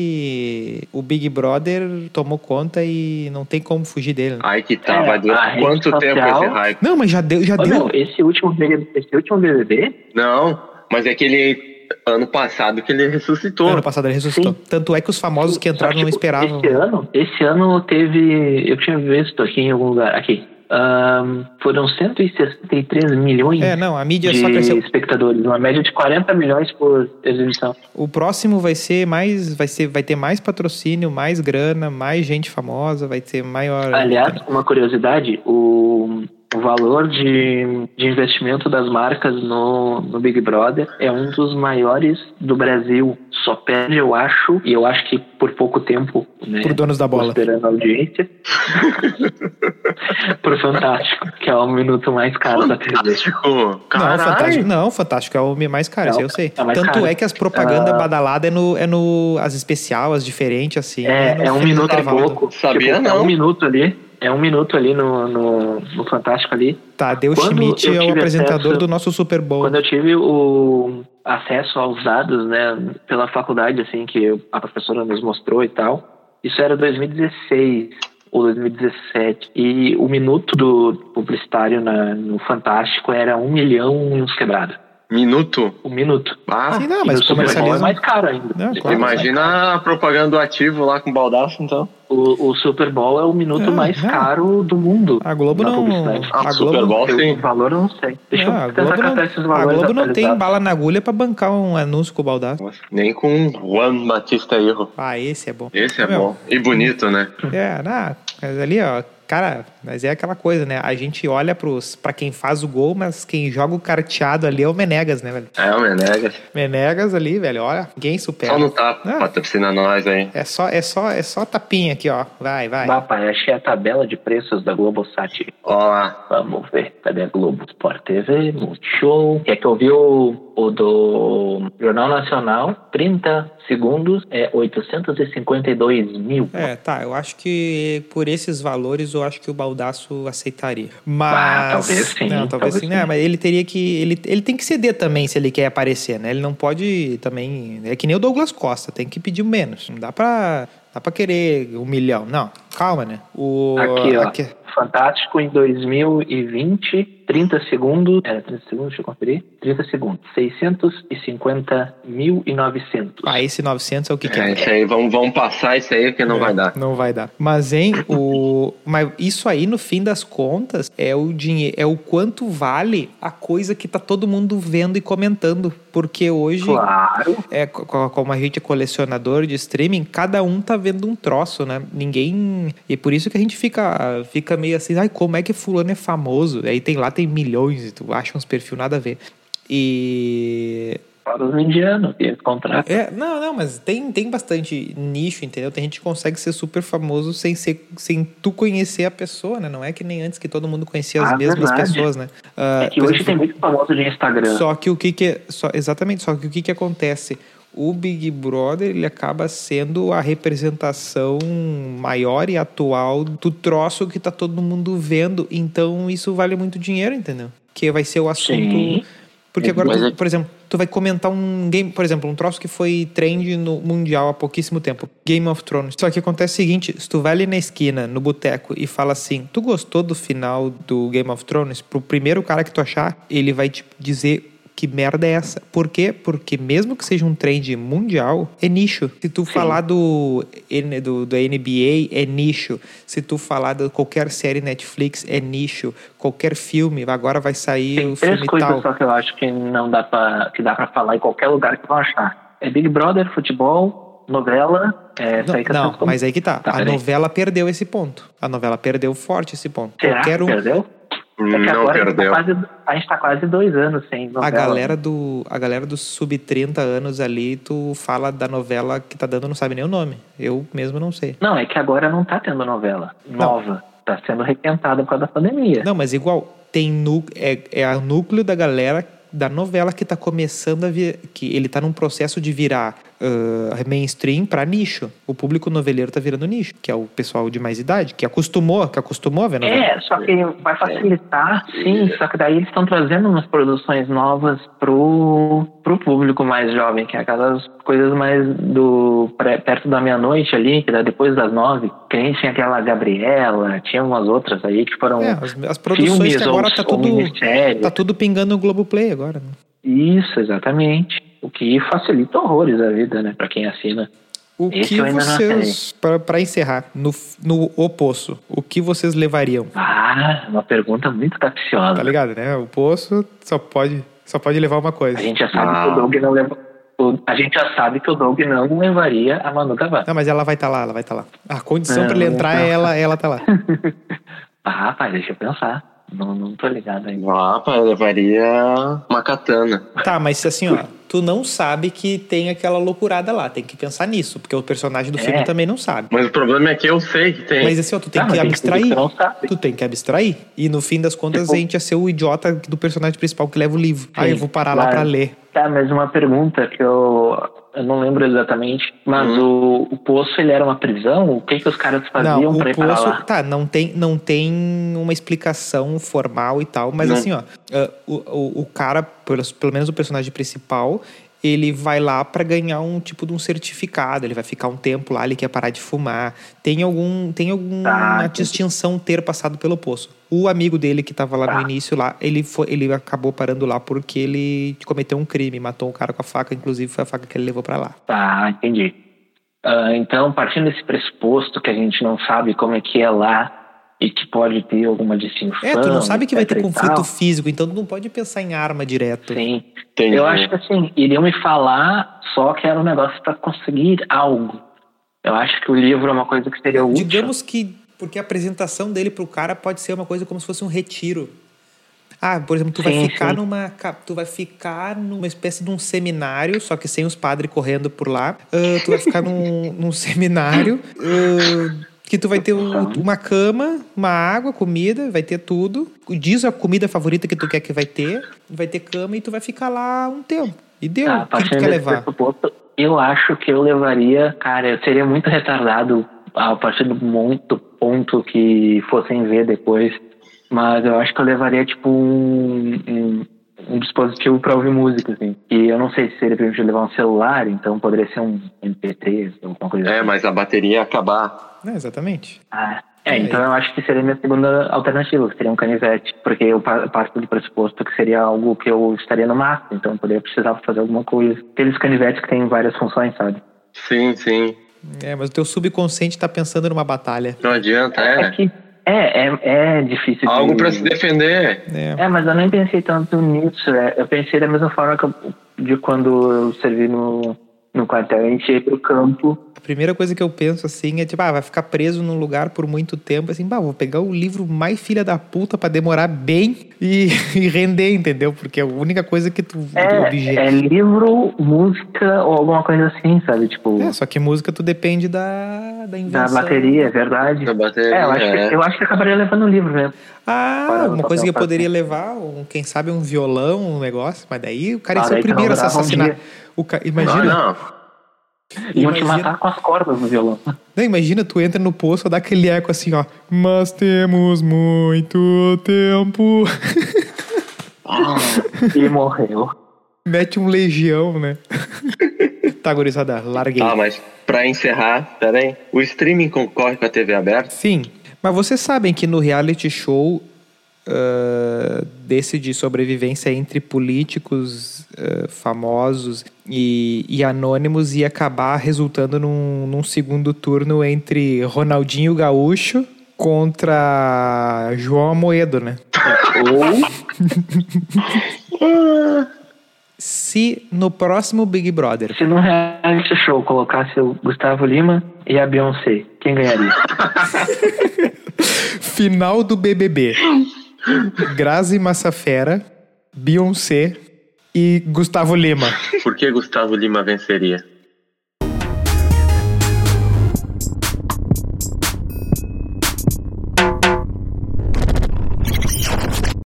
Speaker 1: que o Big Brother tomou conta e não tem como fugir dele. né?
Speaker 4: Aí que tá,
Speaker 2: É,
Speaker 4: vai
Speaker 2: a
Speaker 4: durar
Speaker 2: rede
Speaker 4: quanto
Speaker 2: social-
Speaker 4: tempo esse hype?
Speaker 1: Não, mas já deu, já
Speaker 2: Ô,
Speaker 1: deu.
Speaker 2: meu, esse último, BBB esse último BBB?
Speaker 4: Não, mas é que ele. Ano passado que ele ressuscitou.
Speaker 1: Ano passado ele ressuscitou. Tanto é que os famosos que entraram
Speaker 2: só,
Speaker 1: não
Speaker 2: tipo,
Speaker 1: esperavam.
Speaker 2: Esse ano, esse ano teve. Eu tinha visto aqui em algum lugar. Aqui. Ahn, foram 163 milhões
Speaker 1: É, não, a mídia só
Speaker 2: de
Speaker 1: cresceu.
Speaker 2: espectadores. Uma média de 40 milhões por exibição.
Speaker 1: O próximo vai ser mais, vai ser, vai ter mais patrocínio, mais grana, mais gente famosa, vai ter maior.
Speaker 2: Aliás, uma curiosidade, o, o valor de, de investimento das marcas no, no Big Brother é um dos maiores do Brasil. Só perde, eu acho, e eu acho que por pouco tempo, né?
Speaker 1: Por donos da bola.
Speaker 2: Considerando a audiência. por Fantástico, que é o minuto mais caro da TV.
Speaker 4: Fantástico.
Speaker 1: Não,
Speaker 4: Caralho.
Speaker 1: fantástico. Não, fantástico é o mais caro,
Speaker 2: Não,
Speaker 1: isso eu sei.
Speaker 2: é o mais
Speaker 1: Tanto
Speaker 2: caro. Ah.
Speaker 1: é que as propagandas badaladas é no, é no. As especial, as diferentes, assim. no
Speaker 2: É, é um
Speaker 1: fundo
Speaker 2: minuto e
Speaker 1: intervalo.
Speaker 2: pouco.
Speaker 4: Sabia
Speaker 2: Tipo, É
Speaker 4: não.
Speaker 2: um minuto ali. É um minuto ali no, no, no Fantástico ali.
Speaker 1: Tá, Deu
Speaker 2: Quando
Speaker 1: Schmidt
Speaker 2: eu
Speaker 1: é o
Speaker 2: tive
Speaker 1: apresentador
Speaker 2: acesso-
Speaker 1: do nosso Super Bowl.
Speaker 2: Quando eu tive o acesso aos dados, né, pela faculdade, assim, que a professora nos mostrou e tal, isso era 2016 ou 2017. E o minuto do publicitário na- no Fantástico era um milhão e uns quebrados.
Speaker 4: Minuto.
Speaker 2: Um minuto.
Speaker 4: Ah,
Speaker 1: Sim, não,
Speaker 2: E
Speaker 1: mas
Speaker 2: no Super Bowl é
Speaker 1: comercializa.
Speaker 2: mais caro ainda.
Speaker 1: Não, claro.
Speaker 4: imagina a propaganda do ativo lá com o baldaço, então.
Speaker 2: O, o Super Bowl é o minuto
Speaker 1: É,
Speaker 2: mais
Speaker 1: é.
Speaker 2: caro do mundo.
Speaker 1: A Globo
Speaker 2: na
Speaker 1: não.
Speaker 2: publicidade.
Speaker 4: Ah,
Speaker 1: A
Speaker 4: Super
Speaker 1: Globo.
Speaker 4: Bowl,
Speaker 2: Eu, o
Speaker 4: sim.
Speaker 2: valor eu não sei. Deixa
Speaker 1: não, É, a
Speaker 2: eu tentar
Speaker 1: Globo não,
Speaker 2: catar esses
Speaker 1: a
Speaker 2: valores.
Speaker 1: Globo não tem
Speaker 2: atualizados.
Speaker 1: bala na agulha pra bancar um anúncio com o Baldassi.
Speaker 4: Nossa, nem com um Juan Batista Erro.
Speaker 1: Ah, esse é bom.
Speaker 4: Esse é
Speaker 1: Meu,
Speaker 4: bom. E bonito, né?
Speaker 1: É, na, mas ali, ó, cara, mas é aquela coisa, né? A gente olha pros, pra quem faz o gol, mas quem joga o carteado ali é o Menegas, né, velho?
Speaker 4: É o Menegas.
Speaker 1: Menegas ali, velho, olha, ninguém
Speaker 4: Só
Speaker 1: supera.
Speaker 4: não tá
Speaker 1: Ah.
Speaker 4: patrocina nós aí.
Speaker 1: É só, é só, é só tapinha aqui, ó. Vai, vai.
Speaker 2: Bah, pai, achei é a tabela de preços da Globosat.
Speaker 4: Ó lá.
Speaker 2: Vamos ver. Cadê a Globo? Sport TV, Multishow. Quer que eu vi o, o do Jornal Nacional? 30 segundos é 852 mil.
Speaker 1: É, tá, eu acho que por esses valores eu acho que o Baldaço aceitaria. Mas.
Speaker 2: Ah, talvez sim,
Speaker 1: Não, talvez,
Speaker 2: talvez
Speaker 1: sim.
Speaker 2: sim.
Speaker 1: Né? Mas ele teria que. Ele, ele tem que ceder também se ele quer aparecer, né? Ele não pode também. É que nem o Douglas Costa, tem que pedir menos. Não dá pra. Dá pra querer um milhão. Não, calma, né? O,
Speaker 2: Aqui, ó.
Speaker 1: aqui-
Speaker 2: Fantástico em 2020, 30 segundos. Era 30 segundos, deixa eu conferir. 30 segundos. 650.900.
Speaker 1: Ah, esse 900 é o que quer.
Speaker 4: É, isso aí, vamos, vamos passar isso aí que não vai dar.
Speaker 1: Não vai dar. Mas, hein, o... Mas isso aí, no fim das contas, é o dinheiro, é o quanto vale a coisa que tá todo mundo vendo e comentando. Porque hoje,
Speaker 2: Claro.
Speaker 1: é, co- co- como a gente é colecionador de streaming, cada um tá vendo um troço, né? Ninguém. E por isso que a gente fica, fica meio assim, ai, como é que fulano é famoso? Aí tem lá, tem milhões, e tu acha uns perfil nada a ver. E
Speaker 2: Fora os indianos, que contrato.
Speaker 1: é, não, não, mas tem, tem bastante nicho, entendeu? Tem gente que consegue ser super famoso sem, ser, sem tu conhecer a pessoa, né? Não é que nem antes que todo mundo conhecia as
Speaker 2: Ah,
Speaker 1: mesmas
Speaker 2: verdade.
Speaker 1: pessoas, né? Ah,
Speaker 2: É que
Speaker 1: por
Speaker 2: hoje
Speaker 1: exemplo,
Speaker 2: tem muito famoso de Instagram.
Speaker 1: Só que o que que... Só, exatamente, só que o que que acontece? O Big Brother, ele acaba sendo a representação maior e atual do troço que tá todo mundo vendo. Então, isso vale muito dinheiro, entendeu? Que vai ser o assunto...
Speaker 2: Sim.
Speaker 1: Porque agora,
Speaker 4: Mas
Speaker 1: tu-
Speaker 4: é-
Speaker 1: por exemplo, tu vai comentar um game, por exemplo, um troço que foi trend no mundial há pouquíssimo tempo, Game of Thrones. Só que acontece o seguinte, se tu vai ali na esquina, no boteco e fala assim: "Tu gostou do final do Game of Thrones?" Pro primeiro cara que tu achar, ele vai te dizer que merda é essa? Por quê? Porque mesmo que seja um trend mundial, é nicho. Se tu falar do, N- do, do NBA, é nicho. Se tu falar de qualquer série Netflix, é nicho. Qualquer filme, agora vai sair
Speaker 2: Tem
Speaker 1: o
Speaker 2: três
Speaker 1: filme
Speaker 2: coisas
Speaker 1: tal.
Speaker 2: só que eu acho que não dá pra, que dá pra falar em qualquer lugar que vão achar. É Big Brother, futebol, novela, é
Speaker 1: Não,
Speaker 2: sair com
Speaker 1: não,
Speaker 2: essas coisas.
Speaker 1: mas aí que tá.
Speaker 2: Tá,
Speaker 1: a
Speaker 2: peraí.
Speaker 1: novela perdeu esse ponto. A novela perdeu forte esse ponto.
Speaker 2: Será
Speaker 1: Qualquer
Speaker 2: que
Speaker 1: um.
Speaker 2: perdeu? É que
Speaker 4: Não
Speaker 2: agora
Speaker 4: perdeu.
Speaker 2: A gente, tá quase, a gente tá quase dois anos sem novela.
Speaker 1: A galera, do, a galera dos sub-30 anos ali, tu fala da novela que tá dando, não sabe nem o nome. Eu mesmo não sei.
Speaker 2: Não, é que agora não tá tendo novela nova. Tá sendo requentada por causa da pandemia.
Speaker 1: Não, mas igual, tem nu, é, é o núcleo da galera da novela que tá começando a vir, que ele tá num processo de virar ah, mainstream pra nicho. O público noveleiro tá virando nicho, que é o pessoal de mais idade, que acostumou, que acostumou a ver novela.
Speaker 2: É, só que vai facilitar, sim, só que daí eles estão trazendo umas produções novas pro, pro público mais jovem, que é aquelas coisas mais do pré- perto da meia-noite ali, que dá depois das nove, que nem tinha aquela Gabriela, tinha umas outras aí que foram
Speaker 1: É, as, as produções
Speaker 2: filmes
Speaker 1: que agora
Speaker 2: ou,
Speaker 1: tá
Speaker 2: ou
Speaker 1: tudo.
Speaker 2: minisséries.
Speaker 1: Tá tudo pingando no Globoplay agora, né?
Speaker 2: Isso, exatamente. O que facilita horrores a vida, né, pra quem assina.
Speaker 1: O
Speaker 2: Esse
Speaker 1: que
Speaker 2: eu ainda não
Speaker 1: vocês, pra pra encerrar, no, no O Poço, o que vocês levariam?
Speaker 2: Ah, uma pergunta muito capciosa.
Speaker 1: Tá ligado, né? O Poço só pode, só pode levar uma coisa.
Speaker 2: A gente já sabe que
Speaker 4: Ah.
Speaker 2: o Doug não leva. o- A gente já sabe que o Doug não levaria a Manu Gavassi.
Speaker 1: Não, mas ela vai estar lá, ela vai estar lá. A condição
Speaker 2: É,
Speaker 1: pra ele
Speaker 2: ela
Speaker 1: entrar
Speaker 2: tá.
Speaker 1: é ela, ela tá lá.
Speaker 2: Ah, rapaz, deixa eu pensar. Não, não tô ligado ainda.
Speaker 4: Ah, pá, eu levaria uma katana.
Speaker 1: tá, mas assim, ó, tu não sabe que tem aquela loucurada lá, tem que pensar nisso, porque o personagem do
Speaker 2: É.
Speaker 1: filme também não sabe.
Speaker 4: Mas o problema é que eu sei que tem.
Speaker 1: Mas assim, ó, tu tem
Speaker 2: Ah,
Speaker 1: que
Speaker 2: mas
Speaker 1: abstrair.
Speaker 2: tu não sabe.
Speaker 1: Tu tem que abstrair. E no fim das contas,
Speaker 2: Tipo-
Speaker 1: a gente ia ser o idiota do personagem principal que leva o livro. Aí eu vou parar lá
Speaker 2: claro.
Speaker 1: pra ler.
Speaker 2: Tá, mas uma pergunta que eu, eu não lembro exatamente. Mas o, o Poço, ele era uma prisão? O que que os caras faziam
Speaker 1: Uhum. Não, o
Speaker 2: pra ir pra lá?
Speaker 1: poço, tá, não tem, não tem uma explicação formal e tal, mas
Speaker 4: Não.
Speaker 1: assim, ó, ah, o, o, o cara, pelo, pelo menos o personagem principal, ele vai lá pra ganhar um tipo de um certificado, ele vai ficar um tempo lá, ele quer parar de fumar. Tem algum, tem alguma
Speaker 2: Tá, entendi.
Speaker 1: distinção ter passado pelo poço. O amigo dele que tava lá no
Speaker 2: Tá.
Speaker 1: início lá, ele foi, ele acabou parando lá porque ele cometeu um crime, matou um cara com a faca, inclusive foi a faca que ele levou pra lá.
Speaker 2: Tá, entendi. Ah, então, partindo desse pressuposto que a gente não sabe como é que é lá e que pode ter alguma distinção.
Speaker 1: É, tu não sabe que vai ter
Speaker 2: etc e
Speaker 1: conflito
Speaker 2: tal.
Speaker 1: físico, então tu não pode pensar em arma direto.
Speaker 2: Sim.
Speaker 4: Entendi.
Speaker 2: Eu acho que assim, iriam me falar só que era um negócio pra conseguir algo. Eu acho que o livro é uma coisa que seria útil.
Speaker 1: Digamos que. Porque a apresentação dele pro cara pode ser uma coisa como se fosse um retiro. Ah, por exemplo, tu vai
Speaker 2: Sim,
Speaker 1: ficar
Speaker 2: sim.
Speaker 1: numa. ca- Tu vai ficar numa espécie de um seminário, só que sem os padres correndo por lá. Ah, tu vai ficar num, num seminário. ah, que tu vai ter um- uma cama, uma água, comida, vai ter tudo. Diz a comida favorita que tu quer que vai ter. Vai ter cama e tu vai ficar lá um tempo. E deu. o que,
Speaker 2: Tá,
Speaker 1: que tu
Speaker 2: partindo
Speaker 1: quer
Speaker 2: desse
Speaker 1: levar?
Speaker 2: pressuposto, eu acho que eu levaria, cara, eu seria muito retardado a partir do muito ponto que fossem ver depois. Mas eu acho que eu levaria tipo um, um, um dispositivo pra ouvir música, assim. E eu não sei se seria permitido levar um celular, então poderia ser um MP3, alguma coisa
Speaker 4: É,
Speaker 2: assim.
Speaker 4: mas a bateria ia acabar.
Speaker 1: Não, É, exatamente.
Speaker 2: Ah, é, então eu acho que seria a minha segunda alternativa, que seria um canivete, porque eu pa- parto do pressuposto que seria algo que eu estaria no mato, então eu poderia precisar fazer alguma coisa. Aqueles canivetes que têm várias funções, sabe?
Speaker 4: Sim, sim.
Speaker 1: É, mas o teu subconsciente tá pensando numa batalha.
Speaker 4: Não adianta, é.
Speaker 2: que é, é, é difícil
Speaker 4: Algo
Speaker 2: de...
Speaker 4: pra se defender.
Speaker 1: É.
Speaker 2: É, mas eu nem pensei tanto nisso. É. Eu pensei da mesma forma que eu- de quando eu servi no, no quartel. A gente ia pro campo.
Speaker 1: A primeira coisa que eu penso assim é tipo, ah, vai ficar preso num lugar por muito tempo, assim, bah, vou pegar o livro mais filha da puta pra demorar bem e, e render, entendeu? Porque é a única coisa que tu
Speaker 2: É,
Speaker 1: obje-
Speaker 2: é livro, música ou alguma coisa assim, sabe? Tipo,
Speaker 1: É, só que música tu depende da, da
Speaker 2: da
Speaker 1: invenção.
Speaker 2: bateria, é verdade.
Speaker 4: Da bateria,
Speaker 2: é, eu acho,
Speaker 4: é.
Speaker 2: Que, eu acho que acabaria levando o livro mesmo.
Speaker 1: Ah,
Speaker 2: Para
Speaker 1: uma
Speaker 2: botar
Speaker 1: coisa que eu
Speaker 2: pra-
Speaker 1: poderia levar, um, quem sabe um violão, um negócio, mas daí o cara ia
Speaker 2: Ah,
Speaker 1: ser o
Speaker 2: daí tu não
Speaker 1: primeiro a ser
Speaker 2: durava um
Speaker 1: assassinado.
Speaker 2: dia.
Speaker 1: O ca-
Speaker 4: Não,
Speaker 1: Imagina,
Speaker 4: não.
Speaker 11: Iam te
Speaker 1: Imagina-
Speaker 11: matar com as cordas no violão.
Speaker 1: Não, imagina, tu entra no poço, dá aquele eco assim, ó. Mas temos muito tempo.
Speaker 2: E morreu.
Speaker 1: Mete um legião, né? tá, gurizada, larguei.
Speaker 4: Ah, mas pra encerrar, peraí. O streaming concorre com a TV aberta?
Speaker 1: Sim. Mas vocês sabem que no reality show ah, desse de sobrevivência entre políticos ah, famosos e, e anônimos ia acabar resultando num, num segundo turno entre Ronaldinho Gaúcho contra João Amoedo, né? Se no próximo Big Brother
Speaker 2: Se num reality show colocasse o Gustavo Lima e a Beyoncé, quem ganharia?
Speaker 1: Final do BBB. Grazi Massafera, Beyoncé e Gustavo Lima.
Speaker 4: Por que Gustavo Lima venceria?